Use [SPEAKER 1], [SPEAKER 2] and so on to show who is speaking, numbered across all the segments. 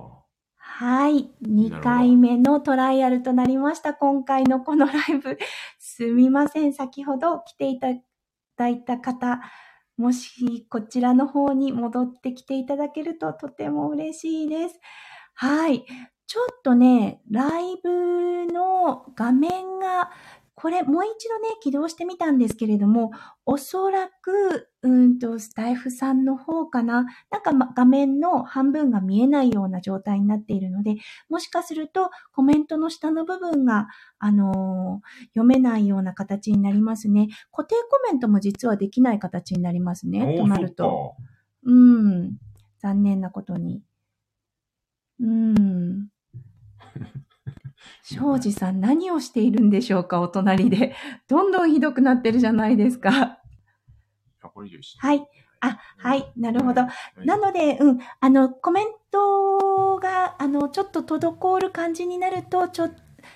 [SPEAKER 1] はい。2回目のトライアルとなりました。今回のこのライブ。 すみません。先ほど来ていただいた方、もしこちらの方に戻ってきていただけるととても嬉しいです。はい。ちょっとね、ライブの画面が、これもう一度ね、起動してみたんですけれども、おそらく、うーんと、スタイフさんの方かな、なんか、ま、画面の半分が見えないような状態になっているので、もしかするとコメントの下の部分が、あのー読めないような形になりますね。固定コメントも実はできない形になりますね、となると。
[SPEAKER 2] おー
[SPEAKER 1] うん。残念なことに。うん。庄司さん何をしているんでしょうかお隣で。どんどんひどくなってるじゃないですか。
[SPEAKER 2] そっか。あこれ以上一緒
[SPEAKER 1] はい。あ、はい。なるほど。
[SPEAKER 2] はい
[SPEAKER 1] なので、うん。あの、コメントが、あの、ちょっと滞る感じになると、ちょっと、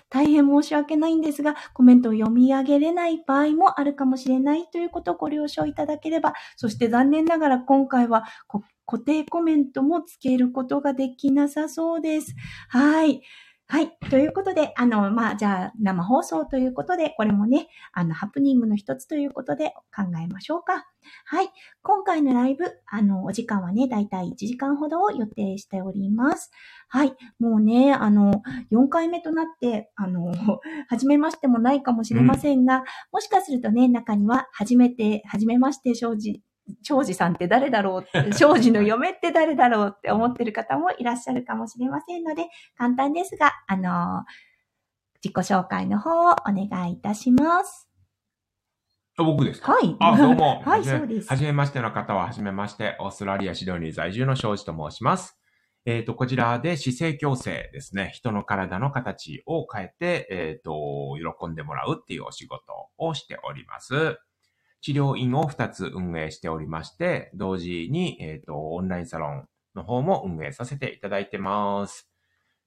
[SPEAKER 1] 大変申し訳ないんですが、コメントを読み上げれない場合もあるかもしれないということをご了承いただければ、そして残念ながら今回はこ固定コメントもつけることができなさそうです。はい。はい。ということで、あの、まあ、じゃあ、生放送ということで、これもね、あの、ハプニングの一つということで考えましょうか。はい。今回のライブ、あの、お時間はね、だいたい1時間ほどを予定しております。はい。もうね、あの、4回目となって、あの、 初めましてもないかもしれませんが、もしかするとね、中には、初めて、初めまして、庄司、庄司さんって誰だろうって、庄司の嫁って誰だろうって思ってる方もいらっしゃるかもしれませんので、簡単ですが、あの、自己紹介の方をお願いいたします。
[SPEAKER 2] あ僕です か
[SPEAKER 1] はい。。
[SPEAKER 2] あ、どうも
[SPEAKER 1] はい、
[SPEAKER 2] じゃあ
[SPEAKER 1] そうです
[SPEAKER 2] は。じめましての方は、はじめまして、オーストラリア・シドニー在住の庄司と申します。えっ、と、こちらで姿勢矯正ですね。人の体の形を変えて、えっ、と、喜んでもらうっていうお仕事をしております。治療院を2つ運営しておりまして、同時に、えっ、と、オンラインサロンの方も運営させていただいてます。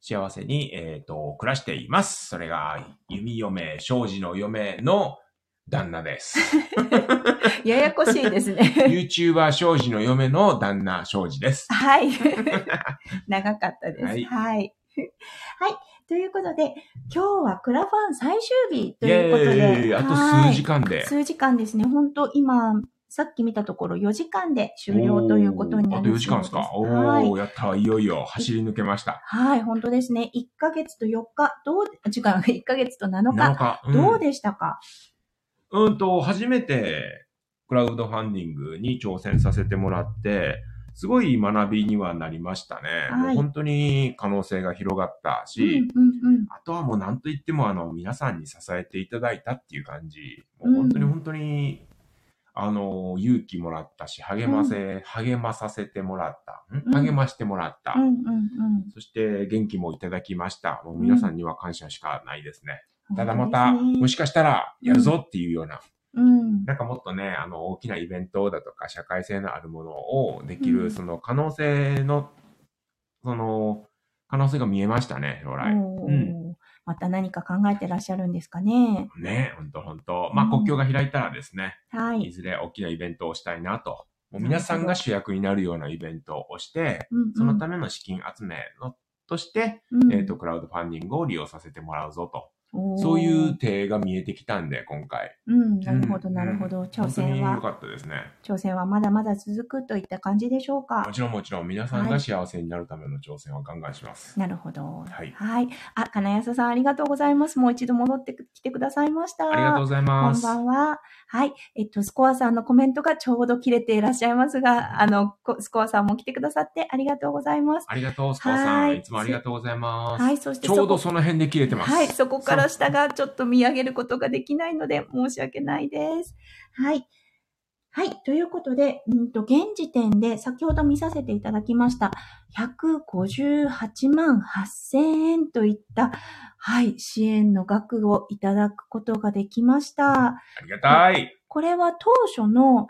[SPEAKER 2] 幸せに、えっ、と、暮らしています。それが、弓嫁、庄司の嫁の旦那です。
[SPEAKER 1] ややこしいです ね。
[SPEAKER 2] YouTuber 庄司の嫁の旦那庄司です。
[SPEAKER 1] はい。長かったです。は。
[SPEAKER 2] はいい
[SPEAKER 1] はい。 ということで、今日はクラファン最終日ということで、
[SPEAKER 2] あと
[SPEAKER 1] はい
[SPEAKER 2] 数時間で。
[SPEAKER 1] 数時間ですね。本当今、さっき見たところ4時間で終了ということになり
[SPEAKER 2] あ
[SPEAKER 1] ま
[SPEAKER 2] と
[SPEAKER 1] す。
[SPEAKER 2] 4時間ですか。お
[SPEAKER 1] は
[SPEAKER 2] ー
[SPEAKER 1] い。
[SPEAKER 2] やった。いよいよ走り抜けました。
[SPEAKER 1] はい、本当ですね。1ヶ月と4日、どう、 時間が1ヶ月と7日、
[SPEAKER 2] 7日。うん、
[SPEAKER 1] どうでしたか、
[SPEAKER 2] うんと、初めてクラウドファンディングに挑戦させてもらって、すごい学びにはなりましたね。
[SPEAKER 1] はい
[SPEAKER 2] もう本当に可能性が広がった
[SPEAKER 1] うん、
[SPEAKER 2] し、
[SPEAKER 1] うん、うん。
[SPEAKER 2] あとはもう何と言ってもあの皆さんに支えていただいたっていう感じ。
[SPEAKER 1] う
[SPEAKER 2] も
[SPEAKER 1] ん
[SPEAKER 2] う本当に本当に、あの、勇気もらったし、励ませ、励まさせてもらった。
[SPEAKER 1] うん
[SPEAKER 2] ん励ましてもらった。
[SPEAKER 1] うん、うん、
[SPEAKER 2] そして元気もいただきました。もう皆さんには感謝しかないですね。
[SPEAKER 1] うん。
[SPEAKER 2] ただまた、
[SPEAKER 1] 本当ですね
[SPEAKER 2] もしかしたらやるぞっていうような、
[SPEAKER 1] うん。
[SPEAKER 2] なんかもっとね、あの大きなイベントだとか社会性のあるものをでき
[SPEAKER 1] う
[SPEAKER 2] る、
[SPEAKER 1] ん
[SPEAKER 2] その可能性の、その、可能性が見えましたね、将来。
[SPEAKER 1] おー
[SPEAKER 2] うん
[SPEAKER 1] また何か考えてらっしゃるんですかね。
[SPEAKER 2] ね、ほんとほんと。まあ、
[SPEAKER 1] うん
[SPEAKER 2] 国境が開いたらですね、
[SPEAKER 1] はいい。
[SPEAKER 2] ずれ大きなイベントをしたいなと。もう皆さんが主役になるようなイベントをして、
[SPEAKER 1] うんうん
[SPEAKER 2] そのための資金集めのとして、
[SPEAKER 1] うん
[SPEAKER 2] えっ、と、クラウドファンディングを利用させてもらうぞと。
[SPEAKER 1] おー
[SPEAKER 2] そういう手が見えてきたんで、今回。
[SPEAKER 1] うん、なるほど、なるほど。挑戦
[SPEAKER 2] 本当に良
[SPEAKER 1] は、
[SPEAKER 2] かったですね。
[SPEAKER 1] 挑戦はまだまだ続くといった感じでしょう
[SPEAKER 2] も
[SPEAKER 1] か。
[SPEAKER 2] ちろんもちろん、皆さん
[SPEAKER 1] はい
[SPEAKER 2] が幸せになるための挑戦はガンガンします。
[SPEAKER 1] なるほど。
[SPEAKER 2] はい
[SPEAKER 1] あ、金安さん、ありがとうございます。もう一度戻ってきてくださいました。
[SPEAKER 2] ありがとうございます。
[SPEAKER 1] こんばんは。はい。えっと、スコアさんのコメントがちょうど切れていらっしゃいますが、あの、こスコアさんも来てくださってありがとうございます。
[SPEAKER 2] ありがとう、スコさ
[SPEAKER 1] は
[SPEAKER 2] ん。
[SPEAKER 1] い
[SPEAKER 2] いつもありがとうございます。
[SPEAKER 1] はい、そして
[SPEAKER 2] ちょ
[SPEAKER 1] そうこ
[SPEAKER 2] どその辺で切れてます。
[SPEAKER 1] はい、そこから下がちょっと見上げることができないので申し訳ないです。はい。はい。ということで、うんと、現時点で先ほど見させていただきました、158万8000円といった、はい、支援の額をいただくことができました。
[SPEAKER 2] ありがたい。
[SPEAKER 1] これは当初の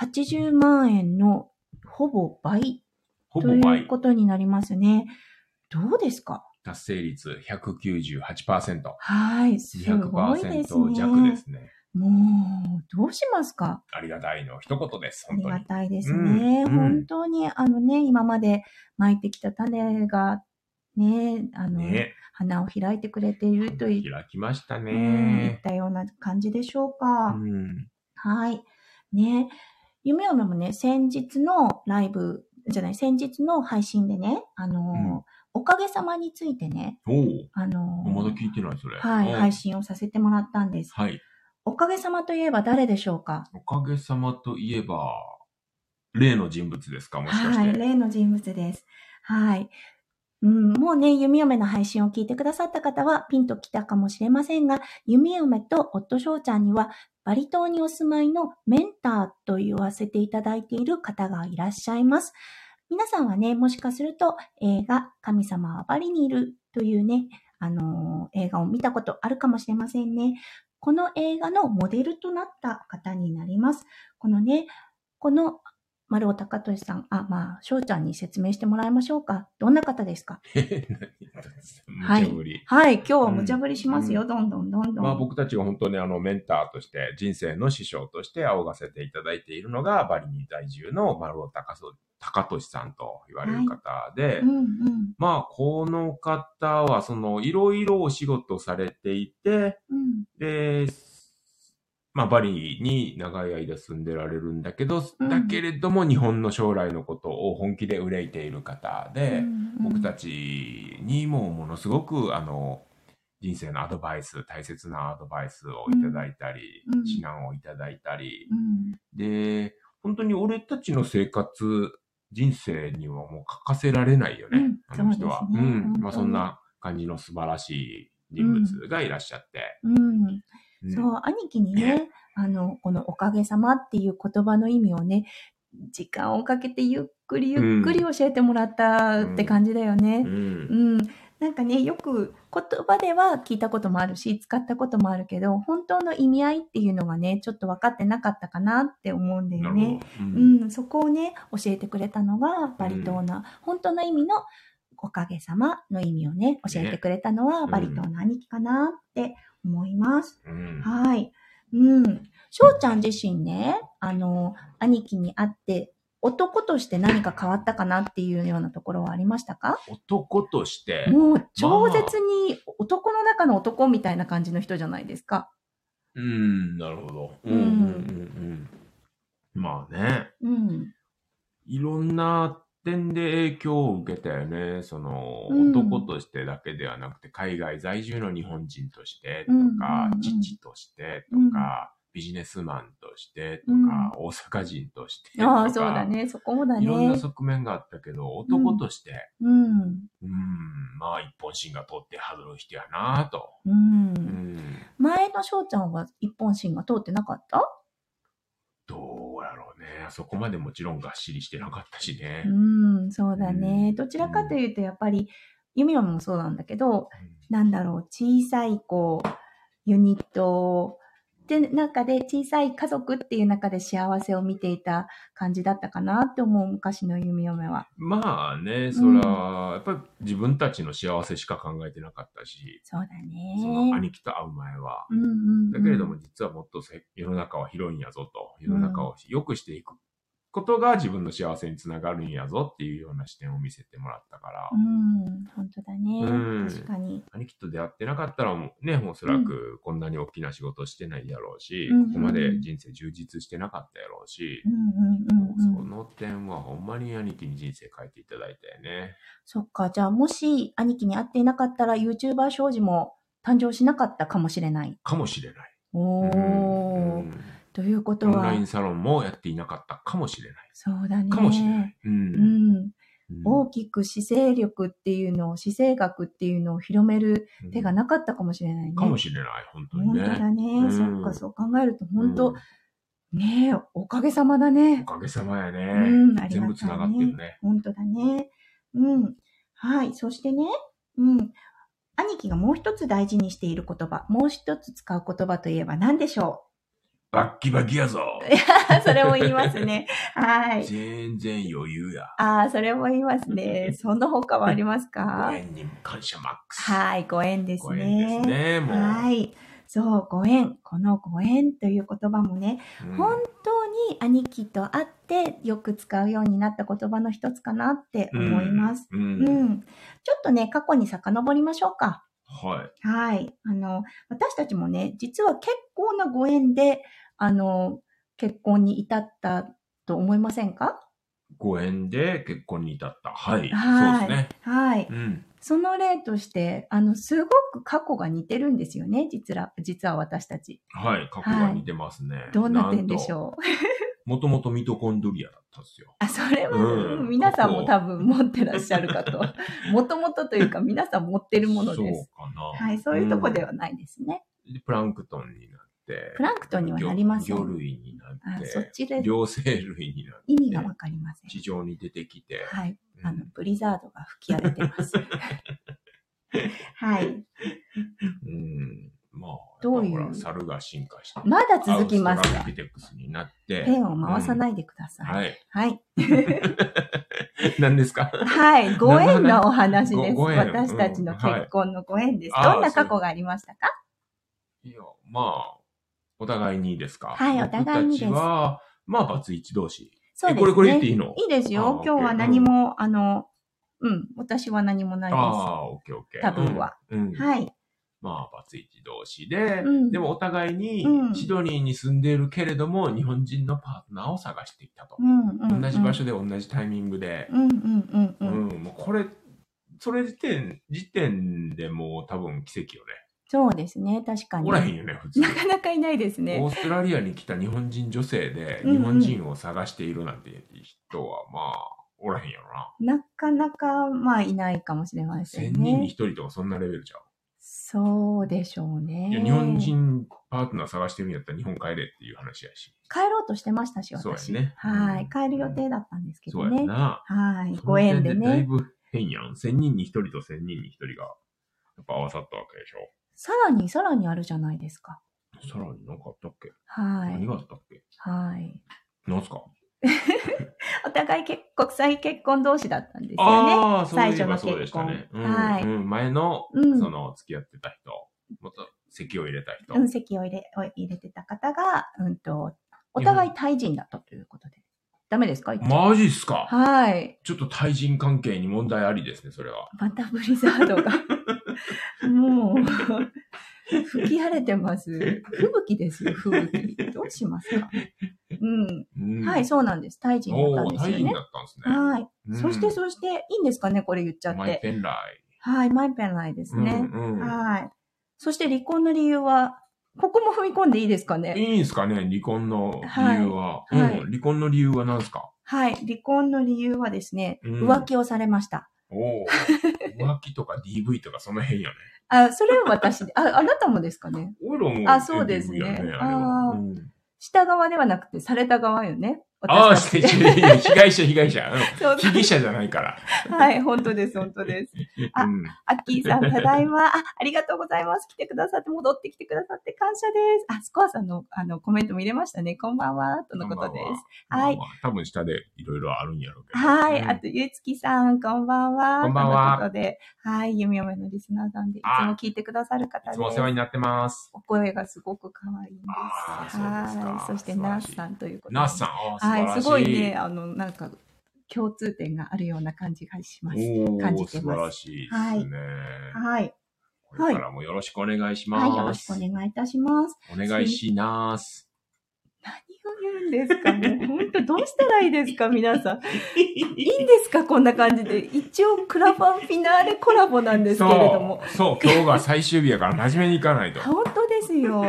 [SPEAKER 1] 80万円のほぼ倍
[SPEAKER 2] ほ
[SPEAKER 1] と
[SPEAKER 2] ぼ
[SPEAKER 1] い
[SPEAKER 2] 倍
[SPEAKER 1] う。ことになりますね。どうですか
[SPEAKER 2] 達成率198%。
[SPEAKER 1] はい、すごいですね。
[SPEAKER 2] 200%弱ですね。
[SPEAKER 1] もう、どうしますか
[SPEAKER 2] ありがたいの一言です、
[SPEAKER 1] あ
[SPEAKER 2] 本
[SPEAKER 1] り
[SPEAKER 2] 当
[SPEAKER 1] が
[SPEAKER 2] に。
[SPEAKER 1] たいですね。
[SPEAKER 2] うん
[SPEAKER 1] 本当に、あのね、今まで巻いてきた種が、ねえ、あの、
[SPEAKER 2] ね。
[SPEAKER 1] 花を開いてくれていると
[SPEAKER 2] 開
[SPEAKER 1] い,、
[SPEAKER 2] きました
[SPEAKER 1] うんいっ
[SPEAKER 2] ね。
[SPEAKER 1] たような感じでしょう
[SPEAKER 2] う
[SPEAKER 1] か。
[SPEAKER 2] ん。
[SPEAKER 1] はい。ね。弓嫁もね、先日のライブ、じゃない、先日の配信でね、あの、
[SPEAKER 2] うん
[SPEAKER 1] おかげさまについてね、
[SPEAKER 2] おお。
[SPEAKER 1] あの、
[SPEAKER 2] まだ聞いてない、それ。
[SPEAKER 1] はい、
[SPEAKER 2] うん
[SPEAKER 1] 配。信をさせてもらったんです。
[SPEAKER 2] はい。
[SPEAKER 1] おかげさまといえば誰でしょうか
[SPEAKER 2] おかげさまといえば、例の人物ですか、もしかし
[SPEAKER 1] はい、
[SPEAKER 2] て。
[SPEAKER 1] 例の人物です。はい。うん、もうね、弓嫁の配信を聞いてくださった方はピンときたかもしれませんが、弓嫁と夫翔ちゃんには、バリ島にお住まいのメンターと言わせていただいている方がいらっしゃいます。皆さんはね、もしかすると映画、神様はバリにいるというね、あのー映画を見たことあるかもしれませんね。この映画のモデルとなった方になります。このね、この丸尾隆俊さん、あ、まあ、翔ちゃんに説明してもらいましょうか。どんな方ですかは
[SPEAKER 2] はいい。無茶ぶり。
[SPEAKER 1] はい、今日は無茶ぶりしますよ。
[SPEAKER 2] う
[SPEAKER 1] どんどんどんどん。
[SPEAKER 2] まあ、僕たちが本当にあのメンターとして人生の師匠として仰がせていただいているのがバリに在住の丸尾隆そ隆俊さんと言われる方で、
[SPEAKER 1] うんうん
[SPEAKER 2] まあこの方はそのいろいろお仕事されていて
[SPEAKER 1] うん
[SPEAKER 2] で、まあ、バリに長い間住んでられるんだけど、
[SPEAKER 1] うん
[SPEAKER 2] だけれども日本の将来のことを本気で憂いている方
[SPEAKER 1] う
[SPEAKER 2] で。
[SPEAKER 1] んうん。
[SPEAKER 2] 僕たちにもものすごくあの人生のアドバイス大切なアドバイスをいただいたり、
[SPEAKER 1] うんうん
[SPEAKER 2] 指南をいただいたり
[SPEAKER 1] う、ん。
[SPEAKER 2] で本当に俺たちの生活人生にはもう欠かせられないよね、
[SPEAKER 1] うん
[SPEAKER 2] あの人は
[SPEAKER 1] そうですね
[SPEAKER 2] ん
[SPEAKER 1] 本当に
[SPEAKER 2] まあ、そんな感じの素晴らしい人物がいらっしゃって、
[SPEAKER 1] うん、
[SPEAKER 2] うん
[SPEAKER 1] そう、兄貴にね、あの、このおかげさまっていう言葉の意味をね、時間をかけてゆっくりゆっくり教えてもらったって感じだよね。
[SPEAKER 2] うん
[SPEAKER 1] うん、なんかねよく言葉では聞いたこともあるし使ったこともあるけど本当の意味合いっていうのがねちょっと分かってなかったかなって思うんだ
[SPEAKER 2] な
[SPEAKER 1] よ
[SPEAKER 2] るほ
[SPEAKER 1] ね
[SPEAKER 2] ど。、うん
[SPEAKER 1] うん、そこをね教えてくれたのがバリ島な、本当の意味の「おかげさま」の意味をね教えてくれたのは
[SPEAKER 2] ね
[SPEAKER 1] バリ島の兄貴かなって思います。
[SPEAKER 2] うん
[SPEAKER 1] はい。うん。翔ちゃん自身ね、あの、兄貴に会って、男として何か変わったかなっていうようなところはありましたか
[SPEAKER 2] 男として、
[SPEAKER 1] もう超絶に男の中の男みたいな感じの人じゃないですか。
[SPEAKER 2] うんなるほど、
[SPEAKER 1] うん
[SPEAKER 2] うんうんうん、まあね
[SPEAKER 1] うん。
[SPEAKER 2] いろんな点で影響を受けたよね。その、
[SPEAKER 1] うん
[SPEAKER 2] 男としてだけではなくて、海外在住の日本人としてと
[SPEAKER 1] うんうん
[SPEAKER 2] か
[SPEAKER 1] う、ん
[SPEAKER 2] 父としてとか、ビジネスマンとしてとか、大阪人としてとか。
[SPEAKER 1] ああ、そうだね。そこもだ
[SPEAKER 2] いろんな
[SPEAKER 1] ね。
[SPEAKER 2] 側面があったけど、男として、
[SPEAKER 1] うん。
[SPEAKER 2] うん、まあ一本芯が通ってはずる人やなぁと。
[SPEAKER 1] う。
[SPEAKER 2] うんん。
[SPEAKER 1] 前の翔ちゃんは一本芯が通ってなかった
[SPEAKER 2] どうやろうね。そこまでもちろんがっしりしてなかったしね。
[SPEAKER 1] うん、そうだ
[SPEAKER 2] う
[SPEAKER 1] ね。
[SPEAKER 2] ん
[SPEAKER 1] どちらかというと、やっぱり、ユミオもそうなんだけど、なんだろう、小さいこう、ユニットで中で、小さい家族っていう中で幸せを見ていた感じだったかなって思う、昔の弓嫁は。
[SPEAKER 2] まあね、そら、やっぱり自分たちの幸せしか考えてなかったし、
[SPEAKER 1] そうだ
[SPEAKER 2] その
[SPEAKER 1] ね。
[SPEAKER 2] 兄貴と会う前は。
[SPEAKER 1] うんうんうん
[SPEAKER 2] だけれども、実はもっとせ世の中は広いんやぞと、世の中を良くしていくことが自分の幸せにつながるんやぞっていうような視点を見せてもらったから
[SPEAKER 1] う、ん、本当だね。
[SPEAKER 2] うん
[SPEAKER 1] 確かに。
[SPEAKER 2] 兄貴と出会ってなかったらもうね、おそらくこんなに大きな仕事してないやろうし、
[SPEAKER 1] うん
[SPEAKER 2] ここまで人生充実してなかったやろうし
[SPEAKER 1] う、んうんうん
[SPEAKER 2] そ
[SPEAKER 1] うん。
[SPEAKER 2] の点はほんまに兄貴に人生変えていただいたよね。
[SPEAKER 1] そっか、じゃあもし兄貴に会っていなかったら YouTuber 庄司も誕生しなかったかもしれない。
[SPEAKER 2] かもしれない。
[SPEAKER 1] お
[SPEAKER 2] うん
[SPEAKER 1] ー。
[SPEAKER 2] うん
[SPEAKER 1] ということ
[SPEAKER 2] オンラ
[SPEAKER 1] は
[SPEAKER 2] イン、サロンもやっていなかったかもしれない。
[SPEAKER 1] そうだね。
[SPEAKER 2] かもしれない。う。
[SPEAKER 1] うんん。
[SPEAKER 2] う
[SPEAKER 1] 大きく姿勢力っていうのを、姿勢学っていうのを広める
[SPEAKER 2] ん
[SPEAKER 1] 手がなかったかもしれないね。
[SPEAKER 2] かもしれない。本当に
[SPEAKER 1] 本
[SPEAKER 2] ね。
[SPEAKER 1] 当だね。
[SPEAKER 2] うん
[SPEAKER 1] そっか、そう考えると本
[SPEAKER 2] う
[SPEAKER 1] 当
[SPEAKER 2] ん、
[SPEAKER 1] ねえ、おかげさまだね
[SPEAKER 2] お。かげさまやね。
[SPEAKER 1] うん、ありがたい、ね。
[SPEAKER 2] 全部つながってるね。
[SPEAKER 1] 本当だね。うん。はい。そしてね、うん。兄貴がもう一つ大事にしている言葉、もう一つ使う言葉といえば何でしょ
[SPEAKER 2] バッキバキやぞ。
[SPEAKER 1] う それも言いますね。はい。
[SPEAKER 2] 全然余裕や。
[SPEAKER 1] ああ、それも言いますね。その他はあります
[SPEAKER 2] ご
[SPEAKER 1] か
[SPEAKER 2] 縁に感謝マックス。
[SPEAKER 1] はい、ご縁です
[SPEAKER 2] ご縁です
[SPEAKER 1] ね。
[SPEAKER 2] ね。もう。
[SPEAKER 1] はい。そう、ご縁。このご縁という言葉もね、
[SPEAKER 2] うん
[SPEAKER 1] 本当に兄貴と会ってよく使うようになった言葉の一つかなって思います。。
[SPEAKER 2] うん
[SPEAKER 1] う
[SPEAKER 2] うん
[SPEAKER 1] ん。ちょっとね、過去に遡りましょうか。
[SPEAKER 2] はい。
[SPEAKER 1] はい。あの、私たちもね、実は結構なご縁で、あの、結婚に至ったと思いませんか
[SPEAKER 2] ご縁で結婚に至った。はい。
[SPEAKER 1] はい
[SPEAKER 2] そうですね。
[SPEAKER 1] はい。
[SPEAKER 2] うん。
[SPEAKER 1] その例として、あの、すごく過去が似てるんですよね、実は、実は私たち。
[SPEAKER 2] はい。過去が似てますね。
[SPEAKER 1] どんな点でしょう
[SPEAKER 2] うもともとミトコンドリアだったんですよ。
[SPEAKER 1] あ、それは、
[SPEAKER 2] うん
[SPEAKER 1] うん皆さんも多分持ってらっしゃるか と。もともとというか、皆さん持ってるものです。
[SPEAKER 2] そうかな。
[SPEAKER 1] はい、そういうとこで
[SPEAKER 2] は。
[SPEAKER 1] はないですね。
[SPEAKER 2] プランクトンになって。
[SPEAKER 1] プランクトンにはなりません
[SPEAKER 2] 魚魚類にな
[SPEAKER 1] あ
[SPEAKER 2] って。
[SPEAKER 1] そっちで
[SPEAKER 2] 両生類になって。
[SPEAKER 1] 意味がわかりません。
[SPEAKER 2] 地上に出てきて。
[SPEAKER 1] はい、
[SPEAKER 2] うん
[SPEAKER 1] あの、ブリザードが吹き荒れて ます。はい、
[SPEAKER 2] うん。まあ、
[SPEAKER 1] どういう
[SPEAKER 2] ほら猿が進化して。
[SPEAKER 1] まだ続きます
[SPEAKER 2] アウストラ
[SPEAKER 1] か
[SPEAKER 2] ピテクスになって。
[SPEAKER 1] ペンを回さないでください。
[SPEAKER 2] はい。
[SPEAKER 1] はい。
[SPEAKER 2] 何ですか
[SPEAKER 1] はい。ご縁のお話です。
[SPEAKER 2] ごご縁
[SPEAKER 1] 私たちの結婚のご縁です。
[SPEAKER 2] うんはい
[SPEAKER 1] どんな過去がありましたか
[SPEAKER 2] いや、まあ、お互いにですか。
[SPEAKER 1] はいお互いにです
[SPEAKER 2] 僕たちは、まあ、バツイチ同士。
[SPEAKER 1] そう
[SPEAKER 2] え
[SPEAKER 1] ですね。
[SPEAKER 2] これ、これ言っていいの
[SPEAKER 1] いいですよ。
[SPEAKER 2] あー
[SPEAKER 1] 今日は
[SPEAKER 2] OK
[SPEAKER 1] 何も、あの、うん、私は何もないで
[SPEAKER 2] ああ、オッケーオッケー。
[SPEAKER 1] 多分は
[SPEAKER 2] うん。うん
[SPEAKER 1] す。はい。
[SPEAKER 2] まあ、バツイチ同士で、
[SPEAKER 1] うん
[SPEAKER 2] でもお互いに
[SPEAKER 1] うん
[SPEAKER 2] シドニーに住んでいるけれども、日本人のパートナーを探していたと
[SPEAKER 1] う。んうん、うん。
[SPEAKER 2] 同じ場。所で同じタイミングで、
[SPEAKER 1] うんうんう
[SPEAKER 2] うん
[SPEAKER 1] うん。
[SPEAKER 2] ん、もうこれ、それ時点、時点でもう多分奇跡よ
[SPEAKER 1] そうですね。確か
[SPEAKER 2] ね。
[SPEAKER 1] に。
[SPEAKER 2] おらへんよね、普 通。
[SPEAKER 1] なかなかいないですね。
[SPEAKER 2] オーストラリアに来た日本人女性で
[SPEAKER 1] うんうん
[SPEAKER 2] 日本人を探しているなんて人はまあおらへんやろな。
[SPEAKER 1] なかなか、まあ、いないかもしれませ
[SPEAKER 2] 1000
[SPEAKER 1] ん
[SPEAKER 2] 人に1
[SPEAKER 1] ね。
[SPEAKER 2] 人とかそんなレベルじゃ。
[SPEAKER 1] そうでしょうんね。
[SPEAKER 2] いや日本人パートナー探してるんやったら日本帰れっていう話やし。
[SPEAKER 1] 帰ろうとしてましたし、
[SPEAKER 2] そう
[SPEAKER 1] 私。
[SPEAKER 2] やね
[SPEAKER 1] はい。
[SPEAKER 2] うん
[SPEAKER 1] 帰る予定だったんですけ
[SPEAKER 2] そ
[SPEAKER 1] ど
[SPEAKER 2] うやん
[SPEAKER 1] ね。
[SPEAKER 2] な。
[SPEAKER 1] はい。
[SPEAKER 2] その
[SPEAKER 1] ご縁で
[SPEAKER 2] 点だい
[SPEAKER 1] ね。
[SPEAKER 2] ぶ変やん。1000人に1人と1000人に1人がやっぱ合わさったわけでしょ。
[SPEAKER 1] さらに、さらにあるじゃないですか。
[SPEAKER 2] さらに何かあったっけ、
[SPEAKER 1] は
[SPEAKER 2] 何
[SPEAKER 1] い。
[SPEAKER 2] があったっけ
[SPEAKER 1] はい。
[SPEAKER 2] なんすか
[SPEAKER 1] お互い結国際結婚同士だったんですよね。
[SPEAKER 2] ああ、そういえば
[SPEAKER 1] 最初の結婚
[SPEAKER 2] そうでしたね。うん
[SPEAKER 1] はい
[SPEAKER 2] うん前の、
[SPEAKER 1] うん
[SPEAKER 2] その付き合ってた人、もっと席を入れた人。
[SPEAKER 1] うん、籍を入れを入れてた方が、うんと、お互いタイ人だったということで。ダメですか、言って
[SPEAKER 2] マジっすか
[SPEAKER 1] はい。
[SPEAKER 2] ちょっと対人関係に問題ありですね、それは。
[SPEAKER 1] またブリザードが。もう、吹き荒れてます。吹雪ですよ、吹雪。どうしますかう
[SPEAKER 2] うん
[SPEAKER 1] ん。はい、そうなんです。タイ人だったん
[SPEAKER 2] おー
[SPEAKER 1] です
[SPEAKER 2] 対
[SPEAKER 1] よ
[SPEAKER 2] 人
[SPEAKER 1] ね
[SPEAKER 2] だ。ったんですね。
[SPEAKER 1] はい。
[SPEAKER 2] うん
[SPEAKER 1] そして、そして、いいんですかね、これ言っちゃっ
[SPEAKER 2] マイ
[SPEAKER 1] て。
[SPEAKER 2] ペンラ
[SPEAKER 1] はい、マイペンライです
[SPEAKER 2] イ。
[SPEAKER 1] ね。
[SPEAKER 2] うんうん
[SPEAKER 1] はい。そして離婚の理由は、ここも踏み込んでいいですかね。
[SPEAKER 2] いいんすかね、離婚の理由は。
[SPEAKER 1] はいはい
[SPEAKER 2] うん離婚の理由は何すか
[SPEAKER 1] はい。離婚の理由はですね、
[SPEAKER 2] うん
[SPEAKER 1] 浮気をされました。
[SPEAKER 2] おー浮気とか DV とかその辺やね。
[SPEAKER 1] あ、それは私で、あ、あなたもですかね。
[SPEAKER 2] オイラも
[SPEAKER 1] あそうですね
[SPEAKER 2] DV やあれ
[SPEAKER 1] あ
[SPEAKER 2] は
[SPEAKER 1] ー
[SPEAKER 2] うん
[SPEAKER 1] した側ではなくて、された側よね。
[SPEAKER 2] ああ、
[SPEAKER 1] 私
[SPEAKER 2] して、被害者、被害者。うん
[SPEAKER 1] そう
[SPEAKER 2] 被疑者じゃないから。
[SPEAKER 1] はい、本当です、本当です。 あ
[SPEAKER 2] うん
[SPEAKER 1] アッキーさん、ただいま。あ、ありがとうございます。来てくださって、戻ってきてくださって感謝です。あ、スコアさんの、あの、コメントも入れましたね。こんばんは、とのことです。
[SPEAKER 2] まあ
[SPEAKER 1] はい
[SPEAKER 2] まあ多分下でいろいろあるんやろうけど。
[SPEAKER 1] はい。
[SPEAKER 2] うん
[SPEAKER 1] あと、ゆうつきさん、こんばんは。
[SPEAKER 2] こんばんは
[SPEAKER 1] とのことで、はい。ゆみおめのリスナーさんで、いつ
[SPEAKER 2] あ
[SPEAKER 1] も聞いてくださる方で
[SPEAKER 2] いつ
[SPEAKER 1] す。
[SPEAKER 2] もお世話になってます。
[SPEAKER 1] お声がすごく可愛いんです。
[SPEAKER 2] あーそうです
[SPEAKER 1] は
[SPEAKER 2] か
[SPEAKER 1] い。そして、
[SPEAKER 2] 素晴
[SPEAKER 1] ナ
[SPEAKER 2] ら
[SPEAKER 1] ー
[SPEAKER 2] しい
[SPEAKER 1] スさんということで。
[SPEAKER 2] ナースさん、あー
[SPEAKER 1] はい。すごいね、。あの、なんか、共通点があるような感じがします。
[SPEAKER 2] お
[SPEAKER 1] 感じ
[SPEAKER 2] ー、
[SPEAKER 1] て
[SPEAKER 2] 素
[SPEAKER 1] ます
[SPEAKER 2] 晴らしいですね。
[SPEAKER 1] はい。
[SPEAKER 2] これからもよろしくお願いします。
[SPEAKER 1] はい。よろしくお願いいたします。
[SPEAKER 2] お願いします。
[SPEAKER 1] 何を言うんですか もう本当、どうしたらいいですか皆さん。いいんですかこんな感じで。一応、クラファンフィナーレコラボなん ですけれども
[SPEAKER 2] そ。う、そう、今日が最終日やから真面目にいかな いと。
[SPEAKER 1] 本当ですよ。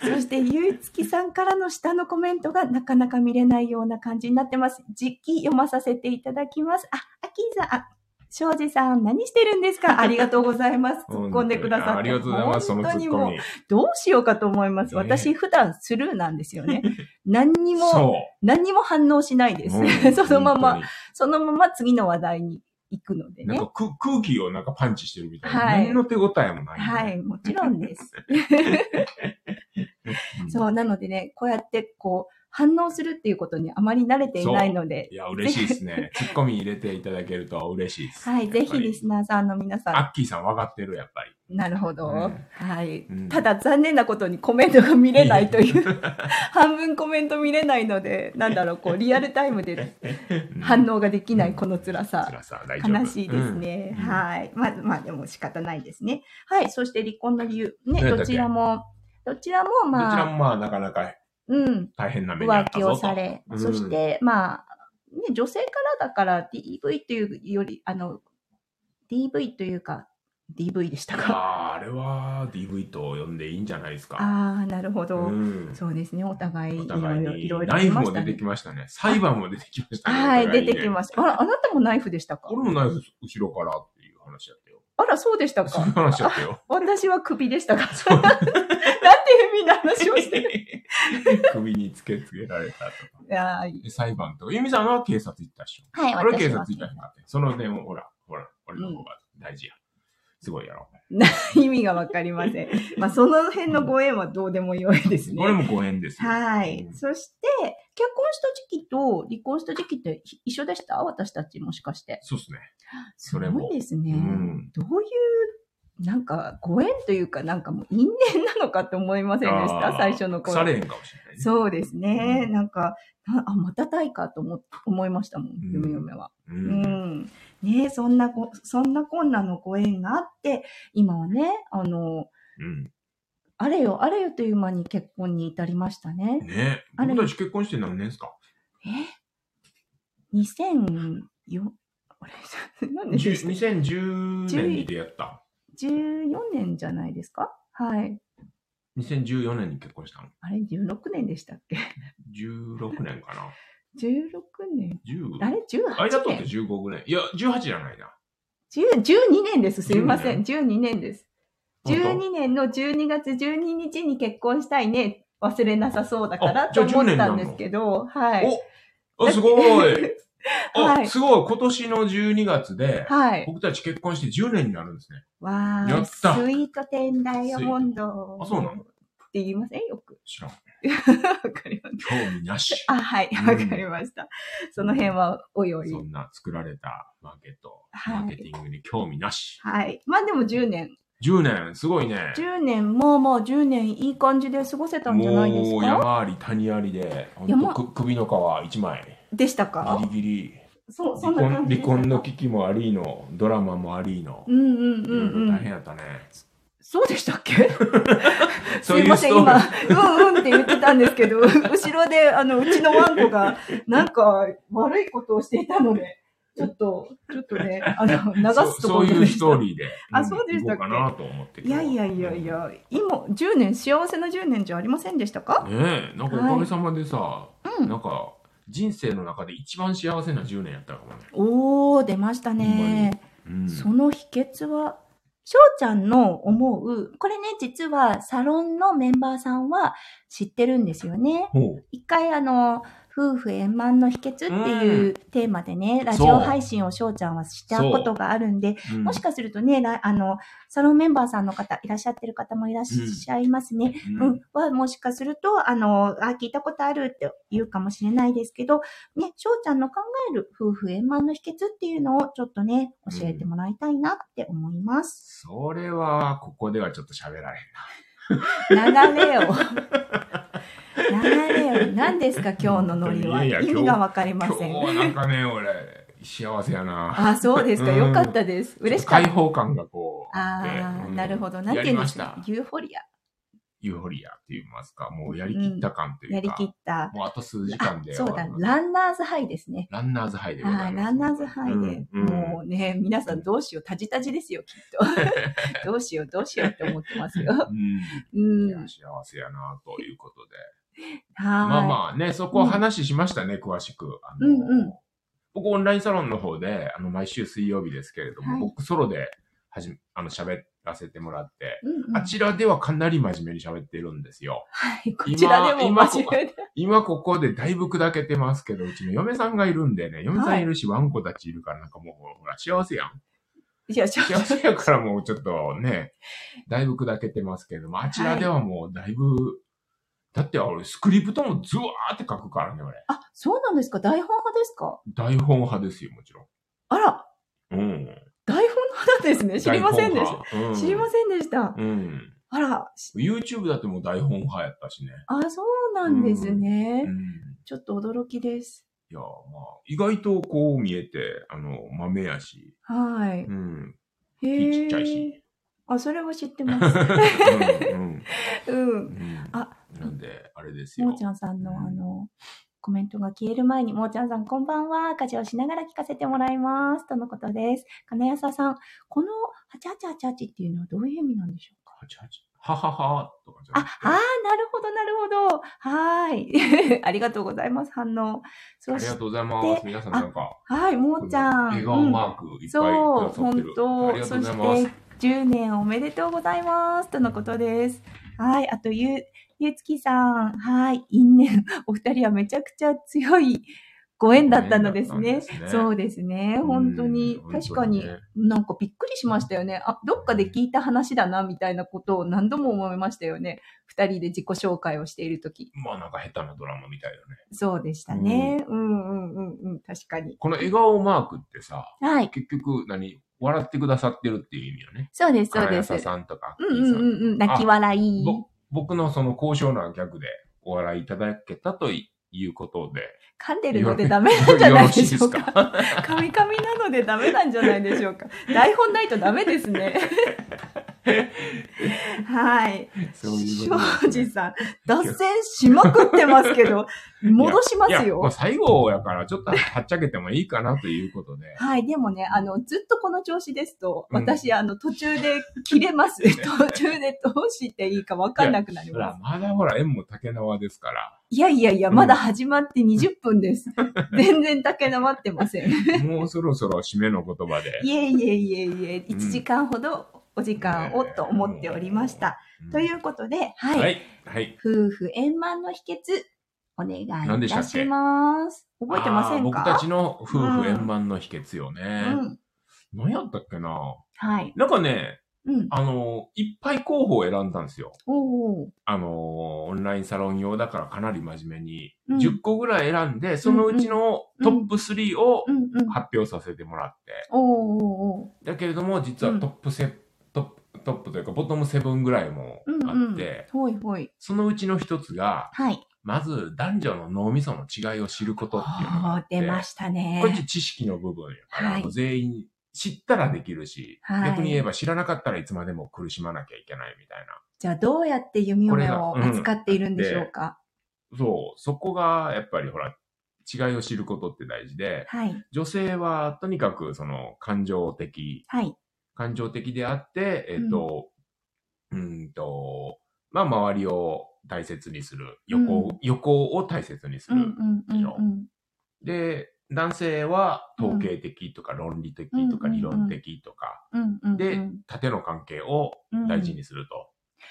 [SPEAKER 1] そして、ゆいつきさんからの下のコメントがなかなか見れないような感じになってます。実機読まさせていただきます。あ、アキーさん、あ、庄司さん、何してるんですかありがとうござい ます。突っ込んでくださって。
[SPEAKER 2] ありがとうございます、その
[SPEAKER 1] 本
[SPEAKER 2] ツ
[SPEAKER 1] 当に
[SPEAKER 2] ッ
[SPEAKER 1] もう
[SPEAKER 2] コミ。
[SPEAKER 1] どうしようかと思います。
[SPEAKER 2] ね
[SPEAKER 1] 私、普段スルーなんですよ ね。何にも、
[SPEAKER 2] そ
[SPEAKER 1] 何にも反応しないで
[SPEAKER 2] う
[SPEAKER 1] す。
[SPEAKER 2] うん。
[SPEAKER 1] そのま
[SPEAKER 2] 本
[SPEAKER 1] ま、そのまま次の話題に行くので
[SPEAKER 2] 当に。なん
[SPEAKER 1] ね
[SPEAKER 2] か。く空気をなんかパンチしてるみたいな。
[SPEAKER 1] はい
[SPEAKER 2] 何の手応えもない、
[SPEAKER 1] はい、も ちろんです。
[SPEAKER 2] うん。
[SPEAKER 1] そう、なのでね、こうやってこう、反応するっていうことにあまり慣れていないので
[SPEAKER 2] い、や、嬉しいです ね。ツッコミ入れていただけると嬉しいです。
[SPEAKER 1] はい、ぜひリ
[SPEAKER 2] です。
[SPEAKER 1] スナーさんの皆さん
[SPEAKER 2] アッキーさん分かってる、やっぱり。
[SPEAKER 1] なるほど。
[SPEAKER 2] うん
[SPEAKER 1] はい、
[SPEAKER 2] うん
[SPEAKER 1] ただ残念なことにコメントが見れないと いう、半分コメント見れないので、なんだろう、こう、リアルタイムで反応ができないこの辛さ。
[SPEAKER 2] 辛さ、大丈夫。
[SPEAKER 1] 悲しいですね。
[SPEAKER 2] うん
[SPEAKER 1] はい。まあ、まあ、でも仕方ないですね。はい。そして離婚の理由。ね、
[SPEAKER 2] どうやった
[SPEAKER 1] ど
[SPEAKER 2] っけ
[SPEAKER 1] ちらも、どちらも、
[SPEAKER 2] うん。どち
[SPEAKER 1] ま
[SPEAKER 2] ら
[SPEAKER 1] あ、
[SPEAKER 2] もまあ、なかなか
[SPEAKER 1] うん、
[SPEAKER 2] 大変な目にあっ
[SPEAKER 1] 浮
[SPEAKER 2] た
[SPEAKER 1] 気
[SPEAKER 2] ぞと。
[SPEAKER 1] をされ、
[SPEAKER 2] うん
[SPEAKER 1] そして、まあ、ね、女性からだから DV というより、あの、DV というか、DV でしたか。
[SPEAKER 2] あーあれは DV と呼んでいいんじゃないですか。
[SPEAKER 1] ああ、なるほど。
[SPEAKER 2] うん
[SPEAKER 1] そうですね、お互い
[SPEAKER 2] お
[SPEAKER 1] いろ
[SPEAKER 2] 互い
[SPEAKER 1] いろい
[SPEAKER 2] に
[SPEAKER 1] ろいろ
[SPEAKER 2] ナイ
[SPEAKER 1] 出
[SPEAKER 2] フ
[SPEAKER 1] ま
[SPEAKER 2] も
[SPEAKER 1] した
[SPEAKER 2] 出て
[SPEAKER 1] ね
[SPEAKER 2] き。ましたね。裁判も出てきましたね。
[SPEAKER 1] はい、
[SPEAKER 2] お互
[SPEAKER 1] 出
[SPEAKER 2] に
[SPEAKER 1] てきました。あら、あなたもナイフでしたか
[SPEAKER 2] 俺もナイフ後ろからっていう話だったよ。
[SPEAKER 1] あら、そうでした
[SPEAKER 2] そういう
[SPEAKER 1] か
[SPEAKER 2] 話だったよ。
[SPEAKER 1] 私は首で したか
[SPEAKER 2] そう
[SPEAKER 1] なんて変な話をして る。
[SPEAKER 2] 首につけつけられたとか。
[SPEAKER 1] いやー
[SPEAKER 2] で裁判とか。ゆみさんは警察行ったでしょ。
[SPEAKER 1] はい、
[SPEAKER 2] 俺は警
[SPEAKER 1] 私
[SPEAKER 2] 察
[SPEAKER 1] は
[SPEAKER 2] 行ったでしょ。その点を、ほら、ほら、俺の方が大事や。すごいやろ。
[SPEAKER 1] 意味がわかりません。まあ、その辺のご縁はどうでもよいです
[SPEAKER 2] これ
[SPEAKER 1] ね。
[SPEAKER 2] もご縁ですよ。
[SPEAKER 1] はい。
[SPEAKER 2] うん
[SPEAKER 1] そして、結婚した時期と離婚した時期ってひ一緒でした私たちもしかして。
[SPEAKER 2] そうっすね。
[SPEAKER 1] す
[SPEAKER 2] それも
[SPEAKER 1] ごいですね。
[SPEAKER 2] うん
[SPEAKER 1] どういう、なんか、ご縁というか、なんかもう因縁なのかって思いませんでし
[SPEAKER 2] あ
[SPEAKER 1] た
[SPEAKER 2] ー
[SPEAKER 1] 最初の
[SPEAKER 2] 腐れ
[SPEAKER 1] 頃。
[SPEAKER 2] へんかもしれないね。
[SPEAKER 1] そうですね。
[SPEAKER 2] うん
[SPEAKER 1] なんか、なあ、またたいかと思思いましたもん、
[SPEAKER 2] ん
[SPEAKER 1] ゆめゆめは。
[SPEAKER 2] う。
[SPEAKER 1] うんん。ねえそんなこ、そんなこんなのご縁があって、今はね、あの、
[SPEAKER 2] うん。
[SPEAKER 1] あれよあれよという間に結婚に至りましたね。
[SPEAKER 2] ね
[SPEAKER 1] あれ
[SPEAKER 2] 僕たち結婚して何年ですか
[SPEAKER 1] え ?2004、あれ 何年でした
[SPEAKER 2] ?2010 年に出会った。
[SPEAKER 1] ?14 年じゃないですかはい。
[SPEAKER 2] 2014年に結婚したの。
[SPEAKER 1] あれ ?16 年でしたっけ
[SPEAKER 2] 16年かな。
[SPEAKER 1] ?16 年あ
[SPEAKER 2] 10
[SPEAKER 1] れ ?18
[SPEAKER 2] 間取って
[SPEAKER 1] 年
[SPEAKER 2] 15ぐらい。いや、18じゃないな。
[SPEAKER 1] 10 ?12 年です。すいません。
[SPEAKER 2] 12
[SPEAKER 1] 12年です。
[SPEAKER 2] 本
[SPEAKER 1] 12年の12月12日に結婚したいね。忘れなさそうだから
[SPEAKER 2] あじ
[SPEAKER 1] と
[SPEAKER 2] ゃあ
[SPEAKER 1] 思っ
[SPEAKER 2] 10年な
[SPEAKER 1] た
[SPEAKER 2] の
[SPEAKER 1] んですけど、はい。
[SPEAKER 2] 当おあすごい
[SPEAKER 1] は
[SPEAKER 2] あ、
[SPEAKER 1] い
[SPEAKER 2] すごい今年の12月で、
[SPEAKER 1] はい。
[SPEAKER 2] 僕たち結婚して10年になるんですね。
[SPEAKER 1] わ
[SPEAKER 2] や
[SPEAKER 1] ー、
[SPEAKER 2] っ
[SPEAKER 1] スイー
[SPEAKER 2] た
[SPEAKER 1] トテンダイヤモンド。
[SPEAKER 2] あそうなの
[SPEAKER 1] って言いませんよく。
[SPEAKER 2] 知らん。
[SPEAKER 1] わかりまし
[SPEAKER 2] 興味なし。
[SPEAKER 1] た。あ、はい、
[SPEAKER 2] うん
[SPEAKER 1] わかりました。その辺は、おいおい。
[SPEAKER 2] そんな作られたマーケット、
[SPEAKER 1] はい
[SPEAKER 2] マーケティングに興味なし。
[SPEAKER 1] はい。まあでも10年。
[SPEAKER 2] 10年、すごいね。
[SPEAKER 1] 10年ももう10年いい感じで過ごせたんじゃないです
[SPEAKER 2] もう
[SPEAKER 1] か
[SPEAKER 2] 山あり谷ありで、ほん
[SPEAKER 1] 山
[SPEAKER 2] とく首の皮一枚。
[SPEAKER 1] でしたか
[SPEAKER 2] ギリギリ。
[SPEAKER 1] そう、そ
[SPEAKER 2] 離
[SPEAKER 1] んな
[SPEAKER 2] 婚
[SPEAKER 1] 感じ
[SPEAKER 2] 離
[SPEAKER 1] でしたか
[SPEAKER 2] 婚の危機もありの、ドラマもありの
[SPEAKER 1] う。んうん
[SPEAKER 2] いうろい
[SPEAKER 1] んう
[SPEAKER 2] ろ大変
[SPEAKER 1] ん。
[SPEAKER 2] やったね。
[SPEAKER 1] そうでしたっけす
[SPEAKER 2] そう
[SPEAKER 1] い
[SPEAKER 2] いう
[SPEAKER 1] ま
[SPEAKER 2] スト
[SPEAKER 1] せん、
[SPEAKER 2] ーリ
[SPEAKER 1] 今
[SPEAKER 2] ー。、
[SPEAKER 1] うんうんって言ってたんです けど、後ろで、あの、うちのワンコが、なんか、悪いことをしていたので、ちょっと、ちょっとね、あの、流
[SPEAKER 2] そ
[SPEAKER 1] す
[SPEAKER 2] う
[SPEAKER 1] とこ
[SPEAKER 2] そう
[SPEAKER 1] ろ
[SPEAKER 2] いう
[SPEAKER 1] でし
[SPEAKER 2] ス
[SPEAKER 1] た
[SPEAKER 2] トーリーで。
[SPEAKER 1] あそうでしたっ
[SPEAKER 2] ん
[SPEAKER 1] け
[SPEAKER 2] 行こうかなと思って。
[SPEAKER 1] いやいやいやい。や、今、10年、幸せな10年じゃありませんでしたか
[SPEAKER 2] ねえ、なんかおかげさまでさ、
[SPEAKER 1] うん
[SPEAKER 2] なんか人生の中で一番幸せな10年やったかもね。
[SPEAKER 1] おー、出ましたね。
[SPEAKER 2] うん、
[SPEAKER 1] その秘訣は、翔ちゃんの思う、これね、実はサロンのメンバーさんは知ってるんですよね。
[SPEAKER 2] ほう
[SPEAKER 1] 一回あの、夫婦円満の秘訣っていううテーマでね、ラジ
[SPEAKER 2] そう
[SPEAKER 1] オ配信を翔ちゃんはしたことがあるんで、
[SPEAKER 2] うん
[SPEAKER 1] もしかするとね、らあの、サロンメンバーさんの方、いらっしゃってる方もいらっしゃいますね。
[SPEAKER 2] うん
[SPEAKER 1] うん、は、もしかすると、あの、あ、聞いたことあるって言うかもしれないですけど、ね、翔ちゃんの考える夫婦円満の秘訣っていうのをちょっとね、教えてもらいたいなって思います。
[SPEAKER 2] それはここではちょっと喋られ
[SPEAKER 1] 流れ を。流れを。何ですか、今日のノリは。
[SPEAKER 2] いやいや
[SPEAKER 1] 意味がわかり
[SPEAKER 2] へ
[SPEAKER 1] ま
[SPEAKER 2] ん。今
[SPEAKER 1] せ
[SPEAKER 2] 日
[SPEAKER 1] ん。
[SPEAKER 2] はなんかね、俺、幸せやな。
[SPEAKER 1] あ、そうですか。
[SPEAKER 2] うん
[SPEAKER 1] よかったです。嬉しかっ
[SPEAKER 2] 解
[SPEAKER 1] た。
[SPEAKER 2] 放感がこうあって。
[SPEAKER 1] ああ、
[SPEAKER 2] うん
[SPEAKER 1] なるほど。なん
[SPEAKER 2] や
[SPEAKER 1] て言
[SPEAKER 2] り
[SPEAKER 1] うん
[SPEAKER 2] ま
[SPEAKER 1] で
[SPEAKER 2] し
[SPEAKER 1] すか
[SPEAKER 2] た。。
[SPEAKER 1] ユーフォリア。
[SPEAKER 2] ユーフォリアって言いますか。もうやりきった感というか。
[SPEAKER 1] やりきった。
[SPEAKER 2] もうあと数時間で
[SPEAKER 1] あそうだ
[SPEAKER 2] 終わ、る
[SPEAKER 1] ランナーズハイですね。
[SPEAKER 2] ランナーズハイでございま
[SPEAKER 1] あ
[SPEAKER 2] す
[SPEAKER 1] ーランナーズハイで、
[SPEAKER 2] うんうん
[SPEAKER 1] もうね、皆さんどうしよう、タジタジですよ、きっ と。どうしよう、どうしようって思ってますよ。
[SPEAKER 2] うん
[SPEAKER 1] う
[SPEAKER 2] いや
[SPEAKER 1] ん。
[SPEAKER 2] 幸せやなということで。まあ
[SPEAKER 1] は
[SPEAKER 2] まあね、そこ話しましたね、詳しく。あの
[SPEAKER 1] うんうん
[SPEAKER 2] 僕オンラインサロンの方で、あの、毎週水曜日ですけれども、
[SPEAKER 1] はい
[SPEAKER 2] 僕ソロではじめ、あの、喋らせてもらって、
[SPEAKER 1] い。うんうん、
[SPEAKER 2] あちらではかなり真面目に喋ってるんですよ。
[SPEAKER 1] はい、こちらでも
[SPEAKER 2] 今
[SPEAKER 1] 真面目で。
[SPEAKER 2] 今ここでだいぶ砕けてますけど、うちの嫁さんがいるんでね、嫁さんいるし、ワンコたちいるから、なんかもう、ほら、幸せや ん。
[SPEAKER 1] いや、ちょっ
[SPEAKER 2] 幸せやからもうちょっとね、だいぶ砕けてますけども、あちらではもうだいぶだって俺、スクリプトもズワーって書くからね、俺。
[SPEAKER 1] あ、そうなんですか台本派ですか
[SPEAKER 2] 台本派ですよ、もちろ
[SPEAKER 1] あら、
[SPEAKER 2] ん。うん。
[SPEAKER 1] 台本派なんですね。知りませんでした。
[SPEAKER 2] た。うん、
[SPEAKER 1] 知りませんでした。
[SPEAKER 2] うん。
[SPEAKER 1] あら、し
[SPEAKER 2] YouTube だってもう台本派やったしね。
[SPEAKER 1] あ、そうなんですね。
[SPEAKER 2] うん。
[SPEAKER 1] ちょっと驚きです。
[SPEAKER 2] いや、まあ、意外とこう見えて、あの、豆やし、
[SPEAKER 1] はい。
[SPEAKER 2] うん。
[SPEAKER 1] へ
[SPEAKER 2] 火
[SPEAKER 1] え。
[SPEAKER 2] ちっちゃいし。
[SPEAKER 1] あ、それは知って ます。
[SPEAKER 2] うん。
[SPEAKER 1] うん
[SPEAKER 2] う。ん。
[SPEAKER 1] あ、
[SPEAKER 2] なんで、あれですよ。
[SPEAKER 1] もーちゃんさんの、
[SPEAKER 2] うん
[SPEAKER 1] あの、コメントが消える前に、もーちゃんさんこんばんは、家事をしながら聞かせてもらいます。とのことです。金谷さん、この8888っていうのはどういう意味なんでしょうか
[SPEAKER 2] はちはちはははとかじゃ
[SPEAKER 1] あ、
[SPEAKER 2] な
[SPEAKER 1] あ
[SPEAKER 2] くて
[SPEAKER 1] あー、なるほど、なるほど。はーい。あり がとうございます、反応。
[SPEAKER 2] あ
[SPEAKER 1] そ
[SPEAKER 2] り
[SPEAKER 1] し
[SPEAKER 2] がとうございます。皆さんなんか、
[SPEAKER 1] はい、もーちゃん。
[SPEAKER 2] 笑顔マークいっぱいく
[SPEAKER 1] そう、
[SPEAKER 2] ださって
[SPEAKER 1] 本
[SPEAKER 2] る。あり
[SPEAKER 1] 当。
[SPEAKER 2] がとう
[SPEAKER 1] そ
[SPEAKER 2] ご
[SPEAKER 1] し
[SPEAKER 2] ざいます
[SPEAKER 1] て。、10年おめでとうございます。とのことです。はい。あと、ゆ、ゆうつきさん。はい。因縁。お二人はめちゃくちゃ強いご縁だったのですね。
[SPEAKER 2] ご縁だったんですね
[SPEAKER 1] そうですね。本当に
[SPEAKER 2] う。ん
[SPEAKER 1] 確かに
[SPEAKER 2] 本、
[SPEAKER 1] なんかびっくりしましたよね。あ、どっかで聞いた話だな、みたいなことを何度も思いましたよね。二人で自己紹介をしているとき。
[SPEAKER 2] まあなんか下手なドラマみたいだね。
[SPEAKER 1] そうでしたね。うんうんうんうん。確かに。
[SPEAKER 2] この笑顔マークってさ、
[SPEAKER 1] はい。
[SPEAKER 2] 結局何笑ってくださってるっていう意味よね。
[SPEAKER 1] そうです、そう
[SPEAKER 2] 金
[SPEAKER 1] です。
[SPEAKER 2] 谷さんとか。
[SPEAKER 1] うんうんうんうん。泣き笑い。
[SPEAKER 2] ぼ僕のその高尚なギャグでお笑いいただけたということで。
[SPEAKER 1] 噛んでるのでダメなんじゃ
[SPEAKER 2] よ
[SPEAKER 1] な
[SPEAKER 2] ろ
[SPEAKER 1] いで
[SPEAKER 2] しい
[SPEAKER 1] し
[SPEAKER 2] で
[SPEAKER 1] ょ
[SPEAKER 2] す
[SPEAKER 1] うか。
[SPEAKER 2] か
[SPEAKER 1] カミカミなのでダメなんじゃないでしょうか。台本ないとダメですね。はい。
[SPEAKER 2] そういうこと
[SPEAKER 1] 庄
[SPEAKER 2] ですね
[SPEAKER 1] 司さん、脱線しまくってますけど、戻しま
[SPEAKER 2] いや
[SPEAKER 1] す
[SPEAKER 2] まあ
[SPEAKER 1] よ。。
[SPEAKER 2] 最後やからちょっとはっちゃけてもいいかなということで
[SPEAKER 1] はい。でもね、あの、ずっとこの調子ですと、
[SPEAKER 2] うん
[SPEAKER 1] 私、あの、途中で切れます。途中でどうしていいかわかんなくなり
[SPEAKER 2] ほ
[SPEAKER 1] ます
[SPEAKER 2] ら、。まだほら、縁も竹縄ですから。
[SPEAKER 1] いやいやいや、
[SPEAKER 2] うん
[SPEAKER 1] まだ始まって20分です。全然竹なまってません。
[SPEAKER 2] もうそろそろ締めの言葉 で。
[SPEAKER 1] いえいえいえいえ、
[SPEAKER 2] うん
[SPEAKER 1] 1時間ほどお時間をと思っておりました。ということで、
[SPEAKER 2] う
[SPEAKER 1] は
[SPEAKER 2] ん
[SPEAKER 1] い。
[SPEAKER 2] はい。はい。
[SPEAKER 1] 夫婦円満の秘訣、お願
[SPEAKER 2] 何
[SPEAKER 1] い
[SPEAKER 2] で
[SPEAKER 1] い
[SPEAKER 2] した
[SPEAKER 1] た
[SPEAKER 2] っけ
[SPEAKER 1] します。覚えてませんか
[SPEAKER 2] あー僕たちの夫婦円満の秘訣よ
[SPEAKER 1] う
[SPEAKER 2] ね。
[SPEAKER 1] ん。
[SPEAKER 2] 何やったっけな
[SPEAKER 1] はい。
[SPEAKER 2] なんかね、
[SPEAKER 1] うん。
[SPEAKER 2] あの、いっぱい候補を選んだんですよ。
[SPEAKER 1] おー
[SPEAKER 2] あの、オンラインサロン用だからかなり真面目に。
[SPEAKER 1] うん
[SPEAKER 2] 10個ぐらい選んで、そのうちのトップ3を
[SPEAKER 1] うんうん。
[SPEAKER 2] 発表させてもらって。
[SPEAKER 1] おーおーおー
[SPEAKER 2] だけれども、実はトップセ、トップ、トップというか、ボトム7ぐらいも
[SPEAKER 1] うん
[SPEAKER 2] あ
[SPEAKER 1] うん。
[SPEAKER 2] って、
[SPEAKER 1] ほいほい。
[SPEAKER 2] そのうちの一つが、
[SPEAKER 1] はい。
[SPEAKER 2] まず男女の脳みその違いを知ることっていうのがあ
[SPEAKER 1] あ
[SPEAKER 2] っ
[SPEAKER 1] ー出
[SPEAKER 2] て。
[SPEAKER 1] ました
[SPEAKER 2] これちょっ
[SPEAKER 1] ね。
[SPEAKER 2] と知識の部分やから、
[SPEAKER 1] はい
[SPEAKER 2] 全員知ったらできるし、
[SPEAKER 1] はい
[SPEAKER 2] 逆に言えば知らなかったらいつまでも苦しまなきゃいけないみたい
[SPEAKER 1] じゃあ、どうやって弓
[SPEAKER 2] これ
[SPEAKER 1] 嫁
[SPEAKER 2] が
[SPEAKER 1] を
[SPEAKER 2] うん
[SPEAKER 1] 扱っているんでしょうか。
[SPEAKER 2] な。そう、そこがやっぱりほら、違いを知ることって大事で、
[SPEAKER 1] はい。
[SPEAKER 2] 女性はとにかくその感情的、
[SPEAKER 1] はい。
[SPEAKER 2] 感情的であって、えっ、と、うーん、と、まあ周りを大切にする。横を、
[SPEAKER 1] う
[SPEAKER 2] 横を大切にす
[SPEAKER 1] う
[SPEAKER 2] る。
[SPEAKER 1] んうんうんうん。
[SPEAKER 2] で、男性は統計的とか論理的とか
[SPEAKER 1] うん
[SPEAKER 2] 理論的とか、
[SPEAKER 1] うんうんうん。
[SPEAKER 2] で縦の関係を
[SPEAKER 1] うん、
[SPEAKER 2] 大事にすると。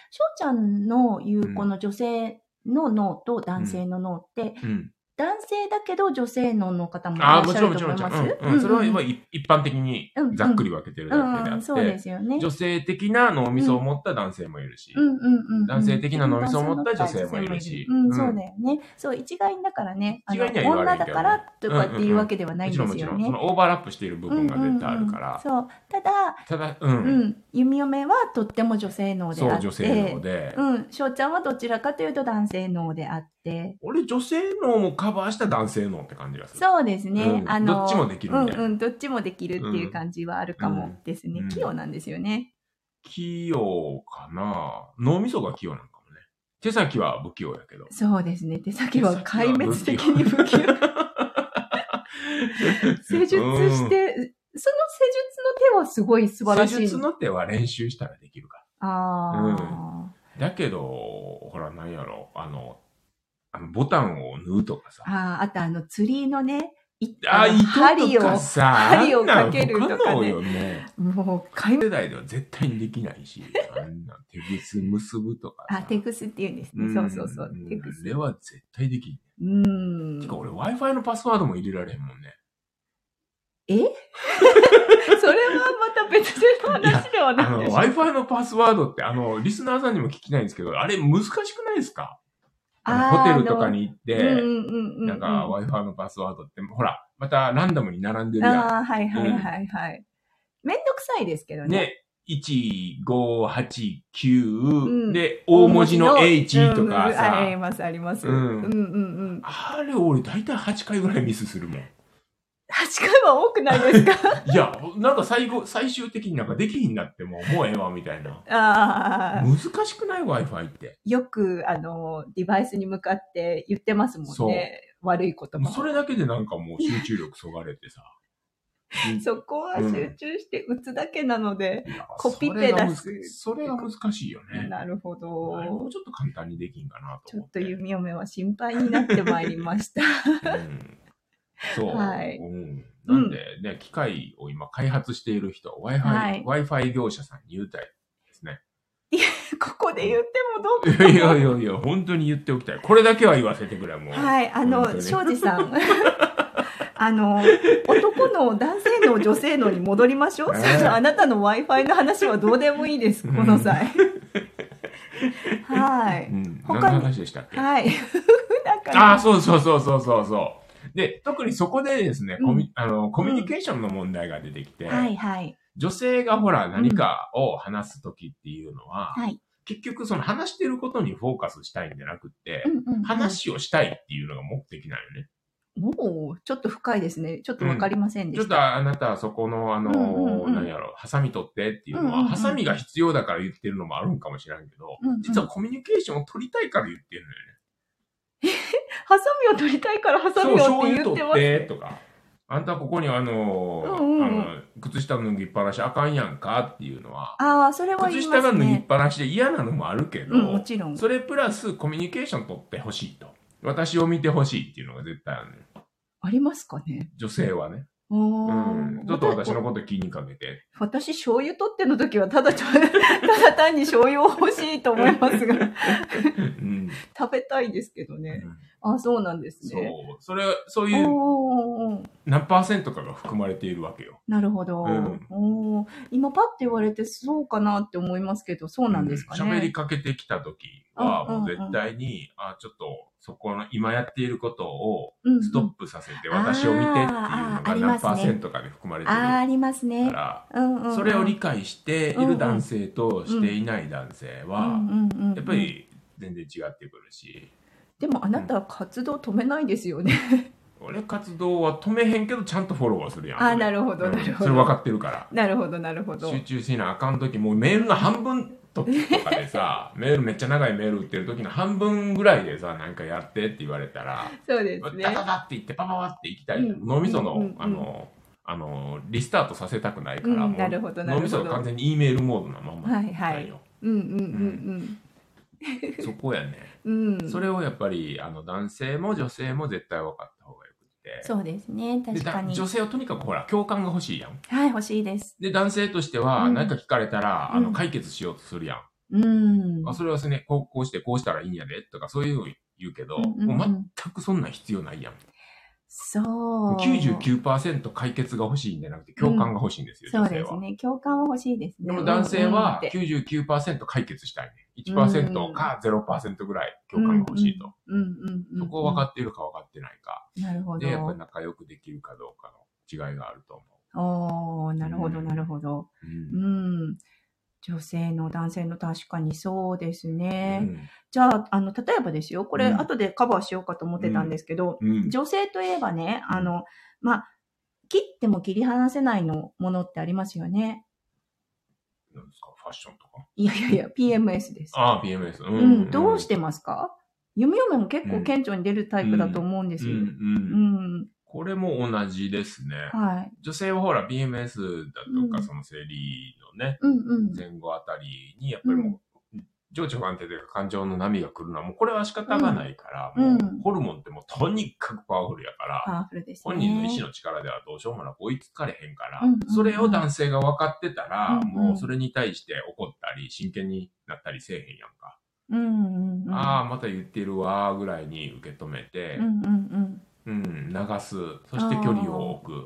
[SPEAKER 1] しょうちゃんの言うこの女性の脳と男性の脳って、
[SPEAKER 2] うん。
[SPEAKER 1] 男性だけど女性脳の方もい
[SPEAKER 2] あ
[SPEAKER 1] ら
[SPEAKER 2] あ、
[SPEAKER 1] っ
[SPEAKER 2] も
[SPEAKER 1] し
[SPEAKER 2] ち
[SPEAKER 1] ゃ
[SPEAKER 2] ろん
[SPEAKER 1] る
[SPEAKER 2] もち
[SPEAKER 1] と
[SPEAKER 2] ろん
[SPEAKER 1] 思
[SPEAKER 2] も
[SPEAKER 1] います。
[SPEAKER 2] ちろん。うんうんそれは
[SPEAKER 1] うんうん
[SPEAKER 2] 今い一般的にざっくり分けてるだけであ
[SPEAKER 1] うんうん、そう
[SPEAKER 2] っ
[SPEAKER 1] で
[SPEAKER 2] て、
[SPEAKER 1] すよね。
[SPEAKER 2] 女性的な脳みそを持った男性もいるし
[SPEAKER 1] う、んうんうん、
[SPEAKER 2] 男性的な脳みそを持った女性もいるし
[SPEAKER 1] うん、
[SPEAKER 2] うん
[SPEAKER 1] そうだよね。そう、一概にだからね、あの
[SPEAKER 2] 一概には言われ
[SPEAKER 1] 女
[SPEAKER 2] んけ
[SPEAKER 1] だ
[SPEAKER 2] どね
[SPEAKER 1] からとかっていうわけではな
[SPEAKER 2] も
[SPEAKER 1] いん
[SPEAKER 2] ち
[SPEAKER 1] ですよ
[SPEAKER 2] ろん
[SPEAKER 1] ね。
[SPEAKER 2] もちろん、そのオーバーラップしている部分が絶対あ
[SPEAKER 1] うんう
[SPEAKER 2] るか
[SPEAKER 1] んうん
[SPEAKER 2] ら、
[SPEAKER 1] そう。ただ、
[SPEAKER 2] ただ、う、
[SPEAKER 1] うんん、弓嫁はとっても女性脳で
[SPEAKER 2] そ
[SPEAKER 1] あっ
[SPEAKER 2] う、
[SPEAKER 1] て、
[SPEAKER 2] 女性脳で、
[SPEAKER 1] うん、しょうちゃんはどちらかというと男性脳であって、
[SPEAKER 2] 俺女性脳もカバーした男性脳って感じがする。
[SPEAKER 1] そうですね。
[SPEAKER 2] うん
[SPEAKER 1] あの
[SPEAKER 2] どっちもできるみたいな
[SPEAKER 1] うんうん、どっちもできるっていう感じはあるかもですね。
[SPEAKER 2] うん
[SPEAKER 1] 器用なんですよね。
[SPEAKER 2] 器用かな脳みそが器用なのかもね。手先は不器用やけど。
[SPEAKER 1] そうですね。手先は壊滅的に不器用。 施術して、その施術の手はすごい素晴らしい。
[SPEAKER 2] 施術の手は練習したらできるか
[SPEAKER 1] あ
[SPEAKER 2] ら。だけど、ほら、なんやろ、あの、あのボタンを縫うとか
[SPEAKER 1] ー、
[SPEAKER 2] さ。
[SPEAKER 1] あーあとあの釣りのね、い
[SPEAKER 2] あ、
[SPEAKER 1] の
[SPEAKER 2] 糸
[SPEAKER 1] 針
[SPEAKER 2] と
[SPEAKER 1] を
[SPEAKER 2] か、さ、
[SPEAKER 1] 針をかけるとかね
[SPEAKER 2] あんなん不可能よね。
[SPEAKER 1] もう壊滅。
[SPEAKER 2] 世代では絶対にできないし、あんな手ぐ結ぶとかさ。
[SPEAKER 1] あ、テグスっていうんです
[SPEAKER 2] う
[SPEAKER 1] ね。
[SPEAKER 2] ん
[SPEAKER 1] そうそうそう。
[SPEAKER 2] ん
[SPEAKER 1] テグス
[SPEAKER 2] あれ。は絶対できん。
[SPEAKER 1] うー
[SPEAKER 2] て
[SPEAKER 1] ん
[SPEAKER 2] か、。俺 Wi-Fi のパスワードも入れられへんもんね。
[SPEAKER 1] それはまた別の話では
[SPEAKER 2] あ
[SPEAKER 1] ない
[SPEAKER 2] の、
[SPEAKER 1] でしょう。
[SPEAKER 2] Wi-Fi のパスワードって、あの、リスナーさんにも聞きたいんですけど、あれ難しくないですかあのホテルとかに行っ
[SPEAKER 1] うん
[SPEAKER 2] て、
[SPEAKER 1] うんうん。
[SPEAKER 2] なんか Wi-Fi のパスワードって、ほら、またランダムに並んでるや
[SPEAKER 1] ああ、はいはいはいはい。めんどくさいですけど
[SPEAKER 2] ん。
[SPEAKER 1] ね。
[SPEAKER 2] ね、1589、
[SPEAKER 1] ん
[SPEAKER 2] で、大文字の H とか
[SPEAKER 1] うんうんあり
[SPEAKER 2] さ、
[SPEAKER 1] ます、あります。
[SPEAKER 2] う
[SPEAKER 1] うんん、うん、うん。
[SPEAKER 2] あれ俺大体8回ぐらいミスするもん。
[SPEAKER 1] 8回は多くないですか
[SPEAKER 2] いや、なんか最後、最終的になんかできひんなってもう、もうええわ、みたいな。
[SPEAKER 1] ああ。
[SPEAKER 2] 難しくない ?Wi-Fi って。
[SPEAKER 1] よく、あの、デバイスに向かって言ってますもんね。悪いことも。
[SPEAKER 2] それだけでなんかもう集中力そがれてさ。
[SPEAKER 1] そこは集中して打つだけなので。
[SPEAKER 2] いや
[SPEAKER 1] コピペ出す
[SPEAKER 2] それがむずそれが難しいよね。
[SPEAKER 1] なるほ
[SPEAKER 2] あれも
[SPEAKER 1] ど
[SPEAKER 2] う。ちょっと簡単にできんかなと
[SPEAKER 1] ち
[SPEAKER 2] 思
[SPEAKER 1] ょ
[SPEAKER 2] っ。
[SPEAKER 1] ってと弓嫁は心配になってまいりま した。
[SPEAKER 2] うんそう、
[SPEAKER 1] はい
[SPEAKER 2] うん。なんでね、機械を今開発している人、Wi-Fi、
[SPEAKER 1] はい
[SPEAKER 2] Wi-Fi 業者さんに言うたいですね。
[SPEAKER 1] ここで言ってもどうか
[SPEAKER 2] いやいやいやいや、本当に言っておきたい。これだけは言わせてくれ、もう。
[SPEAKER 1] はい、あ
[SPEAKER 2] 本当
[SPEAKER 1] の、
[SPEAKER 2] に
[SPEAKER 1] 庄司さん。 あの、男の男性の女性のに戻りましょう。
[SPEAKER 2] ええ
[SPEAKER 1] そ のあなたの Wi-Fi の話はどうでもいいです、
[SPEAKER 2] うん
[SPEAKER 1] この際。 は
[SPEAKER 2] う
[SPEAKER 1] い。
[SPEAKER 2] ん。
[SPEAKER 1] 他
[SPEAKER 2] 何
[SPEAKER 1] に
[SPEAKER 2] の話でしたっけ
[SPEAKER 1] はい。 だか
[SPEAKER 2] ああ、
[SPEAKER 1] ら、
[SPEAKER 2] そうそうそうそうそうそう。で、特にそこでですね、
[SPEAKER 1] うん
[SPEAKER 2] コミュあのコミュニケーションの問題が出てきて、
[SPEAKER 1] はいはい。
[SPEAKER 2] 女性がほら何かを話すときっていうのは、
[SPEAKER 1] はい。
[SPEAKER 2] 結局その話してることにフォーカスしたいんじゃなくって、
[SPEAKER 1] うんうんうん。
[SPEAKER 2] 話をしたいっていうのが目的なのよね。
[SPEAKER 1] もう、ちょっと深いですね。ちょっとわかりませんで
[SPEAKER 2] ちょっ
[SPEAKER 1] し
[SPEAKER 2] と
[SPEAKER 1] た。
[SPEAKER 2] あなたはそこの、あの、
[SPEAKER 1] うんうんうん
[SPEAKER 2] 何やろ、ハサミ取ってっていう
[SPEAKER 1] う
[SPEAKER 2] のは、
[SPEAKER 1] んうんうん
[SPEAKER 2] ハサミが必要だから言ってるのもあるんかもしれんけど、
[SPEAKER 1] うんうん
[SPEAKER 2] 実はコミュニケーションを取りたいから言ってる
[SPEAKER 1] ハサミを取りたいからハサ
[SPEAKER 2] のよ
[SPEAKER 1] ミ
[SPEAKER 2] ね。
[SPEAKER 1] をっ
[SPEAKER 2] そう、
[SPEAKER 1] て
[SPEAKER 2] 醤油
[SPEAKER 1] 言って
[SPEAKER 2] 取
[SPEAKER 1] ま
[SPEAKER 2] っ
[SPEAKER 1] す。
[SPEAKER 2] てとか、あんたここにあの、
[SPEAKER 1] うんうんうん
[SPEAKER 2] あの靴下脱ぎっぱなしあかんやんかっていうのは、
[SPEAKER 1] ああ、それは言
[SPEAKER 2] 靴
[SPEAKER 1] い
[SPEAKER 2] 下
[SPEAKER 1] ま
[SPEAKER 2] が
[SPEAKER 1] す
[SPEAKER 2] 脱ぎっ
[SPEAKER 1] ね。
[SPEAKER 2] ぱなしで嫌なのもあるけど、
[SPEAKER 1] うん、もちろん。
[SPEAKER 2] それプラスコミュニケーション取ってほしいと。私を見てほしいっていうのが絶対あるのよ。
[SPEAKER 1] ありますかね。
[SPEAKER 2] 女性はね。
[SPEAKER 1] お
[SPEAKER 2] うん。
[SPEAKER 1] ー
[SPEAKER 2] ちょっと私のこと気にかけて。
[SPEAKER 1] 私、醤油取っての時は、ただちょ、た だ単に醤油を欲しいと思いますが、
[SPEAKER 2] うん。
[SPEAKER 1] 食べたいですけどね。あ、そうなんです
[SPEAKER 2] そう
[SPEAKER 1] ね。。
[SPEAKER 2] それ、そう
[SPEAKER 1] おー
[SPEAKER 2] いう
[SPEAKER 1] おーおー
[SPEAKER 2] 何パーセントかが含まれているわけよ。
[SPEAKER 1] なるほど。
[SPEAKER 2] うん
[SPEAKER 1] おー今パッて言われてそうかなって思いますけど、そうなんですかね。
[SPEAKER 2] うん喋りかけてきた時は、
[SPEAKER 1] うんうん
[SPEAKER 2] も
[SPEAKER 1] う
[SPEAKER 2] うん絶対に、あ、ちょっと、そこの今やっていることを
[SPEAKER 1] うんうん
[SPEAKER 2] ストップさせて、
[SPEAKER 1] うんうん
[SPEAKER 2] 私を見てっていうの
[SPEAKER 1] あ
[SPEAKER 2] が
[SPEAKER 1] ーあり
[SPEAKER 2] 何
[SPEAKER 1] ますね
[SPEAKER 2] パーセントかで含まれてい
[SPEAKER 1] あーあ
[SPEAKER 2] る
[SPEAKER 1] ります
[SPEAKER 2] か
[SPEAKER 1] ね。
[SPEAKER 2] ら、
[SPEAKER 1] うんうんうん、
[SPEAKER 2] それを理解している男性としていない男性は、
[SPEAKER 1] うんうんうんうん
[SPEAKER 2] やっぱ。り全然違ってくるし、
[SPEAKER 1] でもあなたは活動止めないですよね。
[SPEAKER 2] 俺活動は止めへんけどちゃんとフォローはするやん。
[SPEAKER 1] ああ、な
[SPEAKER 2] る
[SPEAKER 1] るほど、なるほ
[SPEAKER 2] それ分か
[SPEAKER 1] ど。
[SPEAKER 2] ってるから。
[SPEAKER 1] なるほど、なるほど
[SPEAKER 2] 集。中しなあかん時、もうメールの半分とか でさ、メールめっちゃ長いメール打ってる時の半分ぐらいでさ、なんかやってって言われたら、
[SPEAKER 1] そうで
[SPEAKER 2] ダ
[SPEAKER 1] す
[SPEAKER 2] ダ
[SPEAKER 1] ね。
[SPEAKER 2] ダダって言ってパパパって行きたい。
[SPEAKER 1] うん
[SPEAKER 2] 脳みその、
[SPEAKER 1] うんうんうん
[SPEAKER 2] あの、あの、リスタートさせたくないか
[SPEAKER 1] う
[SPEAKER 2] ら、も
[SPEAKER 1] ん、
[SPEAKER 2] う
[SPEAKER 1] なるほど、な
[SPEAKER 2] 脳
[SPEAKER 1] る
[SPEAKER 2] み
[SPEAKER 1] ほ
[SPEAKER 2] そが完
[SPEAKER 1] ど。
[SPEAKER 2] 全に E メールモードなまんま。
[SPEAKER 1] はいはい
[SPEAKER 2] なんよ
[SPEAKER 1] うんうんうん
[SPEAKER 2] そこやね。
[SPEAKER 1] うん。うん。
[SPEAKER 2] それをやっぱり、あの、男性も女性も絶対分かった方がよくて。
[SPEAKER 1] そうですね、
[SPEAKER 2] で
[SPEAKER 1] 確かに。
[SPEAKER 2] 女性はとにかくほら、共感が欲しいやん。
[SPEAKER 1] はい、欲しいです。
[SPEAKER 2] で、男性としては、
[SPEAKER 1] うん
[SPEAKER 2] 何か聞かれたら、あ
[SPEAKER 1] う
[SPEAKER 2] の、
[SPEAKER 1] ん
[SPEAKER 2] 解決しようとするやん。
[SPEAKER 1] うん。
[SPEAKER 2] あそれはですね、こう、こうして、こうしたらいいんやで、とか、そういうの言うけど、
[SPEAKER 1] うんうんうん
[SPEAKER 2] もう全くそんなん必要ないやん。
[SPEAKER 1] そう。
[SPEAKER 2] 99%解決が欲しいんじゃなくて、共感が欲しいんですよ、
[SPEAKER 1] そう
[SPEAKER 2] 女性
[SPEAKER 1] です
[SPEAKER 2] は。
[SPEAKER 1] ね。共感は欲しいですね。
[SPEAKER 2] でも男
[SPEAKER 1] う
[SPEAKER 2] 性
[SPEAKER 1] んうんっ
[SPEAKER 2] は
[SPEAKER 1] て
[SPEAKER 2] 99%解決したいね。
[SPEAKER 1] う
[SPEAKER 2] 1%
[SPEAKER 1] ん
[SPEAKER 2] か0%ぐらい共感が欲しいと。
[SPEAKER 1] うんうんうん。
[SPEAKER 2] そこを分かっているか分かってないか。
[SPEAKER 1] なるほ
[SPEAKER 2] で、やっぱ
[SPEAKER 1] ど。
[SPEAKER 2] り仲良くできるかどうかの違いがあると思
[SPEAKER 1] おーなるほど、なるほど。
[SPEAKER 2] う。うん
[SPEAKER 1] うん。女性の男性の確かにそうです
[SPEAKER 2] う
[SPEAKER 1] ね。
[SPEAKER 2] ん
[SPEAKER 1] じゃあ、あの、例えばですよ、これ
[SPEAKER 2] うん
[SPEAKER 1] 後でカバーしようかと思ってたんですけど、
[SPEAKER 2] うん。
[SPEAKER 1] 女性といえばね、
[SPEAKER 2] うん
[SPEAKER 1] あの、まあ、切っても切り離せないのものってありますよね。
[SPEAKER 2] なんですかファッションとか。
[SPEAKER 1] いやいやいや、PMS です。
[SPEAKER 2] ああ、PMS。う
[SPEAKER 1] うん、どうしてますか弓嫁も結構顕著に出るタイプだと思うんで
[SPEAKER 2] う
[SPEAKER 1] す
[SPEAKER 2] ん
[SPEAKER 1] よ。うん。
[SPEAKER 2] うん。これも同じですね。
[SPEAKER 1] はい。
[SPEAKER 2] 女性はほら、BMS だと
[SPEAKER 1] う
[SPEAKER 2] か、
[SPEAKER 1] ん
[SPEAKER 2] その生理のね、
[SPEAKER 1] うんうん。
[SPEAKER 2] 前後あたりに、やっぱりもう、情緒不安定というか感情の波が来るのは、もうこれは仕方がないから、
[SPEAKER 1] うん
[SPEAKER 2] もううんホルモンってもうとにかくパワフルやから、
[SPEAKER 1] パワフルですね。
[SPEAKER 2] 本人の意思の力ではどうしようもなく追いつかれへんから、
[SPEAKER 1] うんうん
[SPEAKER 2] それを男性が分かってたら、
[SPEAKER 1] うん
[SPEAKER 2] もうそれに対して怒ったり、真剣になったりせえへんやんか。
[SPEAKER 1] うんうんうん。
[SPEAKER 2] ああ、
[SPEAKER 1] あ。
[SPEAKER 2] また言ってるわーぐらいに受け止めて
[SPEAKER 1] うん、うん
[SPEAKER 2] うん、流す。そして距離を置
[SPEAKER 1] うん。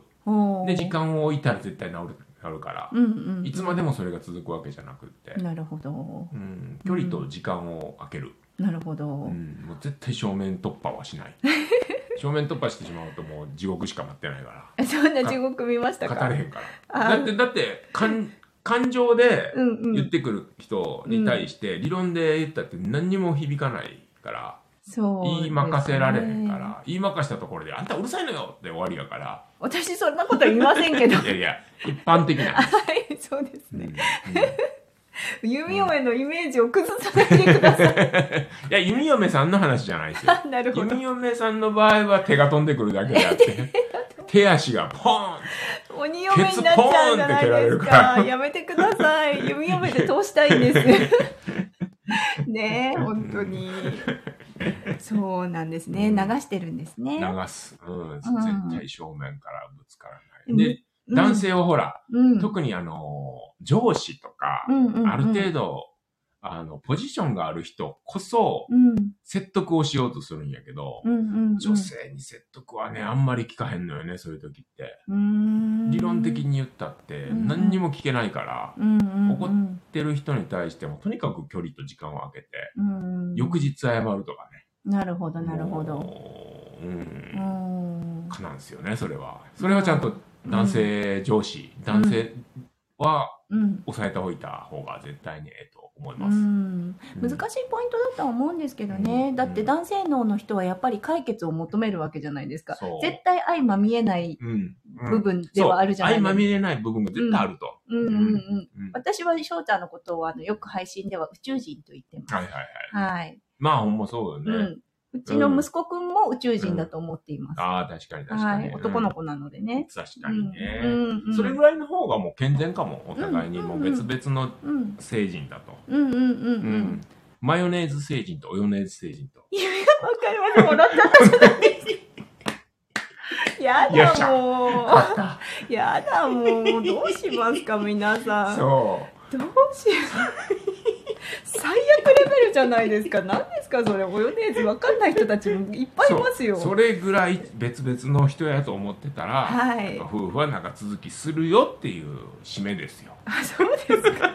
[SPEAKER 1] お
[SPEAKER 2] く。
[SPEAKER 1] ー
[SPEAKER 2] で、時。間を置いたら絶対治る、治るから
[SPEAKER 1] う、んうん。
[SPEAKER 2] いつまでもそれが続くわけじゃなくって、
[SPEAKER 1] なるほど
[SPEAKER 2] う。ん、距離と時間を空ける。
[SPEAKER 1] なるほど
[SPEAKER 2] う。ん、もう絶対正面突破は しない正面突破してしまうともう地獄しか待ってないか
[SPEAKER 1] そんな地獄見ました
[SPEAKER 2] ら
[SPEAKER 1] か
[SPEAKER 2] 語れへんか
[SPEAKER 1] あ
[SPEAKER 2] らだってだって感感情で
[SPEAKER 1] うんう
[SPEAKER 2] 言っ
[SPEAKER 1] ん。
[SPEAKER 2] てくる人に対して理論で言ったって何にも響かないから
[SPEAKER 1] そう、
[SPEAKER 2] 言い任せられへんか。ら言い任したところで「あんたうるさいのよ!」って終わりやから
[SPEAKER 1] 私そんなこと言いません けど。はい
[SPEAKER 2] やいや一般的な、
[SPEAKER 1] い、そうです
[SPEAKER 2] うん
[SPEAKER 1] ね。
[SPEAKER 2] うんい
[SPEAKER 1] 弓嫁のイメージを崩さないでください。
[SPEAKER 2] や弓嫁さんの話じゃないですよ
[SPEAKER 1] あなるほど
[SPEAKER 2] 弓。嫁さんの場合は手が飛んでくるだけで あって手足がポーン
[SPEAKER 1] 鬼嫁になっちゃうじゃないです
[SPEAKER 2] ケツポーンって蹴られるか
[SPEAKER 1] か。やめてください。弓嫁で通したいん です。ねえ、本当に。そうなんですね。
[SPEAKER 2] うん
[SPEAKER 1] 流してるんですね。
[SPEAKER 2] 流す、うん、絶対正面からぶつから
[SPEAKER 1] う
[SPEAKER 2] ない
[SPEAKER 1] ん
[SPEAKER 2] で
[SPEAKER 1] うん
[SPEAKER 2] 男、性はほら、
[SPEAKER 1] うん、
[SPEAKER 2] 特にあの上司とか、
[SPEAKER 1] うんうんうん
[SPEAKER 2] ある程度あのポジションがある人こそ
[SPEAKER 1] うん
[SPEAKER 2] 説得をしようとするんやけど、
[SPEAKER 1] うんうんうん、
[SPEAKER 2] 女性に説得はねあんまり聞かへんのよねそういう時って
[SPEAKER 1] うーん
[SPEAKER 2] 理論的に言ったって
[SPEAKER 1] うん
[SPEAKER 2] 何にも聞けないから、言
[SPEAKER 1] うんうんうん
[SPEAKER 2] 怒ってる人に対してもとにかく距離と時間を空けて
[SPEAKER 1] うんうん
[SPEAKER 2] 翌日謝るとかね
[SPEAKER 1] なるほどなるほど
[SPEAKER 2] もう
[SPEAKER 1] う
[SPEAKER 2] うん
[SPEAKER 1] ん
[SPEAKER 2] かなんですよねそれはそれはちゃんと男性上司、男性は
[SPEAKER 1] うん
[SPEAKER 2] 抑えておいた方が絶対にええと思いうます、
[SPEAKER 1] ん
[SPEAKER 2] うん
[SPEAKER 1] 難しいポイントだとは思うんですけどね、
[SPEAKER 2] うん
[SPEAKER 1] だって男性脳の人はやっぱり解決を求めるわけじゃないですか
[SPEAKER 2] そう
[SPEAKER 1] 絶対相まみえない
[SPEAKER 2] うん
[SPEAKER 1] 部分ではあるじゃない
[SPEAKER 2] そ
[SPEAKER 1] です
[SPEAKER 2] う
[SPEAKER 1] か、
[SPEAKER 2] 相まみれない部分が絶対あると、
[SPEAKER 1] うんうんうん、
[SPEAKER 2] うん
[SPEAKER 1] 私は翔ちゃんのことをあのよく配信では宇宙人と言ってます
[SPEAKER 2] はいはいはい
[SPEAKER 1] はい、
[SPEAKER 2] まあほんまそう
[SPEAKER 1] う
[SPEAKER 2] よね、
[SPEAKER 1] ん、うちの息子くんも宇宙人だと思っています、
[SPEAKER 2] ああ確かに確か
[SPEAKER 1] は
[SPEAKER 2] に、
[SPEAKER 1] い、男の子なので
[SPEAKER 2] うん
[SPEAKER 1] ね。
[SPEAKER 2] 確かにね、
[SPEAKER 1] うんうんうん、
[SPEAKER 2] それぐらいの方がもう健全かもお互いに
[SPEAKER 1] うん
[SPEAKER 2] もう別々の
[SPEAKER 1] うん
[SPEAKER 2] 成人だと、
[SPEAKER 1] うんうんうんう
[SPEAKER 2] うん
[SPEAKER 1] ん。
[SPEAKER 2] マヨネーズ成人とオヨネーズ成人と
[SPEAKER 1] わかります。笑っちゃった じゃないですか。
[SPEAKER 2] よっ
[SPEAKER 1] や
[SPEAKER 2] し
[SPEAKER 1] だ
[SPEAKER 2] ゃ
[SPEAKER 1] も
[SPEAKER 2] 勝った
[SPEAKER 1] う。 やだもう。どうしますか皆さん。どう
[SPEAKER 2] そう
[SPEAKER 1] します。最悪レベルじゃないですか。何ですかそれ。およねーずわかんない人たちもいっぱいいますよ。
[SPEAKER 2] そうそれぐらい別々の人やと思ってたら、
[SPEAKER 1] はい
[SPEAKER 2] やっぱ夫婦は長続きするよっていう締めですよ
[SPEAKER 1] あ、そうですか。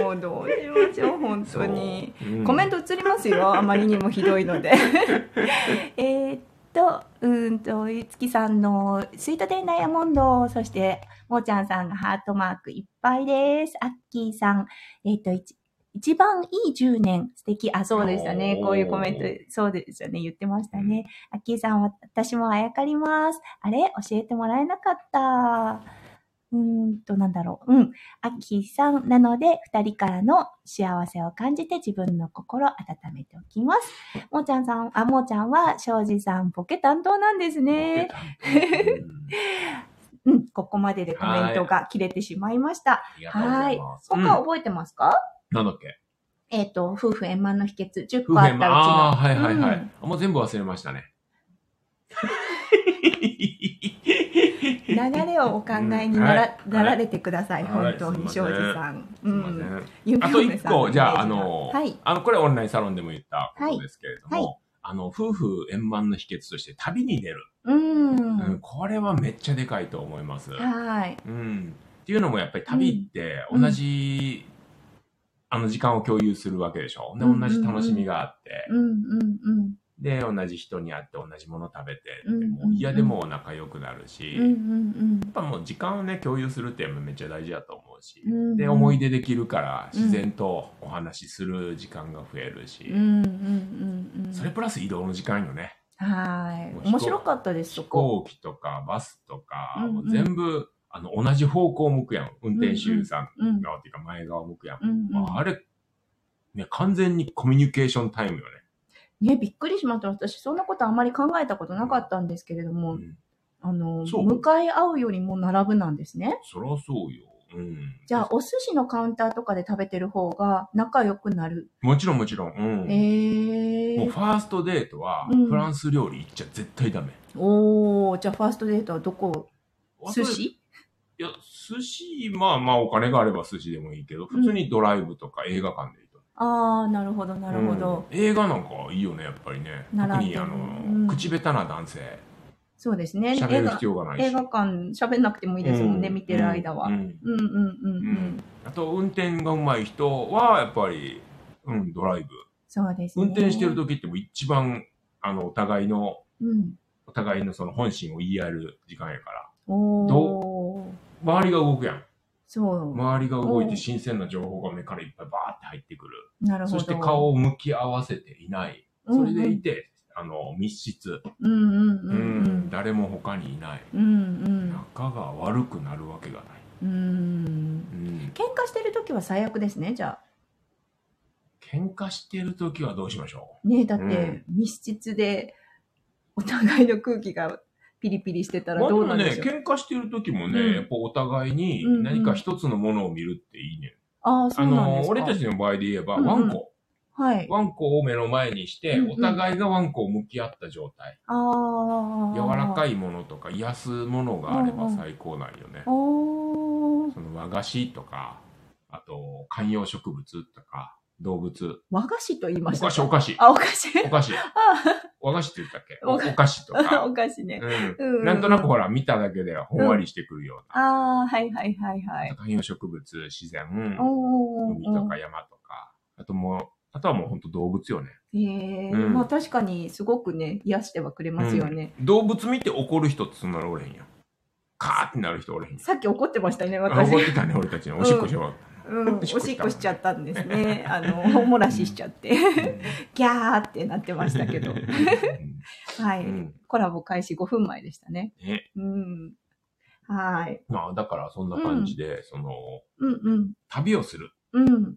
[SPEAKER 1] もうどうしましょう本当に。
[SPEAKER 2] そううん
[SPEAKER 1] コメント移りますよ、あまりにもひどいので。 えーっと、うーんと、ゆつきさんのスイートデイダイヤモンド、そして、もーちゃんさんがハートマークいっぱいです。アッキーさん、えーっと、一一番いい10年、素敵。あ、そうでしたね。
[SPEAKER 2] おー
[SPEAKER 1] こういうコメント、そうですよね。言ってましたね。アッキーさん、わ私もあやかります。あれ教えてもらえなかった。うーんと、なんだろう。うん。アッキーさんなので、二人からの幸せを感じて自分の心を温めておきます。もーちゃんさん、あ、もーちゃんは、庄司さん、ボケ担当なんですね。
[SPEAKER 2] うん
[SPEAKER 1] うん、ここまででコメントが切れてしまいました。
[SPEAKER 2] ありがとうございます、
[SPEAKER 1] 他
[SPEAKER 2] うん
[SPEAKER 1] 覚えてますか、
[SPEAKER 2] なんだっけ
[SPEAKER 1] えっ、と、夫婦円満の秘訣、10
[SPEAKER 2] 夫
[SPEAKER 1] 個
[SPEAKER 2] 婦
[SPEAKER 1] あ
[SPEAKER 2] 円
[SPEAKER 1] ったうち
[SPEAKER 2] 満
[SPEAKER 1] の。
[SPEAKER 2] ああーはいはいはい、
[SPEAKER 1] うん
[SPEAKER 2] あもう全部忘れましたね
[SPEAKER 1] 流れをお考えになら,、
[SPEAKER 2] うんはい
[SPEAKER 1] なられてください、
[SPEAKER 2] はい
[SPEAKER 1] 本当に、
[SPEAKER 2] すい
[SPEAKER 1] 庄
[SPEAKER 2] ません
[SPEAKER 1] 司さん。
[SPEAKER 2] す
[SPEAKER 1] う
[SPEAKER 2] いません、
[SPEAKER 1] ん。夢
[SPEAKER 2] あと
[SPEAKER 1] 嫁
[SPEAKER 2] 一
[SPEAKER 1] さん
[SPEAKER 2] 個、じゃあ、あ
[SPEAKER 1] イメージが
[SPEAKER 2] の、
[SPEAKER 1] はい。
[SPEAKER 2] あの、これオンラインサロンでも言ったことですけれども、
[SPEAKER 1] はいは
[SPEAKER 2] あの、夫婦円満の秘訣として旅に出る、
[SPEAKER 1] うん。
[SPEAKER 2] うんこれはめっちゃでかいと思います。
[SPEAKER 1] はい。
[SPEAKER 2] うん、っていうのもやっぱり旅って
[SPEAKER 1] うん
[SPEAKER 2] 同じ、あの時間を共有するわけでしょ。で、
[SPEAKER 1] うんうん
[SPEAKER 2] 同じ楽しみがあって、
[SPEAKER 1] うんうんうん。
[SPEAKER 2] で、同じ人に会って同じもの食べて、
[SPEAKER 1] うんうん
[SPEAKER 2] もう嫌でも仲良くなるし、
[SPEAKER 1] うんう
[SPEAKER 2] やっ
[SPEAKER 1] ん
[SPEAKER 2] ぱもう時間をね、共有するってめっちゃ大事だと思うし、
[SPEAKER 1] うん。
[SPEAKER 2] で、思い出できるから
[SPEAKER 1] うん
[SPEAKER 2] 自然とお話しする時間が増えるし、
[SPEAKER 1] うんうんうんうん。
[SPEAKER 2] それプラス移動の時間よね。
[SPEAKER 1] は
[SPEAKER 2] もう
[SPEAKER 1] い。
[SPEAKER 2] 飛行
[SPEAKER 1] 面白かったです、そ
[SPEAKER 2] 飛
[SPEAKER 1] こ。
[SPEAKER 2] 行機とかバスとか、
[SPEAKER 1] うんうん
[SPEAKER 2] もう全部あの同じ方向向くやん。運転手さん
[SPEAKER 1] うん。
[SPEAKER 2] 側っていうか前側向くやん。
[SPEAKER 1] うんうん
[SPEAKER 2] まあ、あれ、ね、完全にコミュニケーションタイムよね。
[SPEAKER 1] ね、びっくりしました。私、そんなことあんまり考えたことなかったんですけれど
[SPEAKER 2] う
[SPEAKER 1] も、
[SPEAKER 2] ん、
[SPEAKER 1] あの、
[SPEAKER 2] そう
[SPEAKER 1] 向かい合うよりも並ぶなんですね。
[SPEAKER 2] そらそうよ。うん。
[SPEAKER 1] じゃあ、お寿司のカウンターとかで食べてる方が仲良くなる。
[SPEAKER 2] もちろんもちろん。うん。
[SPEAKER 1] え
[SPEAKER 2] もう
[SPEAKER 1] ー
[SPEAKER 2] フ。ァーストデートは、
[SPEAKER 1] うん
[SPEAKER 2] フランス料理行っちゃ絶対ダメ。
[SPEAKER 1] おー、じゃあ、ファーストデートはどこ寿司
[SPEAKER 2] いや、寿司、まあまあお金があれば寿司でもいいけど、普通にドライブとか映画館でいいと。
[SPEAKER 1] あー、なるほど、なるほど。
[SPEAKER 2] うん映画なんかいいよね、やっぱりね。
[SPEAKER 1] 並
[SPEAKER 2] 特
[SPEAKER 1] んで
[SPEAKER 2] に
[SPEAKER 1] る
[SPEAKER 2] あの、
[SPEAKER 1] うん
[SPEAKER 2] 口下手な男性、
[SPEAKER 1] そうですね。
[SPEAKER 2] 喋
[SPEAKER 1] 映
[SPEAKER 2] る
[SPEAKER 1] 画
[SPEAKER 2] 必要がないし。
[SPEAKER 1] 映画館、喋んなくてもいいですもんね、見てる間は
[SPEAKER 2] う。ん
[SPEAKER 1] うんうんうんう
[SPEAKER 2] うん
[SPEAKER 1] ん。
[SPEAKER 2] あと運転がうまい人はやっぱりうん、ドライブ。
[SPEAKER 1] そうですね。
[SPEAKER 2] 運転してる時ってもう一番、あの、お互いの、
[SPEAKER 1] うん。
[SPEAKER 2] お互いのその本心を言い合える時間やから。
[SPEAKER 1] おー。
[SPEAKER 2] 周りが動くやん。
[SPEAKER 1] そう。
[SPEAKER 2] 周りが動いて
[SPEAKER 1] うん
[SPEAKER 2] 新鮮な情報が目からいっぱいバーって入ってくる。
[SPEAKER 1] なるほ
[SPEAKER 2] そ
[SPEAKER 1] ど。
[SPEAKER 2] して顔を向き合わせていない。
[SPEAKER 1] うんう
[SPEAKER 2] そ
[SPEAKER 1] ん、
[SPEAKER 2] れでいて、あの、密室。
[SPEAKER 1] うんうんう
[SPEAKER 2] うん
[SPEAKER 1] うん
[SPEAKER 2] ん、。誰も他にいない。
[SPEAKER 1] うん
[SPEAKER 2] 仲が悪くなるわけがない。
[SPEAKER 1] うん。うん。
[SPEAKER 2] うん。
[SPEAKER 1] 喧嘩してる時は最悪ですね、じゃあ。
[SPEAKER 2] 喧嘩してる時はどうしましょ
[SPEAKER 1] ねえ、だっ
[SPEAKER 2] うん
[SPEAKER 1] て密室でお互いの空気がピリピリしてた
[SPEAKER 2] う
[SPEAKER 1] ら
[SPEAKER 2] まあで
[SPEAKER 1] どう
[SPEAKER 2] も
[SPEAKER 1] なんで
[SPEAKER 2] ね
[SPEAKER 1] し、ょう。
[SPEAKER 2] 喧嘩してる時もね、
[SPEAKER 1] うん
[SPEAKER 2] やっぱお互いに
[SPEAKER 1] うんうん
[SPEAKER 2] 何か一つのものを見るっていいね。
[SPEAKER 1] ああ、そうなん
[SPEAKER 2] あ
[SPEAKER 1] で
[SPEAKER 2] の、
[SPEAKER 1] すか。
[SPEAKER 2] 俺たちの場合で言えば、
[SPEAKER 1] うんうん
[SPEAKER 2] ワンコ。
[SPEAKER 1] はい。
[SPEAKER 2] ワンコを目の前にして、
[SPEAKER 1] うんうん
[SPEAKER 2] お互いがワンコを向き合った状態。
[SPEAKER 1] ああ。
[SPEAKER 2] 柔らか
[SPEAKER 1] い。
[SPEAKER 2] いものとか、癒すものがあれ
[SPEAKER 1] う
[SPEAKER 2] ば
[SPEAKER 1] んうん
[SPEAKER 2] 最高なんよね。
[SPEAKER 1] おー
[SPEAKER 2] その和菓子とか、あと、観葉植物とか、動物。
[SPEAKER 1] 和菓子と言い
[SPEAKER 2] お
[SPEAKER 1] ました
[SPEAKER 2] 菓子、
[SPEAKER 1] か。
[SPEAKER 2] お菓子。
[SPEAKER 1] あ、お菓子。
[SPEAKER 2] お菓子。
[SPEAKER 1] あ
[SPEAKER 2] 和菓子って言ったっけ お
[SPEAKER 1] お菓
[SPEAKER 2] お菓子と
[SPEAKER 1] あ、
[SPEAKER 2] か。
[SPEAKER 1] お菓子ね。
[SPEAKER 2] う
[SPEAKER 1] うんうん
[SPEAKER 2] ん。なんとなくほら、見ただけでほんわりしてくるような。
[SPEAKER 1] ああ、はいはいはいはい。
[SPEAKER 2] 観葉植物、自然、
[SPEAKER 1] おー
[SPEAKER 2] 海とか山とか。あともう、あとはもうほんと動物よね。
[SPEAKER 1] ええ
[SPEAKER 2] うん
[SPEAKER 1] まあ確かにすごくね、癒してはくれますよね。
[SPEAKER 2] 動物見て怒る人ってそんなのおれへんよ。カーってなる人おれへんよ。
[SPEAKER 1] さっき怒ってましたね、
[SPEAKER 2] あ
[SPEAKER 1] 私。
[SPEAKER 2] 怒ってたね、俺たちの。おしっこしよ
[SPEAKER 1] うん、お
[SPEAKER 2] お
[SPEAKER 1] し
[SPEAKER 2] し
[SPEAKER 1] っ
[SPEAKER 2] っこした
[SPEAKER 1] こしちゃったんですね。あの、お漏らししちゃって、
[SPEAKER 2] う。
[SPEAKER 1] ギャーってなって ましたけ ど。
[SPEAKER 2] う
[SPEAKER 1] は
[SPEAKER 2] んう
[SPEAKER 1] い。
[SPEAKER 2] ん
[SPEAKER 1] コラボ開始5分前でしたね。
[SPEAKER 2] ね
[SPEAKER 1] うん。はい。
[SPEAKER 2] まあ、だからそんな感じで、その、
[SPEAKER 1] うん
[SPEAKER 2] 旅をする。
[SPEAKER 1] うん。うん。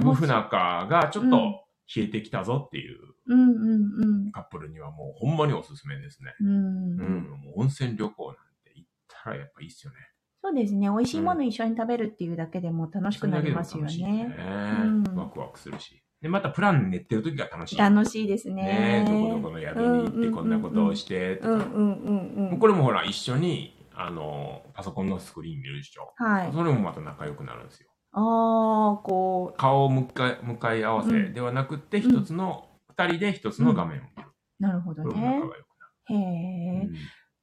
[SPEAKER 2] 夫婦仲がちょっ
[SPEAKER 1] うん
[SPEAKER 2] と冷えてきたぞっていう
[SPEAKER 1] うんうん
[SPEAKER 2] カップルにはもうほんまにおすすめですね。
[SPEAKER 1] うん。
[SPEAKER 2] う
[SPEAKER 1] うん
[SPEAKER 2] ん。もう温泉旅行なんて行ったらやっぱいいっすよね。
[SPEAKER 1] そうですね。美味しいもの一緒に食べるっていうだけでも楽しくなりますよ
[SPEAKER 2] それだけでも
[SPEAKER 1] ね。
[SPEAKER 2] 楽しいよね
[SPEAKER 1] うん
[SPEAKER 2] ワクワクするし。で、またプラン練ってる時が楽しい。
[SPEAKER 1] 楽しいです
[SPEAKER 2] ね
[SPEAKER 1] ね。
[SPEAKER 2] どこどこの宿に行ってこんなことをしてと
[SPEAKER 1] うんうん
[SPEAKER 2] か。
[SPEAKER 1] うんうん。
[SPEAKER 2] これもほら、一緒に、あの、パソコンのスクリーン見るでしょ。
[SPEAKER 1] はい。
[SPEAKER 2] それもまた仲良くなるんですよ。
[SPEAKER 1] ああ、こ
[SPEAKER 2] 顔を向かい向かい合わ
[SPEAKER 1] う
[SPEAKER 2] せ
[SPEAKER 1] ん
[SPEAKER 2] ではなくって、
[SPEAKER 1] うん
[SPEAKER 2] 一つの、二人で一つの画面を見る。
[SPEAKER 1] う。なるほど
[SPEAKER 2] これも仲
[SPEAKER 1] ね。
[SPEAKER 2] が良く
[SPEAKER 1] へ
[SPEAKER 2] な
[SPEAKER 1] え。
[SPEAKER 2] る。うん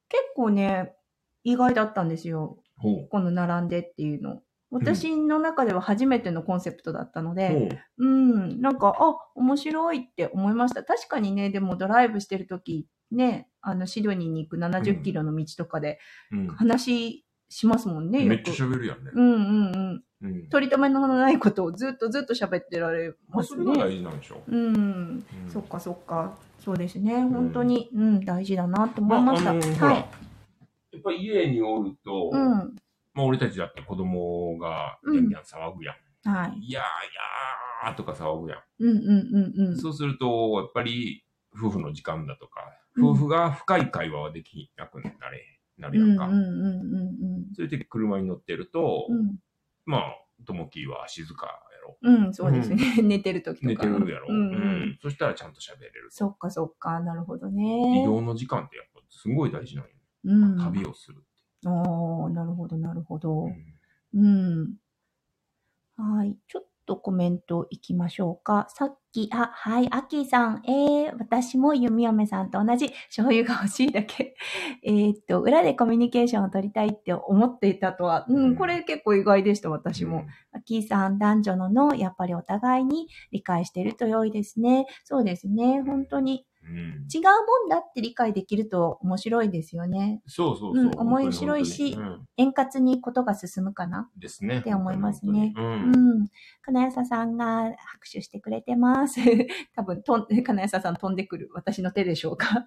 [SPEAKER 1] 結構ね、意外だったんですよ。
[SPEAKER 2] ほう。
[SPEAKER 1] この並んでっていうの。私の中では初めてのコンセプトだったの
[SPEAKER 2] ほ
[SPEAKER 1] で、
[SPEAKER 2] う。
[SPEAKER 1] うん、なんか、あ、面白いって思いました。確かにね、でもドライブしてるとき、ね、あの、シドニーに行く70キロの道とかで
[SPEAKER 2] うん
[SPEAKER 1] 話しますもんね、
[SPEAKER 2] め
[SPEAKER 1] よ
[SPEAKER 2] っ
[SPEAKER 1] く
[SPEAKER 2] ちゃ。喋るやんね。
[SPEAKER 1] うんうんうん。
[SPEAKER 2] うん。
[SPEAKER 1] 取り留めのないことをずっとずっと喋ってられ
[SPEAKER 2] ま
[SPEAKER 1] ま
[SPEAKER 2] あ、
[SPEAKER 1] す
[SPEAKER 2] それが
[SPEAKER 1] ね。
[SPEAKER 2] 大事なんでしょ
[SPEAKER 1] うん。
[SPEAKER 2] う。うん
[SPEAKER 1] そっかそっか。そうですね。本当に、うん、大事だなと思
[SPEAKER 2] まあ、
[SPEAKER 1] いま
[SPEAKER 2] あ
[SPEAKER 1] した。
[SPEAKER 2] のーほら、
[SPEAKER 1] は
[SPEAKER 2] や
[SPEAKER 1] い。
[SPEAKER 2] っぱり家におると、
[SPEAKER 1] うん。はい
[SPEAKER 2] まあ俺たちだって子供がギャンギャン騒ぐやん。。いやーいやーとか騒ぐや。
[SPEAKER 1] うんうんうんうんん。
[SPEAKER 2] そうすると、やっぱり夫婦の時間だとか、
[SPEAKER 1] うん
[SPEAKER 2] 夫婦が深い会話はできなくなれ、な
[SPEAKER 1] う
[SPEAKER 2] る
[SPEAKER 1] んうん
[SPEAKER 2] や
[SPEAKER 1] ん
[SPEAKER 2] か。
[SPEAKER 1] うんうん
[SPEAKER 2] それで車に乗ってると、
[SPEAKER 1] うん。
[SPEAKER 2] まあ、ともきは静かやろ。
[SPEAKER 1] うん、そうですね。 寝てる時とか。
[SPEAKER 2] 寝てるやろ。
[SPEAKER 1] う
[SPEAKER 2] うんん。
[SPEAKER 1] うん。
[SPEAKER 2] そしたらちゃんと喋れる。
[SPEAKER 1] そっかそっか、なるほど
[SPEAKER 2] 移
[SPEAKER 1] ね。
[SPEAKER 2] 動の時間ってやっぱすごい大事なんよ。
[SPEAKER 1] うん。
[SPEAKER 2] 旅をする。
[SPEAKER 1] ああ、なるほど、なるほど
[SPEAKER 2] う。ん
[SPEAKER 1] うん。はい。ちょっとコメントいきましょうか。さっき、あ、はい、アッキーさん、えー、私も弓嫁さんと同じ醤油が欲しいだけ。 えーっと、裏でコミュニケーションを取りたいって思っていたとは、う、
[SPEAKER 2] うんん
[SPEAKER 1] これ結構意外でした、私も。。アッキーさん、男女のの、やっぱりお互いに理解してると良いですね。そうですね。本当に
[SPEAKER 2] うん。
[SPEAKER 1] 違うもんだって理解できると面白いですよね。
[SPEAKER 2] そうそうそう。
[SPEAKER 1] うん面白いし
[SPEAKER 2] 本当に本
[SPEAKER 1] 円滑にことが進むかな
[SPEAKER 2] 当にうんですね。
[SPEAKER 1] って思いますね
[SPEAKER 2] 本当に
[SPEAKER 1] う
[SPEAKER 2] うん。
[SPEAKER 1] ん。金谷さんが拍手してくれてます。 多分、とん、金谷さん飛んでくる。私の手でしょうか。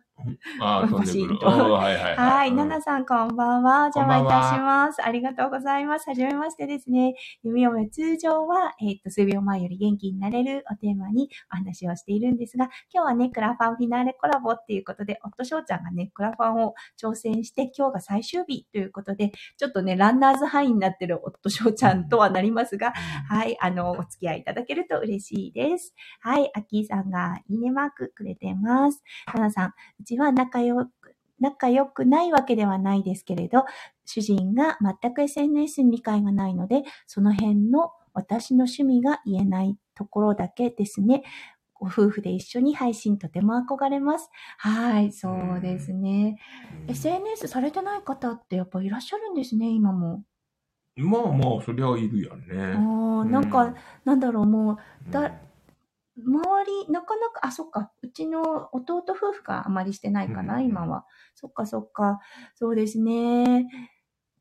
[SPEAKER 2] ああ、飛んでく
[SPEAKER 1] パシン
[SPEAKER 2] る。
[SPEAKER 1] と
[SPEAKER 2] ああはいはい
[SPEAKER 1] は
[SPEAKER 2] はい。
[SPEAKER 1] い。
[SPEAKER 2] うん
[SPEAKER 1] ナナさん、こんばんは。お邪魔い
[SPEAKER 2] こんばんは
[SPEAKER 1] たします。ありがとうございます。はじめましてですね。弓嫁通常は、えーっと、数秒前より元気になれるをテーマにお話をしているんですが、今日はね、クラファンフィナーレコラボっていうことで、夫翔ちゃんがね、クラファンを挑戦して、今日が最終日ということで、ちょっとね、ランナーズハイになってる夫翔ちゃんとはなりますが、はい、あの、お付き合いいただけると嬉しいです。はい、アッキーさんがいいねマークくれてます。タナさん、うちは仲良く、仲良くないわけではないですけれど、主人が全く SNS に理解がないので、その辺の私の趣味が言えないところだけですね。ご夫婦で一緒に配信とても憧れます。はい、そうですね。
[SPEAKER 2] うん
[SPEAKER 1] SNS されてない方ってやっぱいらっしゃるんですね、今も。
[SPEAKER 2] まあまあ、そりゃいるやん
[SPEAKER 1] あ
[SPEAKER 2] ね。
[SPEAKER 1] ーなんか、なんだろう、もう、
[SPEAKER 2] うん
[SPEAKER 1] だ周り、なかなか、あ、そっか、うちの弟夫婦があまりしてないか
[SPEAKER 2] うん
[SPEAKER 1] な、
[SPEAKER 2] うんうん
[SPEAKER 1] 今は。そっかそっか、そうですね。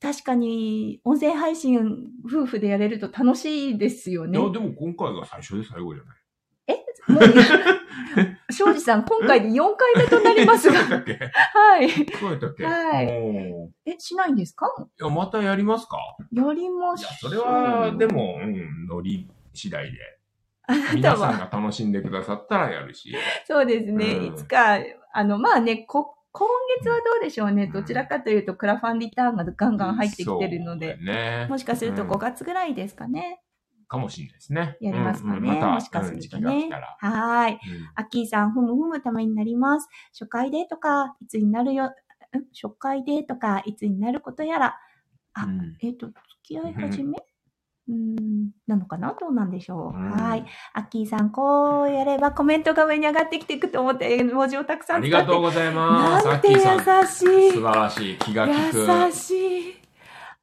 [SPEAKER 1] 確かに、音声配信、夫婦でやれると楽しいですよ
[SPEAKER 2] い
[SPEAKER 1] ね。
[SPEAKER 2] や、でも今回が最初で最後じゃない。
[SPEAKER 1] もう庄司さん、今回で4回目となりますが
[SPEAKER 2] そう やっ、たっ
[SPEAKER 1] はい。
[SPEAKER 2] けそうやったっけ
[SPEAKER 1] はい
[SPEAKER 2] おー
[SPEAKER 1] え、しないんですか
[SPEAKER 2] いや、またやりますか
[SPEAKER 1] やりま
[SPEAKER 2] い
[SPEAKER 1] し
[SPEAKER 2] や
[SPEAKER 1] ょう、
[SPEAKER 2] それは、で、も、うん、ノリ次第で。
[SPEAKER 1] あなた
[SPEAKER 2] 皆さん
[SPEAKER 1] は、
[SPEAKER 2] が楽しんでくださったらやるし。
[SPEAKER 1] そうですね、
[SPEAKER 2] うん
[SPEAKER 1] いつか、あの、まあね、こ、今月はどうでしょうね。
[SPEAKER 2] うん
[SPEAKER 1] どちらかというと、クラファンリターンがガンガン入ってきてるの
[SPEAKER 2] そ
[SPEAKER 1] で、
[SPEAKER 2] うね。
[SPEAKER 1] もしかすると
[SPEAKER 2] うん
[SPEAKER 1] 5月ぐらいですかね。
[SPEAKER 2] かもしれないですね。
[SPEAKER 1] やりますかね
[SPEAKER 2] うんうんまた、
[SPEAKER 1] もしかするとね
[SPEAKER 2] うん時期が来たら。
[SPEAKER 1] はーい。アッキーさん、ふむふむためになります。初回でとか、いつになるよ、ん初回でとか、いつになることやら、あ
[SPEAKER 2] うん
[SPEAKER 1] えっ、と、付き合い始めうーん、なのかなどうなんでしょう。
[SPEAKER 2] うん
[SPEAKER 1] はーい。アッキーさん、こうやればコメントが上に上がってきていくと思って、絵文字をたくさ
[SPEAKER 2] あ
[SPEAKER 1] ん使
[SPEAKER 2] り
[SPEAKER 1] って。
[SPEAKER 2] がとうございます。
[SPEAKER 1] な
[SPEAKER 2] さ
[SPEAKER 1] ん
[SPEAKER 2] ってき
[SPEAKER 1] 優
[SPEAKER 2] ーさん。素
[SPEAKER 1] し
[SPEAKER 2] 晴
[SPEAKER 1] い。
[SPEAKER 2] らしい。気が利く。
[SPEAKER 1] 優しい。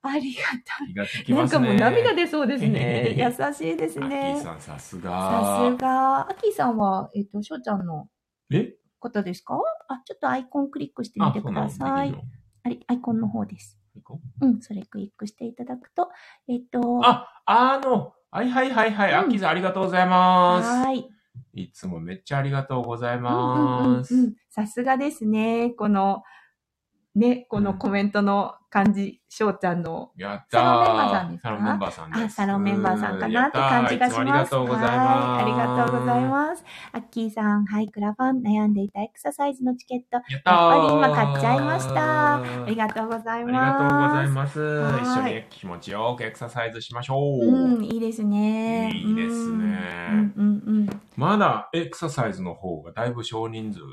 [SPEAKER 1] ありがたい。
[SPEAKER 2] 気が利き
[SPEAKER 1] な
[SPEAKER 2] ま
[SPEAKER 1] ん
[SPEAKER 2] す
[SPEAKER 1] か
[SPEAKER 2] ね。。
[SPEAKER 1] もう涙出そうですね 優しいです
[SPEAKER 2] アッキー
[SPEAKER 1] ね。
[SPEAKER 2] さん、さ
[SPEAKER 1] さ
[SPEAKER 2] す
[SPEAKER 1] す
[SPEAKER 2] が。
[SPEAKER 1] が。アッキーさんは、えっ、と、しょうちゃんの
[SPEAKER 2] え
[SPEAKER 1] ことですかあ、ちょっとアイコンクリックしてみ
[SPEAKER 2] あ、
[SPEAKER 1] て
[SPEAKER 2] そ
[SPEAKER 1] く
[SPEAKER 2] うな
[SPEAKER 1] だ
[SPEAKER 2] んだ。
[SPEAKER 1] さ
[SPEAKER 2] で
[SPEAKER 1] い
[SPEAKER 2] きる。の
[SPEAKER 1] あれ、アイコンの方です。
[SPEAKER 2] いこう
[SPEAKER 1] うん、それクリックしていただくと、えっ、と、
[SPEAKER 2] あ、あの、はいはいはいはい。
[SPEAKER 1] うん
[SPEAKER 2] アッキーさん、ありがとうございま
[SPEAKER 1] はーい。
[SPEAKER 2] す。いつもめっちゃありがとうござい
[SPEAKER 1] うんうんうん
[SPEAKER 2] ま
[SPEAKER 1] う
[SPEAKER 2] す。
[SPEAKER 1] んさすがですね。この、ね、このコメントの感じ、翔ちゃんの。
[SPEAKER 2] やったー。
[SPEAKER 1] サ
[SPEAKER 2] サ
[SPEAKER 1] ロ
[SPEAKER 2] ロ
[SPEAKER 1] ン
[SPEAKER 2] ン
[SPEAKER 1] メ
[SPEAKER 2] メ
[SPEAKER 1] ン
[SPEAKER 2] ンバーさんです。
[SPEAKER 1] あ、サロンメンバーさんかなって感じがします。
[SPEAKER 2] やったーいつもありがとうございます。
[SPEAKER 1] はい、ありがとうございます。アッキーさん、はい、クラファン、悩んでいたエクササイズのチケット、あ
[SPEAKER 2] す。やったー
[SPEAKER 1] やっぱり今買っちゃいました
[SPEAKER 2] あ
[SPEAKER 1] りがとうござい
[SPEAKER 2] ありがとうござ
[SPEAKER 1] ま
[SPEAKER 2] い
[SPEAKER 1] す。
[SPEAKER 2] ます。
[SPEAKER 1] はい
[SPEAKER 2] 一緒に気持ちよくエクササイズしましょう。
[SPEAKER 1] うん、いいですね。
[SPEAKER 2] いいですね
[SPEAKER 1] うんうんうん。
[SPEAKER 2] まだエクササイズの方がだいぶ少人数なん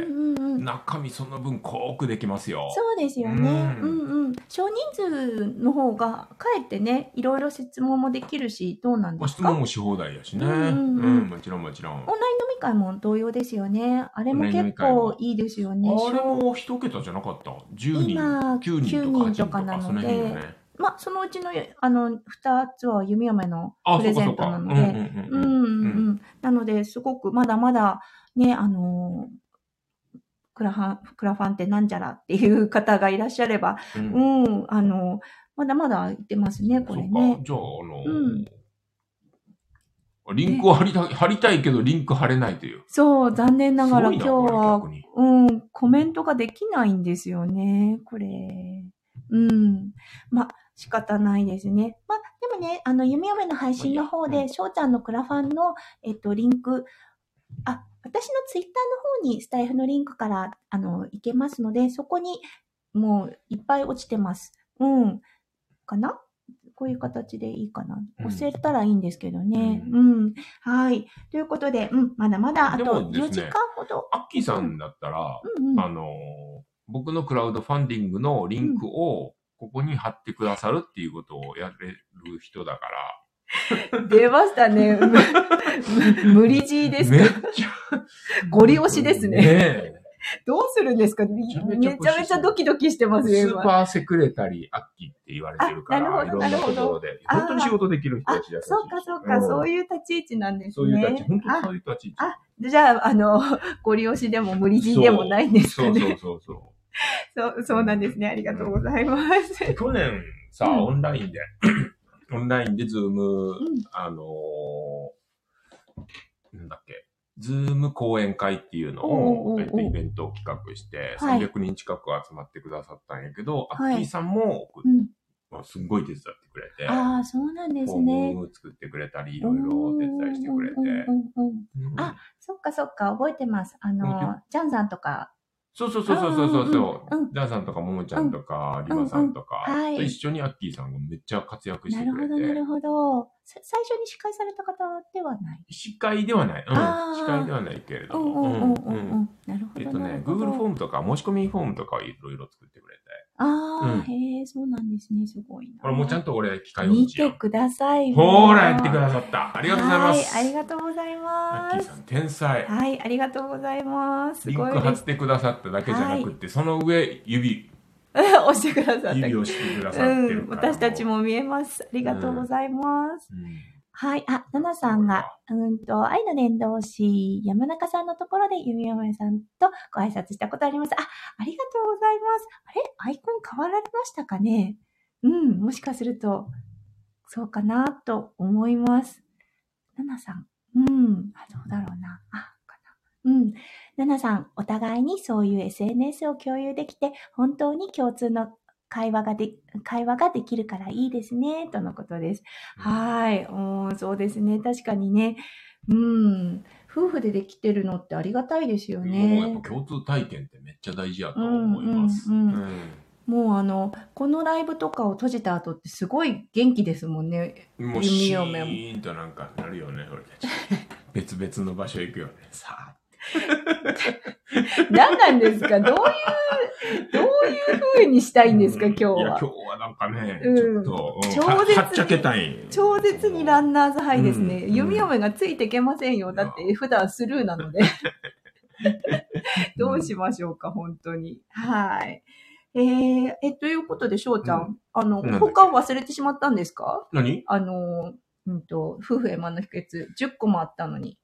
[SPEAKER 2] で、
[SPEAKER 1] うんうんうん
[SPEAKER 2] 中身その分濃くできますよ。
[SPEAKER 1] そうですよね。う
[SPEAKER 2] うん
[SPEAKER 1] んうん。少人数の方が、かえってね、いろいろ質問もできるし、どうなん
[SPEAKER 2] ま
[SPEAKER 1] で
[SPEAKER 2] あ、
[SPEAKER 1] す
[SPEAKER 2] 質
[SPEAKER 1] か、
[SPEAKER 2] 問もし放題やしね。
[SPEAKER 1] う
[SPEAKER 2] うんん
[SPEAKER 1] うんうん
[SPEAKER 2] もちろんもちろん。
[SPEAKER 1] オンライン飲み会も同様ですよね。あれも
[SPEAKER 2] オンライン飲
[SPEAKER 1] 結
[SPEAKER 2] み会も
[SPEAKER 1] 構いいですよね。
[SPEAKER 2] あれも一桁じゃなかった。10人、
[SPEAKER 1] 今
[SPEAKER 2] 9人とか8
[SPEAKER 1] 9人
[SPEAKER 2] 人
[SPEAKER 1] と
[SPEAKER 2] とか
[SPEAKER 1] かなので
[SPEAKER 2] その辺よね。
[SPEAKER 1] まあ、そのうちの、あの、二つは弓嫁の
[SPEAKER 2] あ、
[SPEAKER 1] プ
[SPEAKER 2] そ
[SPEAKER 1] レゼ
[SPEAKER 2] うかそう
[SPEAKER 1] ント
[SPEAKER 2] か。
[SPEAKER 1] な
[SPEAKER 2] うん
[SPEAKER 1] の
[SPEAKER 2] う
[SPEAKER 1] で。
[SPEAKER 2] ん
[SPEAKER 1] うん
[SPEAKER 2] う。
[SPEAKER 1] うんんうん、なので、すごくまだまだ、ね、あのークラファン、クラファンってなんちゃらっていう方がいらっしゃれば、
[SPEAKER 2] うんうん
[SPEAKER 1] うん、あのーまだまだ言ってますね、こ
[SPEAKER 2] そ
[SPEAKER 1] れ
[SPEAKER 2] う
[SPEAKER 1] ね
[SPEAKER 2] か。。じゃあ、あの、
[SPEAKER 1] うん
[SPEAKER 2] リンクを貼りたい、貼りたいけど、リンク貼れないという。
[SPEAKER 1] そう、残念ながら
[SPEAKER 2] す
[SPEAKER 1] 今
[SPEAKER 2] ごい
[SPEAKER 1] 日
[SPEAKER 2] な
[SPEAKER 1] は
[SPEAKER 2] これ逆に、
[SPEAKER 1] うん、コメントができないんですよね、これ。うん。ま、仕方ないですね。ま、でもね、あの、弓嫁の配信の方
[SPEAKER 2] まあいい
[SPEAKER 1] で、翔ちゃんのクラファンの、えっと、リンク、あ、私のツイッターの方にスタイフのリンクから、あの、いけますので、そこに、もう、いっぱい落ちてます。うん。かなこういう形でいいかな。
[SPEAKER 2] うん
[SPEAKER 1] 押せたらいいんですけどね。
[SPEAKER 2] う
[SPEAKER 1] うん、はい。ということで、うん、まだまだあと
[SPEAKER 2] でもですね
[SPEAKER 1] 4時間ほど。
[SPEAKER 2] アッキーさんだったら、
[SPEAKER 1] うんうん。
[SPEAKER 2] あの、僕のクラウドファンディングのリンクを、ここに貼ってくださるっていうことをやれる人だから。
[SPEAKER 1] 出ましたね。 む無理強いです
[SPEAKER 2] めっ
[SPEAKER 1] か。
[SPEAKER 2] ちゃ。
[SPEAKER 1] ゴリ押しですね
[SPEAKER 2] ね
[SPEAKER 1] どうするんですか
[SPEAKER 2] ちゃめ
[SPEAKER 1] め
[SPEAKER 2] ちゃ欲しい
[SPEAKER 1] ちゃめちゃドキドキして
[SPEAKER 2] え
[SPEAKER 1] ます
[SPEAKER 2] ス
[SPEAKER 1] よ、
[SPEAKER 2] ー
[SPEAKER 1] 今。
[SPEAKER 2] パーセクレタリーアッキーって言われてるか
[SPEAKER 1] あ
[SPEAKER 2] ら、い
[SPEAKER 1] なる
[SPEAKER 2] ろ
[SPEAKER 1] ほど
[SPEAKER 2] んなところで。
[SPEAKER 1] なるほど
[SPEAKER 2] 本当に仕事できる人たちだし。
[SPEAKER 1] そうか、そうか、
[SPEAKER 2] ん
[SPEAKER 1] そういう立ち位置なんですね。
[SPEAKER 2] そういう人たち、本当にそういう人たち。
[SPEAKER 1] ああじゃあ、あの、 ゴリ押しでも無理強いでもないんですか
[SPEAKER 2] そう
[SPEAKER 1] ね。
[SPEAKER 2] そうそうそう。
[SPEAKER 1] そうそうなんですね。ありがとうございます。
[SPEAKER 2] 去年さ、
[SPEAKER 1] うん
[SPEAKER 2] オンラインで、 オンラインでズーム、
[SPEAKER 1] ん
[SPEAKER 2] あのーなんだっけ、ズーム講演会っていうの
[SPEAKER 1] おうおうお
[SPEAKER 2] を、
[SPEAKER 1] う
[SPEAKER 2] えっと、イベントを企画して、
[SPEAKER 1] はい
[SPEAKER 2] 300人近く集まってくださったんやけど、
[SPEAKER 1] はい
[SPEAKER 2] アッキーさんも送っ、
[SPEAKER 1] うん。
[SPEAKER 2] まあすんごい手伝ってくれて、
[SPEAKER 1] ああ、そうなんです
[SPEAKER 2] フォー
[SPEAKER 1] ね。
[SPEAKER 2] ムを作ってくれたり、いろいろお手伝いしてくれて。
[SPEAKER 1] うんうんうんうん
[SPEAKER 2] うん
[SPEAKER 1] あそっかそっか、覚えてます。あ
[SPEAKER 2] うんう
[SPEAKER 1] の、ジャンさんとか、
[SPEAKER 2] そうそうそうそうそうそう。
[SPEAKER 1] うんうんうん
[SPEAKER 2] ダンさんとかももちゃんとか、
[SPEAKER 1] うん
[SPEAKER 2] リマさんとか、
[SPEAKER 1] うんうんはい
[SPEAKER 2] と一緒にアッキーさんがめっちゃ活躍し
[SPEAKER 1] な
[SPEAKER 2] て
[SPEAKER 1] る
[SPEAKER 2] く
[SPEAKER 1] ほ
[SPEAKER 2] れて。
[SPEAKER 1] ど、なるほど。さ最初に司会された方ではない。
[SPEAKER 2] 司会ではない。うん。
[SPEAKER 1] あー
[SPEAKER 2] 司会ではないけれど
[SPEAKER 1] うん
[SPEAKER 2] も。
[SPEAKER 1] うんうんうん
[SPEAKER 2] うん
[SPEAKER 1] う
[SPEAKER 2] うん
[SPEAKER 1] ん。なるほ
[SPEAKER 2] えっ
[SPEAKER 1] ど。
[SPEAKER 2] と
[SPEAKER 1] な
[SPEAKER 2] ね
[SPEAKER 1] る、ほど
[SPEAKER 2] Google フォームとか、申し込みフォームとかをいろいろ作ってくれて。
[SPEAKER 1] あ
[SPEAKER 2] うん
[SPEAKER 1] あ、へえ、そうなんですね。すごいな。
[SPEAKER 2] これもうちゃんと俺、機械音
[SPEAKER 1] 見
[SPEAKER 2] 痴や
[SPEAKER 1] て
[SPEAKER 2] ん。
[SPEAKER 1] ください。
[SPEAKER 2] ほーら、やってく
[SPEAKER 1] さい。
[SPEAKER 2] ださった。ありがとうございます。
[SPEAKER 1] はい、ありがとうござい
[SPEAKER 2] アッ
[SPEAKER 1] ま
[SPEAKER 2] キー
[SPEAKER 1] す
[SPEAKER 2] さ。ん、天才。
[SPEAKER 1] はい、ありがとうございます。す
[SPEAKER 2] リン
[SPEAKER 1] ご
[SPEAKER 2] ク
[SPEAKER 1] い
[SPEAKER 2] 貼
[SPEAKER 1] で
[SPEAKER 2] っ
[SPEAKER 1] す。
[SPEAKER 2] てくださっただけじゃなくて、その上、指、
[SPEAKER 1] 押してくださった。
[SPEAKER 2] 指をしてくださ
[SPEAKER 1] う
[SPEAKER 2] ってる
[SPEAKER 1] ん、
[SPEAKER 2] から。
[SPEAKER 1] 私たち。も見えます。ありがとうございます。
[SPEAKER 2] うん
[SPEAKER 1] はい。あ、ナナさんが、うんと、愛の伝道師、山中さんのところで、ゆみおめさんとご挨拶したことあります。あ、ありがとうございます。あれアイコン変わられましたかねうん、もしかすると、そうかなと思います。ナナさん、うん、あ、どうだろうな。あ、かな。うん。ナナさん、お互いにそういう SNS を共有できて、本当に共通の会話がで、会話ができるからいいですね、とのことです。はい。おーそうですね。確かにね。うん。夫婦でできてるのってありがたいですよ
[SPEAKER 2] もうや
[SPEAKER 1] ね
[SPEAKER 2] っ。ぱ共通体験ってめっちゃ大事やと思います。
[SPEAKER 1] うんうんうん
[SPEAKER 2] うん
[SPEAKER 1] もうあの、このライブとかを閉じた後ってすごい元気ですもんね。
[SPEAKER 2] もうシーンとなんかなるよ ね、俺たち。別々の場所行くよね。さあ。
[SPEAKER 1] 何なんですかどういう、どういう風にしたいんですか
[SPEAKER 2] う
[SPEAKER 1] 今日
[SPEAKER 2] いや
[SPEAKER 1] は。
[SPEAKER 2] 今日はなんかね、
[SPEAKER 1] うん
[SPEAKER 2] ちょっと、うん
[SPEAKER 1] 超
[SPEAKER 2] は
[SPEAKER 1] 絶
[SPEAKER 2] はっちゃけたい。
[SPEAKER 1] 超絶にランナーズハイですね。
[SPEAKER 2] うん
[SPEAKER 1] 弓嫁がついていけませんよ。だって普段スルーなので。どうしましょうか、本当に。はい。えー、え、ということで、翔ちゃん、
[SPEAKER 2] う
[SPEAKER 1] あの
[SPEAKER 2] なんだっ、け
[SPEAKER 1] 他を忘れてしまったんですか
[SPEAKER 2] 何
[SPEAKER 1] あの、うんと、夫婦円満の秘訣、10個もあったのに。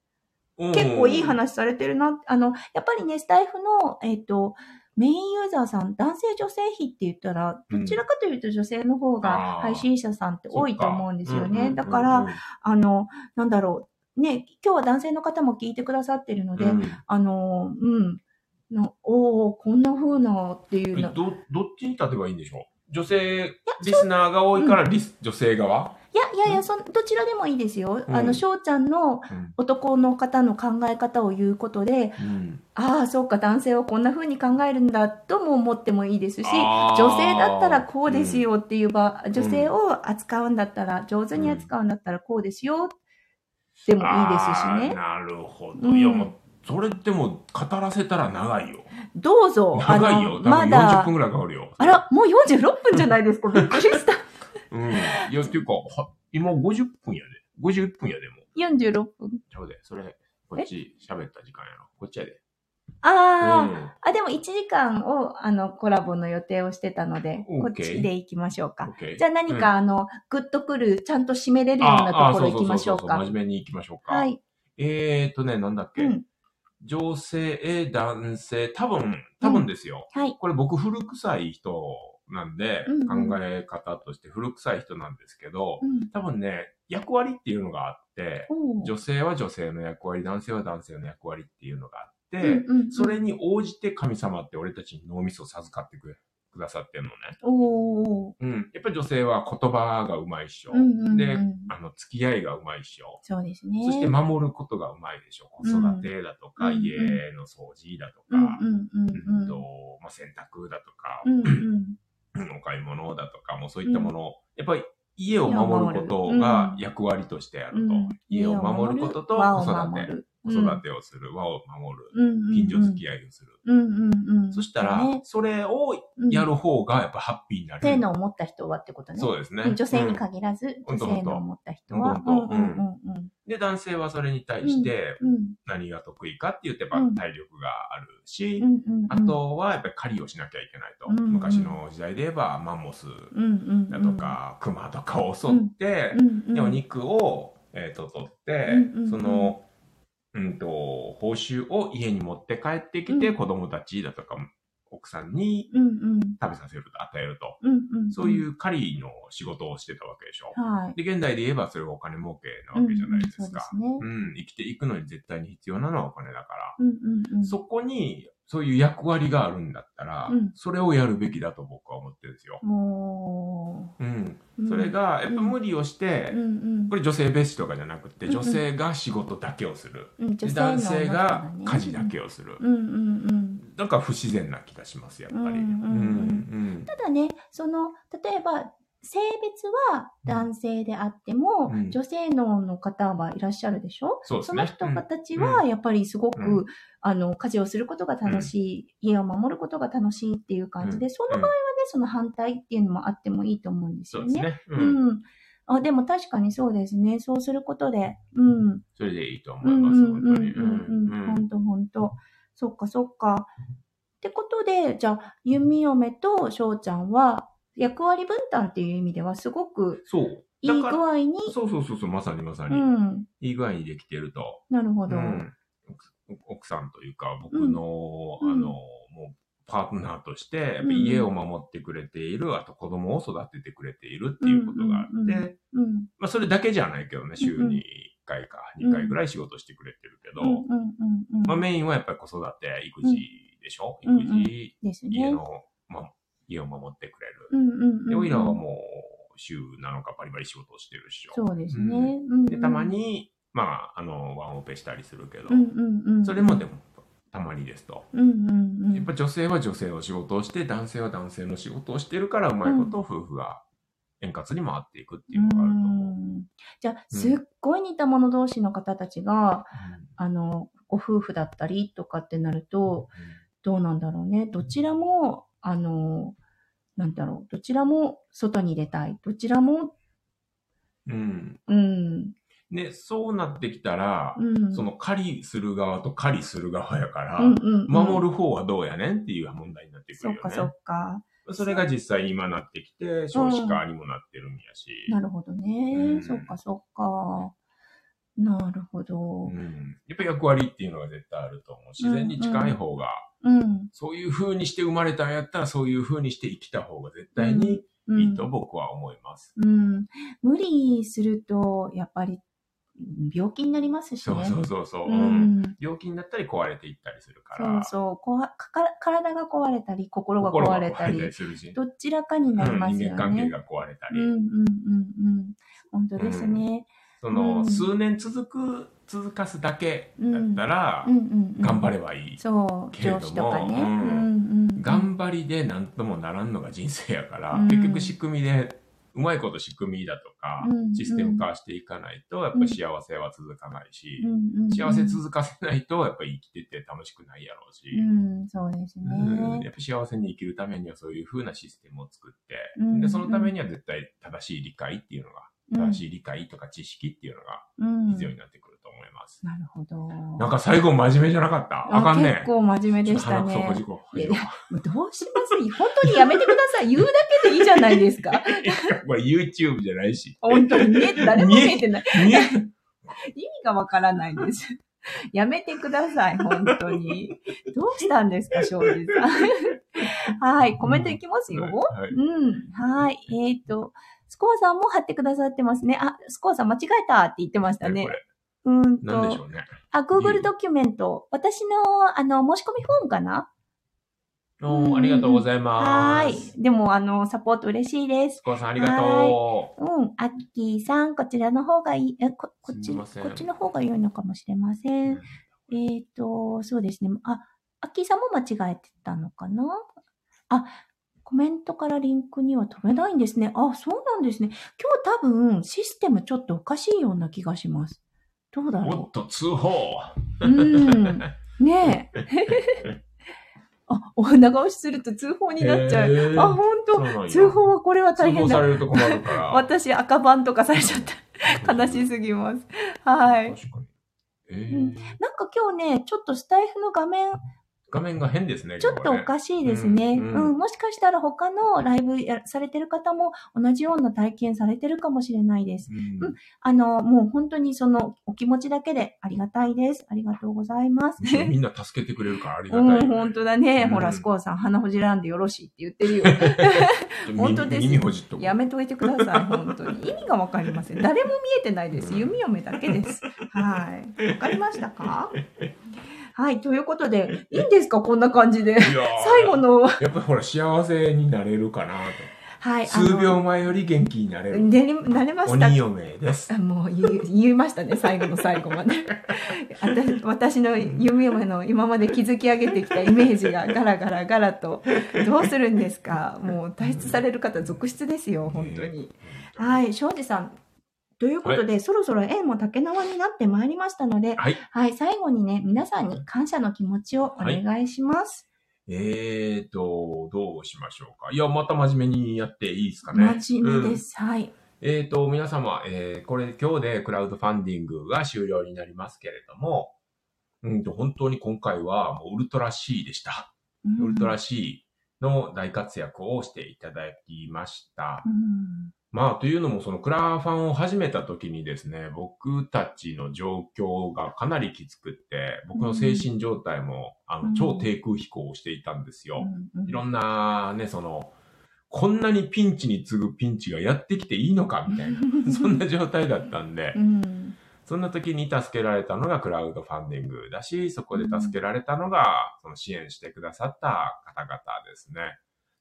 [SPEAKER 2] 結
[SPEAKER 1] 結構いい。話されてるな。あの、やっぱりね、スタイフの、えっ、と、メインユーザーさん、男性女性比って言ったら、
[SPEAKER 2] うん
[SPEAKER 1] どちらかというと女性の方
[SPEAKER 2] あ
[SPEAKER 1] が
[SPEAKER 2] ー
[SPEAKER 1] 配信者さんって多いと思うんですよ
[SPEAKER 2] そっ
[SPEAKER 1] ね。だか、
[SPEAKER 2] うん
[SPEAKER 1] ら
[SPEAKER 2] う、ん
[SPEAKER 1] あの、なんだろう。ね、今日は男性の方も聞いてくださってるので、
[SPEAKER 2] うん
[SPEAKER 1] あの、うん。のおおこんな風なっていう
[SPEAKER 2] え
[SPEAKER 1] の。
[SPEAKER 2] ど、どっちに立てばいいんでしょう女性、リスナーが多いから、リス、女性側
[SPEAKER 1] いやいやいや、そんどちらでもいいですよ。
[SPEAKER 2] うん
[SPEAKER 1] あの、翔ちゃんの
[SPEAKER 2] うん
[SPEAKER 1] 男の方の考え方を言うことで、
[SPEAKER 2] うん
[SPEAKER 1] ああ、そうか、男性はこんな風に考えるんだとも思ってもいいですし、
[SPEAKER 2] あー
[SPEAKER 1] 女性だったらこうですよっていう場、女性を扱うんだったら、上手に扱うんだったらこうですよでもいいですし
[SPEAKER 2] あー
[SPEAKER 1] ね。
[SPEAKER 2] なるほど。
[SPEAKER 1] うん
[SPEAKER 2] いや、もう、それでも、語らせたら長いよ。
[SPEAKER 1] どうぞ、あ
[SPEAKER 2] 長いよ。
[SPEAKER 1] の、
[SPEAKER 2] 多
[SPEAKER 1] ま
[SPEAKER 2] 分40
[SPEAKER 1] だ
[SPEAKER 2] 分、ぐらいかかるよ。
[SPEAKER 1] あら、もう46分じゃないですか、びっくりした。
[SPEAKER 2] うん。いや、っていうか、は今50分やで。51分やで、もう。
[SPEAKER 1] 46分。
[SPEAKER 2] ちゃうで。それ、こっち喋った時間やろ。こっちやで。
[SPEAKER 1] ああ、
[SPEAKER 2] うん
[SPEAKER 1] あ、でも1時間を、あの、コラボの予定をしてたので、
[SPEAKER 2] OK
[SPEAKER 1] こっちで行きましょうか。
[SPEAKER 2] OK
[SPEAKER 1] じゃあ何か、あの、グッとくる、ちゃんと締めれるようなところ行きましょう
[SPEAKER 2] ああそそそそ
[SPEAKER 1] か
[SPEAKER 2] 真。面目に行きましょうか。
[SPEAKER 1] はい。
[SPEAKER 2] えーとね、なんだっけ。
[SPEAKER 1] うん。
[SPEAKER 2] 女性、男性、多分、多分ですよ。
[SPEAKER 1] はい。
[SPEAKER 2] これ僕古臭い人なんで、
[SPEAKER 1] うんうん
[SPEAKER 2] 考え方として古臭い人なんですけど、
[SPEAKER 1] うん。
[SPEAKER 2] 多分ね、役割っていうのがあって、
[SPEAKER 1] おー
[SPEAKER 2] 女性は女性の役割、男性は男性の役割っていうのがあって、
[SPEAKER 1] うんうんうん
[SPEAKER 2] それに応じて神様って俺たちに脳みそを授かってくれくださってるのね。
[SPEAKER 1] おー
[SPEAKER 2] うん。やっぱり女性は言葉がうまいっしょ。
[SPEAKER 1] うんうんうん
[SPEAKER 2] で、あの、付き合いがうまいっしょ。
[SPEAKER 1] そうですね。
[SPEAKER 2] そして守ることがうまいでしょ。子育てだとか、
[SPEAKER 1] うん
[SPEAKER 2] 家の掃除だと
[SPEAKER 1] うん
[SPEAKER 2] か、
[SPEAKER 1] うんうん
[SPEAKER 2] うん
[SPEAKER 1] うん。
[SPEAKER 2] とまあ、洗濯だとか
[SPEAKER 1] う、んうん。
[SPEAKER 2] お買い物だとか、もうそういったものを、やっぱり家を守ることが役割としてあると。
[SPEAKER 1] うん
[SPEAKER 2] 家を守ることと
[SPEAKER 1] 和
[SPEAKER 2] 子
[SPEAKER 1] を
[SPEAKER 2] 育
[SPEAKER 1] 守
[SPEAKER 2] て、
[SPEAKER 1] る。
[SPEAKER 2] 子育てをする、和を守る、
[SPEAKER 1] うんうんうん。
[SPEAKER 2] 近所付き合いをする。
[SPEAKER 1] うんうんうん。
[SPEAKER 2] そしたら
[SPEAKER 1] ね、
[SPEAKER 2] それをやる方がやっぱハッピーにな
[SPEAKER 1] うん。性
[SPEAKER 2] る。
[SPEAKER 1] 能を持った人はってことね。
[SPEAKER 2] そうですね。
[SPEAKER 1] 女性に
[SPEAKER 2] うん
[SPEAKER 1] 限らず、
[SPEAKER 2] うん
[SPEAKER 1] 女性能を持った人は。
[SPEAKER 2] ほんとほんと
[SPEAKER 1] うんうんうん
[SPEAKER 2] で、男性はそれに対して
[SPEAKER 1] うん。うん
[SPEAKER 2] 何が得意かって言ってば
[SPEAKER 1] うん
[SPEAKER 2] 体力があるし
[SPEAKER 1] う、んうん。
[SPEAKER 2] あ、とはやっぱり狩りをしなきゃいけないと。
[SPEAKER 1] うんうん
[SPEAKER 2] 昔の時代で言えばマンモス
[SPEAKER 1] うんうん。
[SPEAKER 2] だと。か、クマとかを襲って
[SPEAKER 1] う、んうん。
[SPEAKER 2] でお肉を、えーと取って、
[SPEAKER 1] うんうん
[SPEAKER 2] その、うん、と報酬を家に持って帰ってきて、
[SPEAKER 1] うん
[SPEAKER 2] 子供たちだとか奥さんに
[SPEAKER 1] うんうん。
[SPEAKER 2] 食べさせると与えると。
[SPEAKER 1] うんうん。。
[SPEAKER 2] そういうう狩りの仕事をしてたわけでしょ。
[SPEAKER 1] はい。
[SPEAKER 2] で、現代で言えばそれがお金儲けなわけじゃないです
[SPEAKER 1] うんうんそうで
[SPEAKER 2] か。
[SPEAKER 1] すね。
[SPEAKER 2] うん、生きていくのに絶対に必要なのはお金だから。
[SPEAKER 1] うんうんうん。
[SPEAKER 2] そこに、そういう役割があるんだったら、
[SPEAKER 1] うん
[SPEAKER 2] それをやるべきだと僕は思ってるんですよ。
[SPEAKER 1] も
[SPEAKER 2] うん。
[SPEAKER 1] う。
[SPEAKER 2] それ、が、やっぱ無理をして、
[SPEAKER 1] うんうん
[SPEAKER 2] こ。れ女性蔑視とかじゃなくて、
[SPEAKER 1] うんうん
[SPEAKER 2] 女性が仕事だけをする。
[SPEAKER 1] うん
[SPEAKER 2] で男性が家事だ。
[SPEAKER 1] 女性能を持ったのね
[SPEAKER 2] けをする。
[SPEAKER 1] うんうんうん。
[SPEAKER 2] なんか不自然な気がします、やっぱり。
[SPEAKER 1] う
[SPEAKER 2] うんん
[SPEAKER 1] う
[SPEAKER 2] うんん
[SPEAKER 1] ただね、その、例えば、性別は男性であっても、
[SPEAKER 2] うん
[SPEAKER 1] 女性脳の方はいらっしゃるでしょ
[SPEAKER 2] そうですね
[SPEAKER 1] の人たちは、
[SPEAKER 2] う
[SPEAKER 1] やっぱりすごく、
[SPEAKER 2] う
[SPEAKER 1] あの、家事をすることが楽しい、家を守ることが楽しいっていう感じで、
[SPEAKER 2] うん
[SPEAKER 1] その場合はね、その反対っていうのもあってもいいと思うんです
[SPEAKER 2] そ
[SPEAKER 1] よ
[SPEAKER 2] う
[SPEAKER 1] ね。
[SPEAKER 2] ですね。う。
[SPEAKER 1] うんん。あ、でも確かにそうですね。そうすることで、うん。
[SPEAKER 2] それでいいと思
[SPEAKER 1] う
[SPEAKER 2] い
[SPEAKER 1] んう
[SPEAKER 2] ま
[SPEAKER 1] ん
[SPEAKER 2] す、
[SPEAKER 1] うん
[SPEAKER 2] 本
[SPEAKER 1] う
[SPEAKER 2] 当に。
[SPEAKER 1] んうん。ほんとほんと。そっかそっか。ってことで、じゃあ、弓嫁と翔ちゃんは、役割分担っていう意味ではすごく
[SPEAKER 2] そう。
[SPEAKER 1] いい具合に、
[SPEAKER 2] そうそうそうそう、まさにまさ
[SPEAKER 1] う
[SPEAKER 2] に。
[SPEAKER 1] ん。
[SPEAKER 2] いい具合にできてると。
[SPEAKER 1] なるほど。
[SPEAKER 2] うん奥奥さんというか、僕の、
[SPEAKER 1] うん
[SPEAKER 2] あの、もう、パートナーとして、や
[SPEAKER 1] う
[SPEAKER 2] っぱ
[SPEAKER 1] ん
[SPEAKER 2] 家を守ってくれている、あと子供を育ててくれているっていうことがあって、
[SPEAKER 1] うんうんうんうん。
[SPEAKER 2] まあ、それだけじゃないけどね、週
[SPEAKER 1] うんうん
[SPEAKER 2] に1回か2回ぐらい仕事してくれてるけど、
[SPEAKER 1] うんうんうん
[SPEAKER 2] まあ、
[SPEAKER 1] うん。
[SPEAKER 2] メインはやっぱり子育て、育児でしょ、
[SPEAKER 1] うん
[SPEAKER 2] 育児、
[SPEAKER 1] です
[SPEAKER 2] 家
[SPEAKER 1] ね。
[SPEAKER 2] の、まあ、家を守ってくれ
[SPEAKER 1] う
[SPEAKER 2] る。
[SPEAKER 1] んうん
[SPEAKER 2] で、
[SPEAKER 1] うん。
[SPEAKER 2] オイラはもう、週7日バリバリ仕事をしてるっしょ。
[SPEAKER 1] そうですね。
[SPEAKER 2] う
[SPEAKER 1] うんんうん
[SPEAKER 2] で、たま、に、まあ、あの、ワンオペしたりするけど、
[SPEAKER 1] うんうんうん。
[SPEAKER 2] それもでも、たまにですと。
[SPEAKER 1] うんうんうん。
[SPEAKER 2] やっぱ女性は女性の仕事をして、男性は男性の仕事をしてるから、うまいこと夫婦が円滑に回っていくっていうのがあると思う。
[SPEAKER 1] うんじゃあ、
[SPEAKER 2] うん
[SPEAKER 1] すっごい似た者同士の方たちが、あの、ご夫婦だったりとかってなると、どうなんだろうね。どちらも、あの、なんだろう。どちらも外に出たい。どちらも、
[SPEAKER 2] うん
[SPEAKER 1] う
[SPEAKER 2] うん
[SPEAKER 1] ん、
[SPEAKER 2] で、そうなってきたら
[SPEAKER 1] う、ん。
[SPEAKER 2] その狩りする側と狩りする側やから、
[SPEAKER 1] うんうんうん、
[SPEAKER 2] 守る方はどうやねんっていう問題になってく
[SPEAKER 1] そ
[SPEAKER 2] る
[SPEAKER 1] っ
[SPEAKER 2] よ
[SPEAKER 1] か
[SPEAKER 2] ね。
[SPEAKER 1] そっか。
[SPEAKER 2] それが実際今なってきて、少子化にもなってるんやし。
[SPEAKER 1] なるほどね。
[SPEAKER 2] うん
[SPEAKER 1] そっかそっか。なるほど。
[SPEAKER 2] うん、やっぱり役割っていうのが絶対あると思う。自然に近い方が、
[SPEAKER 1] うん。
[SPEAKER 2] そういう風にして生まれたんやったら、そういう風にして生きた方が絶対に
[SPEAKER 1] うん
[SPEAKER 2] いいと僕は思います。
[SPEAKER 1] うん。無理すると、やっぱり、病気になりますしね。
[SPEAKER 2] そうそうそうそう、
[SPEAKER 1] う
[SPEAKER 2] うん
[SPEAKER 1] ん。
[SPEAKER 2] 病気になったり壊れていったりするか
[SPEAKER 1] そう
[SPEAKER 2] ら。
[SPEAKER 1] そう。こわかから体が壊れたり、心が
[SPEAKER 2] 心
[SPEAKER 1] 壊
[SPEAKER 2] が
[SPEAKER 1] れたり、
[SPEAKER 2] するし。
[SPEAKER 1] どちらかに
[SPEAKER 2] うん
[SPEAKER 1] なります
[SPEAKER 2] 人
[SPEAKER 1] よ
[SPEAKER 2] 間関係
[SPEAKER 1] ね。
[SPEAKER 2] が壊れた
[SPEAKER 1] うん
[SPEAKER 2] り、
[SPEAKER 1] うんうんうん。本当ですね。
[SPEAKER 2] その、
[SPEAKER 1] うん
[SPEAKER 2] 数年続く、続かすだけだったら、
[SPEAKER 1] うんうん、うん。
[SPEAKER 2] 頑張ればいい。
[SPEAKER 1] そう、
[SPEAKER 2] けれど
[SPEAKER 1] 上
[SPEAKER 2] も
[SPEAKER 1] 司とかね。
[SPEAKER 2] う
[SPEAKER 1] うんんうん。
[SPEAKER 2] 頑張りで何ともならんのが人生やから、
[SPEAKER 1] うん
[SPEAKER 2] 結局仕組みで、うまいこと仕組みだとか、
[SPEAKER 1] うん
[SPEAKER 2] システム化していかないと、やっぱ幸せは続かないし、
[SPEAKER 1] うんうんうん、
[SPEAKER 2] 幸せ続かせないと、やっぱり生きてて楽しくないやろうし、
[SPEAKER 1] うん、そうですね。
[SPEAKER 2] うんやっぱ幸せに生きるためにはそういう風なシステムを作って、
[SPEAKER 1] うん
[SPEAKER 2] でそのためには絶対正しい理解っていうの
[SPEAKER 1] う
[SPEAKER 2] が、
[SPEAKER 1] ん
[SPEAKER 2] 正しい理解とか知識っていうのが
[SPEAKER 1] うん
[SPEAKER 2] 必要になってくると思います。
[SPEAKER 1] なるほど。
[SPEAKER 2] なんか最後真面目じゃなかったあかんね
[SPEAKER 1] 結構真面目でした
[SPEAKER 2] ちょっと鼻くそほ
[SPEAKER 1] ね。
[SPEAKER 2] じこ
[SPEAKER 1] いやもうどうします 本当にやめてください。言うだけでいいじゃない ですか。
[SPEAKER 2] これ YouTube じゃないし。
[SPEAKER 1] 本当にね、誰も見えてない。
[SPEAKER 2] ね
[SPEAKER 1] 意味がわからないです。やめてください、本当に。どうしたんですか、庄司さん。はい、コメントいきますよ。
[SPEAKER 2] はい
[SPEAKER 1] うん、はい。えっ、と、スコアさんも貼ってくださってますね。あ、スコアさん間違えたって言ってました
[SPEAKER 2] ね
[SPEAKER 1] ね
[SPEAKER 2] こ。れ、
[SPEAKER 1] うーん
[SPEAKER 2] なんでし
[SPEAKER 1] と。
[SPEAKER 2] ょうね。
[SPEAKER 1] あ、Google ドキュメント。私の、あの、申し込みフォームかな
[SPEAKER 2] どうもありがとうござい
[SPEAKER 1] は
[SPEAKER 2] ま
[SPEAKER 1] ー
[SPEAKER 2] す。
[SPEAKER 1] い。でも、あの、サポート嬉しいです。
[SPEAKER 2] スコアさんありがと
[SPEAKER 1] うん、アッキーさん、こちらの方がいい、えここっ
[SPEAKER 2] す
[SPEAKER 1] ち、
[SPEAKER 2] み
[SPEAKER 1] こ
[SPEAKER 2] ません
[SPEAKER 1] っちの方が良いのかもしれま
[SPEAKER 2] う。
[SPEAKER 1] せん。えっ、と、そうですね。あ、アッキーさんも間違えてたのかなあ、コメントからリンクには飛べないんですね。あ、そうなんですね。今日多分システムちょっとおかしいような気がします。どうだ
[SPEAKER 2] おっ
[SPEAKER 1] ろ
[SPEAKER 2] と、通報
[SPEAKER 1] う。うん。ねえ。 あ、お長押しすると通報になっちゃう。
[SPEAKER 2] う
[SPEAKER 1] あ、ほんと。通報はこれは大変
[SPEAKER 2] さ
[SPEAKER 1] だ。
[SPEAKER 2] れると困るから。
[SPEAKER 1] 私赤番とかされちゃった。 悲しすぎます。はい。
[SPEAKER 2] 確かに。えー
[SPEAKER 1] うんなんか今日ね、ちょっとスタイフの画面
[SPEAKER 2] 画面が変ですね。
[SPEAKER 1] ちょっとお
[SPEAKER 2] し
[SPEAKER 1] かしいですね。
[SPEAKER 2] う
[SPEAKER 1] うんん、
[SPEAKER 2] うん
[SPEAKER 1] もしかしたら他のライブやされてる方も同じような体験されてるかもしれないです。
[SPEAKER 2] い
[SPEAKER 1] うんあの、もう本当にそのお気持ちだけでありがたいです。ありがとうご ざいます。
[SPEAKER 2] むしろみんな助けてくれるからありが
[SPEAKER 1] う
[SPEAKER 2] たいよね。
[SPEAKER 1] ん、本当だね。
[SPEAKER 2] うん
[SPEAKER 1] ほら、スコアさん、鼻ほじらんでよろしいって言ってるよ。
[SPEAKER 2] 耳
[SPEAKER 1] 本当です
[SPEAKER 2] 耳ほじっとこう
[SPEAKER 1] やめといてください、本当に。意味がわかりません。誰も見えてないです。弓嫁だけです。 はい。わかりましたかはい。ということで、いいんですかこんな感じで。
[SPEAKER 2] いやー
[SPEAKER 1] 最後の、
[SPEAKER 2] やっぱりほら、幸せになれるかな
[SPEAKER 1] はい。
[SPEAKER 2] と。
[SPEAKER 1] あの
[SPEAKER 2] 数秒前より元気になれる。
[SPEAKER 1] なれなれました
[SPEAKER 2] 鬼嫁です。
[SPEAKER 1] あもう言う言いましたね最後の最後まであた私の夢夢の今まで築き上げてきたイメージがガラガラガラとどうするんですかもう退出される方続出ですよ本当に、はい庄司さんということで、そろそろ縁も竹縄になってまいりましたので、
[SPEAKER 2] はい。
[SPEAKER 1] はい、最後にね、皆さんに感謝の気持ちをお願いします。
[SPEAKER 2] えーと、どうしましょうか。いや、また真面目にやっていいですかね。
[SPEAKER 1] 真面目です。はい。
[SPEAKER 2] うん。えーと、皆様、えーこれ今日でクラウドファンディングが終了になりますけれども、うんと、本当に今回はもうウルトラ C でした。ウルトラ C の大活躍をしていただきました
[SPEAKER 1] う。ん。
[SPEAKER 2] まあ、というのも、そのクラファンを始めた時にですね、僕たちの状況がかなりきつくって、僕の精神状態も、あ
[SPEAKER 1] う
[SPEAKER 2] の、
[SPEAKER 1] ん
[SPEAKER 2] 超低空飛行をしていたんですよ。いろ
[SPEAKER 1] なん
[SPEAKER 2] なね、その、こんなにピンチに次ぐピンチがやってきていいのか、みたい な、そんな状態だったんで
[SPEAKER 1] う、ん。
[SPEAKER 2] そんな時に助けられたのがクラウドファンディングだし、そこで助けられたのが、その支援してくださった方々ですね。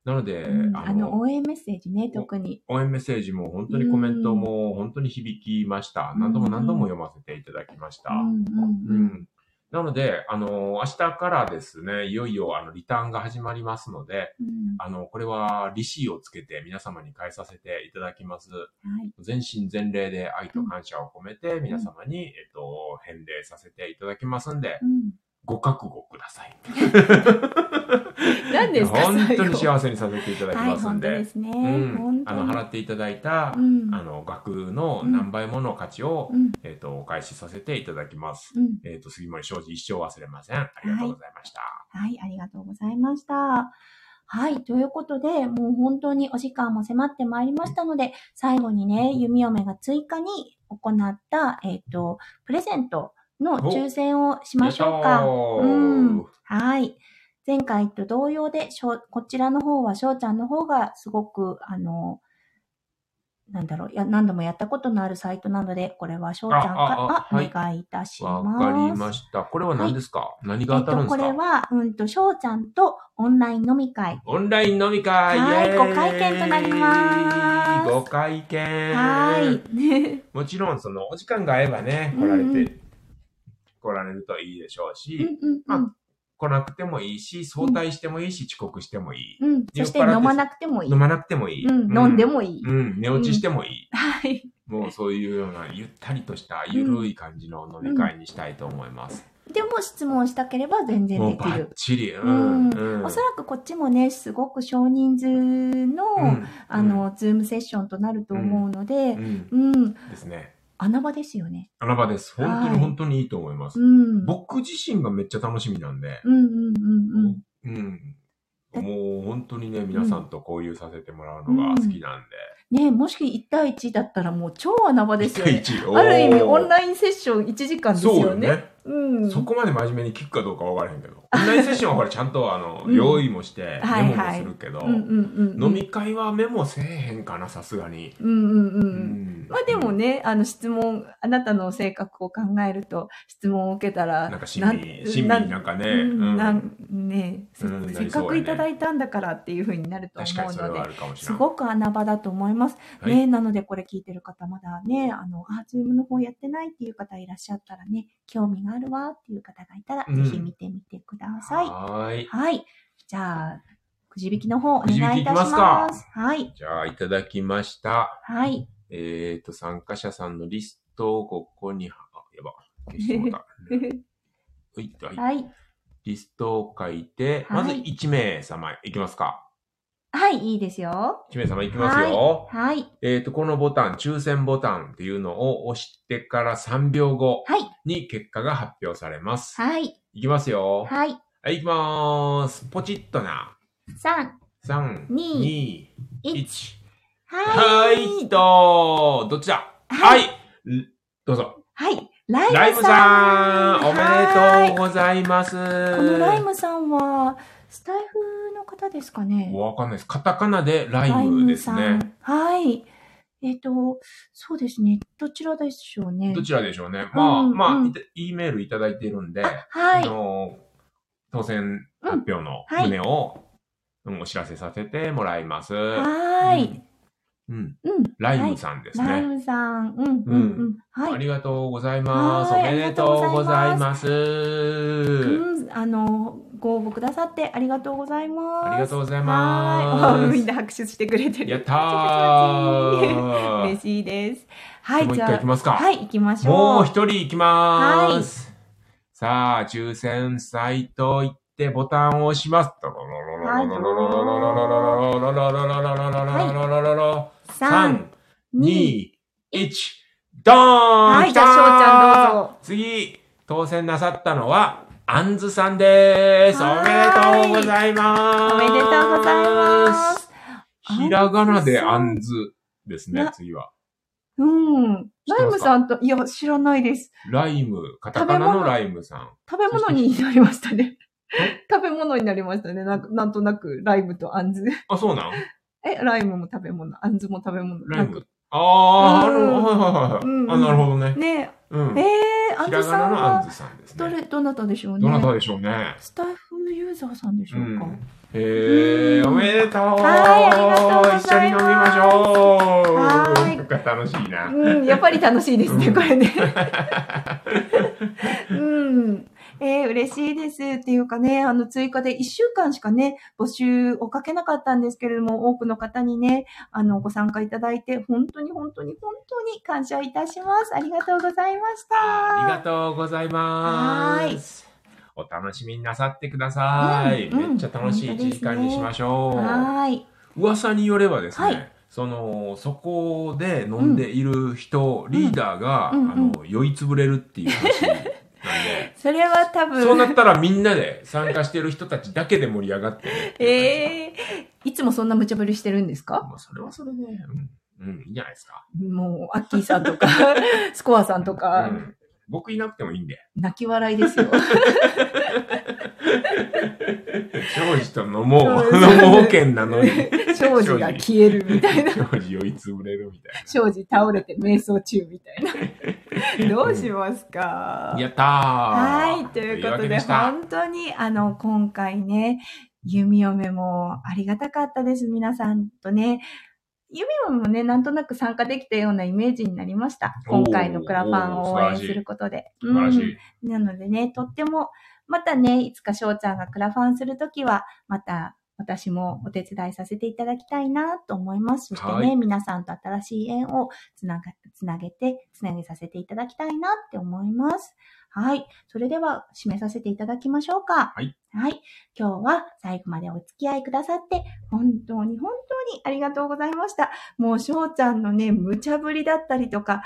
[SPEAKER 2] なので、
[SPEAKER 1] うんあの、応援メッセージね、特に。
[SPEAKER 2] 応援メッセージも本当にコメントも本当に響きました。何度も何度も読ませていただきました。
[SPEAKER 1] うん
[SPEAKER 2] う
[SPEAKER 1] うん
[SPEAKER 2] ん。なので、あの、明日からですね、いよいよあのリターンが始まりますので、
[SPEAKER 1] うん
[SPEAKER 2] あの、これは利子をつけて皆様に返させていただきます。
[SPEAKER 1] はい。
[SPEAKER 2] 全身全霊で愛と感謝を込めて皆様に、えっと、返礼させていただきますんで、
[SPEAKER 1] うん
[SPEAKER 2] ご覚悟ください。
[SPEAKER 1] 何ですか
[SPEAKER 2] 本当
[SPEAKER 1] 最
[SPEAKER 2] に
[SPEAKER 1] 後
[SPEAKER 2] 幸せにさせていただき
[SPEAKER 1] はい、
[SPEAKER 2] ますん
[SPEAKER 1] 本
[SPEAKER 2] で。
[SPEAKER 1] 当ですね。
[SPEAKER 2] うん
[SPEAKER 1] 本、
[SPEAKER 2] あ
[SPEAKER 1] 当
[SPEAKER 2] の
[SPEAKER 1] に。
[SPEAKER 2] 払っていただいた、
[SPEAKER 1] うん
[SPEAKER 2] あの額の何倍もの価値を、
[SPEAKER 1] うん
[SPEAKER 2] えっ、とお返しさせていただきます。
[SPEAKER 1] うん。
[SPEAKER 2] えっ、と杉森庄司一生忘れません。ありがとうございました。
[SPEAKER 1] はい、ありがとうございました。はい、ということで、もう本当にお時間も迫ってまいりましたので、最後にね、弓嫁が追加に行った、えっ、と、プレゼントの抽選をしましょうか。
[SPEAKER 2] よいしょー
[SPEAKER 1] うん。はい。前回と同様で、しょうこちらの方は、しょうちゃんの方がすごく、あの、なんだろう、や何度もやったことのあるサイトなので、これはしょうちゃん
[SPEAKER 2] ああ
[SPEAKER 1] か
[SPEAKER 2] あ
[SPEAKER 1] ら
[SPEAKER 2] はい
[SPEAKER 1] お願いいたし
[SPEAKER 2] わ、
[SPEAKER 1] ます。
[SPEAKER 2] かりました。これは何ですか、何
[SPEAKER 1] え
[SPEAKER 2] が
[SPEAKER 1] っ
[SPEAKER 2] 当たるん
[SPEAKER 1] と、
[SPEAKER 2] です
[SPEAKER 1] こ
[SPEAKER 2] か、
[SPEAKER 1] れは、うんと、しょうちゃんとオンライン飲み会。
[SPEAKER 2] オンライン飲み会
[SPEAKER 1] はい
[SPEAKER 2] イエーイ
[SPEAKER 1] ご会見となります
[SPEAKER 2] ご会見
[SPEAKER 1] はい。ね
[SPEAKER 2] もちろん、その、お時間が合えばね、来られて、
[SPEAKER 1] うんうん
[SPEAKER 2] 来られるといいでしょうし、
[SPEAKER 1] うんうんう
[SPEAKER 2] ま
[SPEAKER 1] ん。
[SPEAKER 2] 来なくてもいいし、早退してもいいし、遅刻してもいい。
[SPEAKER 1] うん。そして飲まなくてもいい。
[SPEAKER 2] 飲まなくてもいい。
[SPEAKER 1] うん、飲んでもいい。
[SPEAKER 2] うん、寝落ちしてもいい。
[SPEAKER 1] はい。
[SPEAKER 2] もうそういうような、ゆったりとした、ゆるい感じの飲み会にしたいと思います。
[SPEAKER 1] でも質問したければ全然
[SPEAKER 2] も
[SPEAKER 1] で
[SPEAKER 2] う
[SPEAKER 1] き
[SPEAKER 2] バッ
[SPEAKER 1] る。
[SPEAKER 2] チリ。う
[SPEAKER 1] うん
[SPEAKER 2] ん。
[SPEAKER 1] おそらくこっちもね、すごく少人数の、
[SPEAKER 2] うん
[SPEAKER 1] あ、の、ズームセッションとなると思うの
[SPEAKER 2] う
[SPEAKER 1] で、
[SPEAKER 2] ん、
[SPEAKER 1] うん、
[SPEAKER 2] ですね。
[SPEAKER 1] 穴場ですよね。
[SPEAKER 2] 穴場です。本当
[SPEAKER 1] は
[SPEAKER 2] に
[SPEAKER 1] い
[SPEAKER 2] 本当にいいと思います
[SPEAKER 1] う。ん。
[SPEAKER 2] 僕自身がめっちゃ楽しみなんで、
[SPEAKER 1] うんうんうんうん。
[SPEAKER 2] うん。
[SPEAKER 1] だ
[SPEAKER 2] もう本当にね、皆さんと交流させてもらうのが好きなんで。
[SPEAKER 1] ねもし1対1だったらもう超穴場ですよね。
[SPEAKER 2] 1対1
[SPEAKER 1] ある意味オン
[SPEAKER 2] イ
[SPEAKER 1] ラインセッション1時間です
[SPEAKER 2] そう
[SPEAKER 1] よ
[SPEAKER 2] よ
[SPEAKER 1] ね。
[SPEAKER 2] ね。
[SPEAKER 1] うん。
[SPEAKER 2] そこまで真面目に聞くかどうか分からへんけど。オンラインセッションはほらちゃんとあの、
[SPEAKER 1] うん
[SPEAKER 2] 用意もして、
[SPEAKER 1] は
[SPEAKER 2] メ
[SPEAKER 1] い
[SPEAKER 2] モ
[SPEAKER 1] は
[SPEAKER 2] も
[SPEAKER 1] い
[SPEAKER 2] するけど、
[SPEAKER 1] うんうんうん。
[SPEAKER 2] 飲み会はメモせえへんかな、さすがに。
[SPEAKER 1] うんうんう。
[SPEAKER 2] うん
[SPEAKER 1] まあでも。ね、あの質問、あなたの性格を考えると、質問を受けたら、
[SPEAKER 2] なんか親身、親身なんかね、
[SPEAKER 1] うんな
[SPEAKER 2] うん
[SPEAKER 1] んねせ
[SPEAKER 2] うん
[SPEAKER 1] せっかくいただいたんだからっていうふうになると
[SPEAKER 2] 確か
[SPEAKER 1] 思う
[SPEAKER 2] にそれ
[SPEAKER 1] ので
[SPEAKER 2] はあ、るかもしれ
[SPEAKER 1] す
[SPEAKER 2] ない。
[SPEAKER 1] ごく穴場だと思います。
[SPEAKER 2] はい
[SPEAKER 1] ね、なのでこれ聞いてる方、まだね、あの、あ、ズームの方やってないっていう方いらっしゃったらね、興味があるわっていう方がいたら、
[SPEAKER 2] うん
[SPEAKER 1] ぜひ見てみてください。
[SPEAKER 2] はーい。
[SPEAKER 1] はい。じゃあ、くじ引きの方お願いいたし
[SPEAKER 2] くじ引きいきま
[SPEAKER 1] ますす。はい。
[SPEAKER 2] じゃあ、いただきました。
[SPEAKER 1] はい。
[SPEAKER 2] えっ、ー、と、参加者さんのリストをここに、あ、やば、消しても うた。ういはい
[SPEAKER 1] はい。
[SPEAKER 2] リストを書いて、まず
[SPEAKER 1] はい
[SPEAKER 2] 1名様いきますか。
[SPEAKER 1] はい、いいですよ。
[SPEAKER 2] 1名様いきますよ。
[SPEAKER 1] はい。
[SPEAKER 2] えっ、と、このボタン、抽選ボタンっていうのを押してから3秒後
[SPEAKER 1] はい。
[SPEAKER 2] に結果が発表されます。
[SPEAKER 1] はい。
[SPEAKER 2] いきますよ。は
[SPEAKER 1] はい。
[SPEAKER 2] い、いきまーす。ポチッとな。
[SPEAKER 1] 三、
[SPEAKER 2] 3、2
[SPEAKER 1] に、一、
[SPEAKER 2] 1。は
[SPEAKER 1] はい。
[SPEAKER 2] い、と、どっちだはい、んどうぞ。
[SPEAKER 1] はい。ライムさん。
[SPEAKER 2] ライムさん、お
[SPEAKER 1] は
[SPEAKER 2] め
[SPEAKER 1] い
[SPEAKER 2] でとうございます。
[SPEAKER 1] このライムさんは、スタイフの方ですかね。
[SPEAKER 2] わかんないです。カタカナでライムです
[SPEAKER 1] ライム
[SPEAKER 2] ね
[SPEAKER 1] さ。んはい。えっ、と、そうですね。どちらでしょうね。
[SPEAKER 2] どちらでしょうね。まあ、
[SPEAKER 1] うん
[SPEAKER 2] ま
[SPEAKER 1] う
[SPEAKER 2] あ
[SPEAKER 1] ん
[SPEAKER 2] いた、E メールいただいているんで、
[SPEAKER 1] は
[SPEAKER 2] あ
[SPEAKER 1] い。
[SPEAKER 2] の当選発表の
[SPEAKER 1] うんはい
[SPEAKER 2] 旨を、うんお知らせさせてもらいます。
[SPEAKER 1] は
[SPEAKER 2] う
[SPEAKER 1] い
[SPEAKER 2] ん。うん。
[SPEAKER 1] うん。
[SPEAKER 2] ライムさんです
[SPEAKER 1] ライ
[SPEAKER 2] ね。
[SPEAKER 1] ムさん。うん。うん。うん。
[SPEAKER 2] あ
[SPEAKER 1] はい。
[SPEAKER 2] りがとうございます。お
[SPEAKER 1] はい
[SPEAKER 2] めでとうございます。
[SPEAKER 1] うん。あの、ご応募くださってありがとうございます。
[SPEAKER 2] ありがとうござい
[SPEAKER 1] は
[SPEAKER 2] ま
[SPEAKER 1] い。
[SPEAKER 2] す。
[SPEAKER 1] み んな拍手してくれてる。
[SPEAKER 2] やった
[SPEAKER 1] パチパチパチ
[SPEAKER 2] ー
[SPEAKER 1] 嬉しいです。はい、
[SPEAKER 2] もう
[SPEAKER 1] じ
[SPEAKER 2] 一回
[SPEAKER 1] ゃ
[SPEAKER 2] 行きますか。
[SPEAKER 1] あ、はい、行きましょう。
[SPEAKER 2] もう一人行きまーす。さあ、抽選サイト行ってボタンを押します。
[SPEAKER 1] 三、
[SPEAKER 2] 三、二、一、ドーン
[SPEAKER 1] はい、じゃあ、しょうちゃんどうぞ。
[SPEAKER 2] 次、当選なさったのは、あんずさんです。お
[SPEAKER 1] は
[SPEAKER 2] めで
[SPEAKER 1] ーい
[SPEAKER 2] とうございます。
[SPEAKER 1] おめでとうございます。
[SPEAKER 2] ひらがなであんず、ですね
[SPEAKER 1] な、
[SPEAKER 2] 次は。
[SPEAKER 1] うん。
[SPEAKER 2] 知って
[SPEAKER 1] ライ
[SPEAKER 2] ま
[SPEAKER 1] ム
[SPEAKER 2] すか
[SPEAKER 1] さんと、いや、知らないです。
[SPEAKER 2] ライム、カタカナのライムさん。
[SPEAKER 1] 食べ物になりましたね。食べ物になりましたね。なんかなんとなく、ライムとアンズ。
[SPEAKER 2] あ、そうなん
[SPEAKER 1] え、ライムも食べ物、アンズも食べ物。
[SPEAKER 2] ラ
[SPEAKER 1] な
[SPEAKER 2] イ
[SPEAKER 1] ん
[SPEAKER 2] ム
[SPEAKER 1] か。
[SPEAKER 2] ああ、
[SPEAKER 1] う
[SPEAKER 2] なる
[SPEAKER 1] ん
[SPEAKER 2] ほどはいはいはい
[SPEAKER 1] うんうん
[SPEAKER 2] あ、なるほどね。
[SPEAKER 1] ね
[SPEAKER 2] う
[SPEAKER 1] え、
[SPEAKER 2] ん。
[SPEAKER 1] えー、アン
[SPEAKER 2] ひ
[SPEAKER 1] ズ
[SPEAKER 2] らが
[SPEAKER 1] さ
[SPEAKER 2] なんのアン
[SPEAKER 1] は、
[SPEAKER 2] ズさんです
[SPEAKER 1] ど
[SPEAKER 2] ね。
[SPEAKER 1] れ、どなたでしょうね。
[SPEAKER 2] どなたでしょうね。
[SPEAKER 1] スタッフユーザーさんでしょ
[SPEAKER 2] う
[SPEAKER 1] うか。
[SPEAKER 2] ん。へえ、
[SPEAKER 1] うん
[SPEAKER 2] おめでとう
[SPEAKER 1] はいありがとうご
[SPEAKER 2] 一緒
[SPEAKER 1] ざ
[SPEAKER 2] に
[SPEAKER 1] い
[SPEAKER 2] 飲み
[SPEAKER 1] ます
[SPEAKER 2] ましょう
[SPEAKER 1] はい
[SPEAKER 2] なんか楽しいな。
[SPEAKER 1] うん、やっぱり楽しいですね、
[SPEAKER 2] うん
[SPEAKER 1] これね。 うん。えー嬉しいです。っていうかね、あの、追加で1週間しかね、募集をかけなかったんですけれども、多くの方にね、あの、ご参加いただいて、本当に本当に本当に感謝いたします。ありがとうございました。
[SPEAKER 2] ありがとうございます。お楽しみになさってください。
[SPEAKER 1] うんうん
[SPEAKER 2] めっちゃ楽しい1時間にしましょう。
[SPEAKER 1] はーい。
[SPEAKER 2] 噂によればですね、
[SPEAKER 1] はい
[SPEAKER 2] そのそこで飲んでいる人、リーダーが、
[SPEAKER 1] うん
[SPEAKER 2] あ
[SPEAKER 1] うん
[SPEAKER 2] の酔いつぶれるっていう話なん で
[SPEAKER 1] それは多分、
[SPEAKER 2] そうなったらみんなで参加してる人たちだけで盛り上がってねっていう感じ
[SPEAKER 1] えーいつもそんな無茶ぶりしてるんですか
[SPEAKER 2] まあそれはそれで、うん、うん、いいんじゃないですか。
[SPEAKER 1] もう、アッキーさん とか、スコアさんとか、
[SPEAKER 2] うん、僕いなくてもいいんで、
[SPEAKER 1] 泣き笑いです よ。
[SPEAKER 2] 庄司と飲もう、
[SPEAKER 1] そう
[SPEAKER 2] 飲もう券なのに、
[SPEAKER 1] 庄司が消えるみたいな。
[SPEAKER 2] 庄司酔いつぶれるみたい
[SPEAKER 1] 庄司倒れて瞑想中みたい な。どうしますか
[SPEAKER 2] な。やったー
[SPEAKER 1] はい、ということ
[SPEAKER 2] わけ
[SPEAKER 1] で、
[SPEAKER 2] した
[SPEAKER 1] 本当に、あの、今回ね、弓嫁もありがたかったです、皆さんとね。弓嫁もね、なんとなく参加できたようなイメージになりました。
[SPEAKER 2] おー
[SPEAKER 1] 今回のクラファンを応
[SPEAKER 2] おー素晴ら
[SPEAKER 1] 援
[SPEAKER 2] しい
[SPEAKER 1] することで。
[SPEAKER 2] 素晴らし
[SPEAKER 1] うん
[SPEAKER 2] い。
[SPEAKER 1] なのでね、とっても、またね、いつか翔ちゃんがクラファンするときは、また私もお手伝いさせていただきたいなと思います。そしてね、
[SPEAKER 2] はい
[SPEAKER 1] 皆さんと新しい縁をつなが、つなげて、つなげさせていただきたいなって思います。はい。それでは、締めさせていただきましょうか。
[SPEAKER 2] はい。
[SPEAKER 1] はい。今日は最後までお付き合いくださって、本当に本当にありがとうございました。もう翔ちゃんのね、無茶ぶりだったりとか、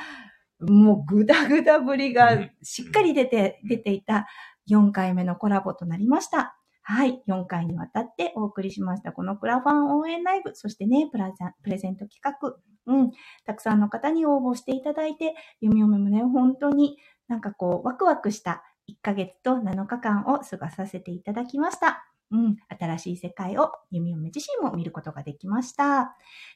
[SPEAKER 1] もうぐだぐだぶり
[SPEAKER 2] う
[SPEAKER 1] が
[SPEAKER 2] ん
[SPEAKER 1] しっかり出て、出ていた4回目のコラボとなりました。はい。4回にわたってお送りしました。このクラファン応援ライブ、そしてね、プラザプレゼント企画。うん。たくさんの方に応募していただいて、ゆみおめもね、本当になんかこう、ワクワクした1ヶ月と7日間を過ごさせていただきました。うん、新しい世界を弓嫁自身も見ることができました。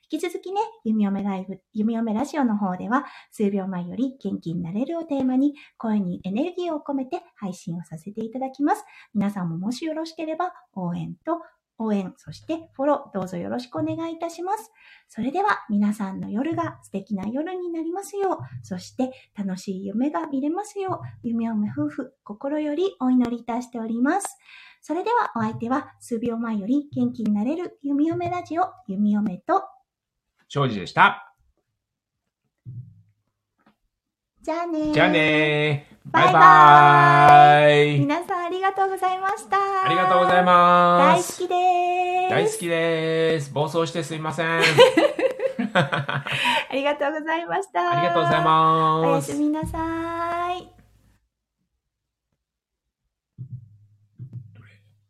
[SPEAKER 1] 引き続きね、弓嫁ライフ、弓嫁ラジオの方では、数秒前より元気になれるをテーマに、声にエネルギーを込めて配信をさせていただきます。皆さんももしよろしければ、応援と、応援、そしてフォロー、どうぞよろしくお願いいたします。それでは、皆さんの夜が素敵な夜になりますよう、そして楽しい夢が見れますよう、夢嫁夫婦、心よりお祈りいたしております。それでは、お相手は、数秒前より元気になれる弓嫁ラジオ、弓嫁と、
[SPEAKER 2] 庄司でした。
[SPEAKER 1] じゃあねー
[SPEAKER 2] じゃあねー。
[SPEAKER 1] バ
[SPEAKER 2] バ
[SPEAKER 1] イ
[SPEAKER 2] イ
[SPEAKER 1] バ
[SPEAKER 2] バーイ。
[SPEAKER 1] 皆さんありがとうございました。
[SPEAKER 2] ありがとうござい
[SPEAKER 1] 大
[SPEAKER 2] ま
[SPEAKER 1] 好
[SPEAKER 2] す。
[SPEAKER 1] きでーす。
[SPEAKER 2] 大好きです。暴走してすい ません。あ
[SPEAKER 1] ありがとうございました。
[SPEAKER 2] りがとうござい
[SPEAKER 1] お
[SPEAKER 2] ま
[SPEAKER 1] や
[SPEAKER 2] す
[SPEAKER 1] す。みなさーい。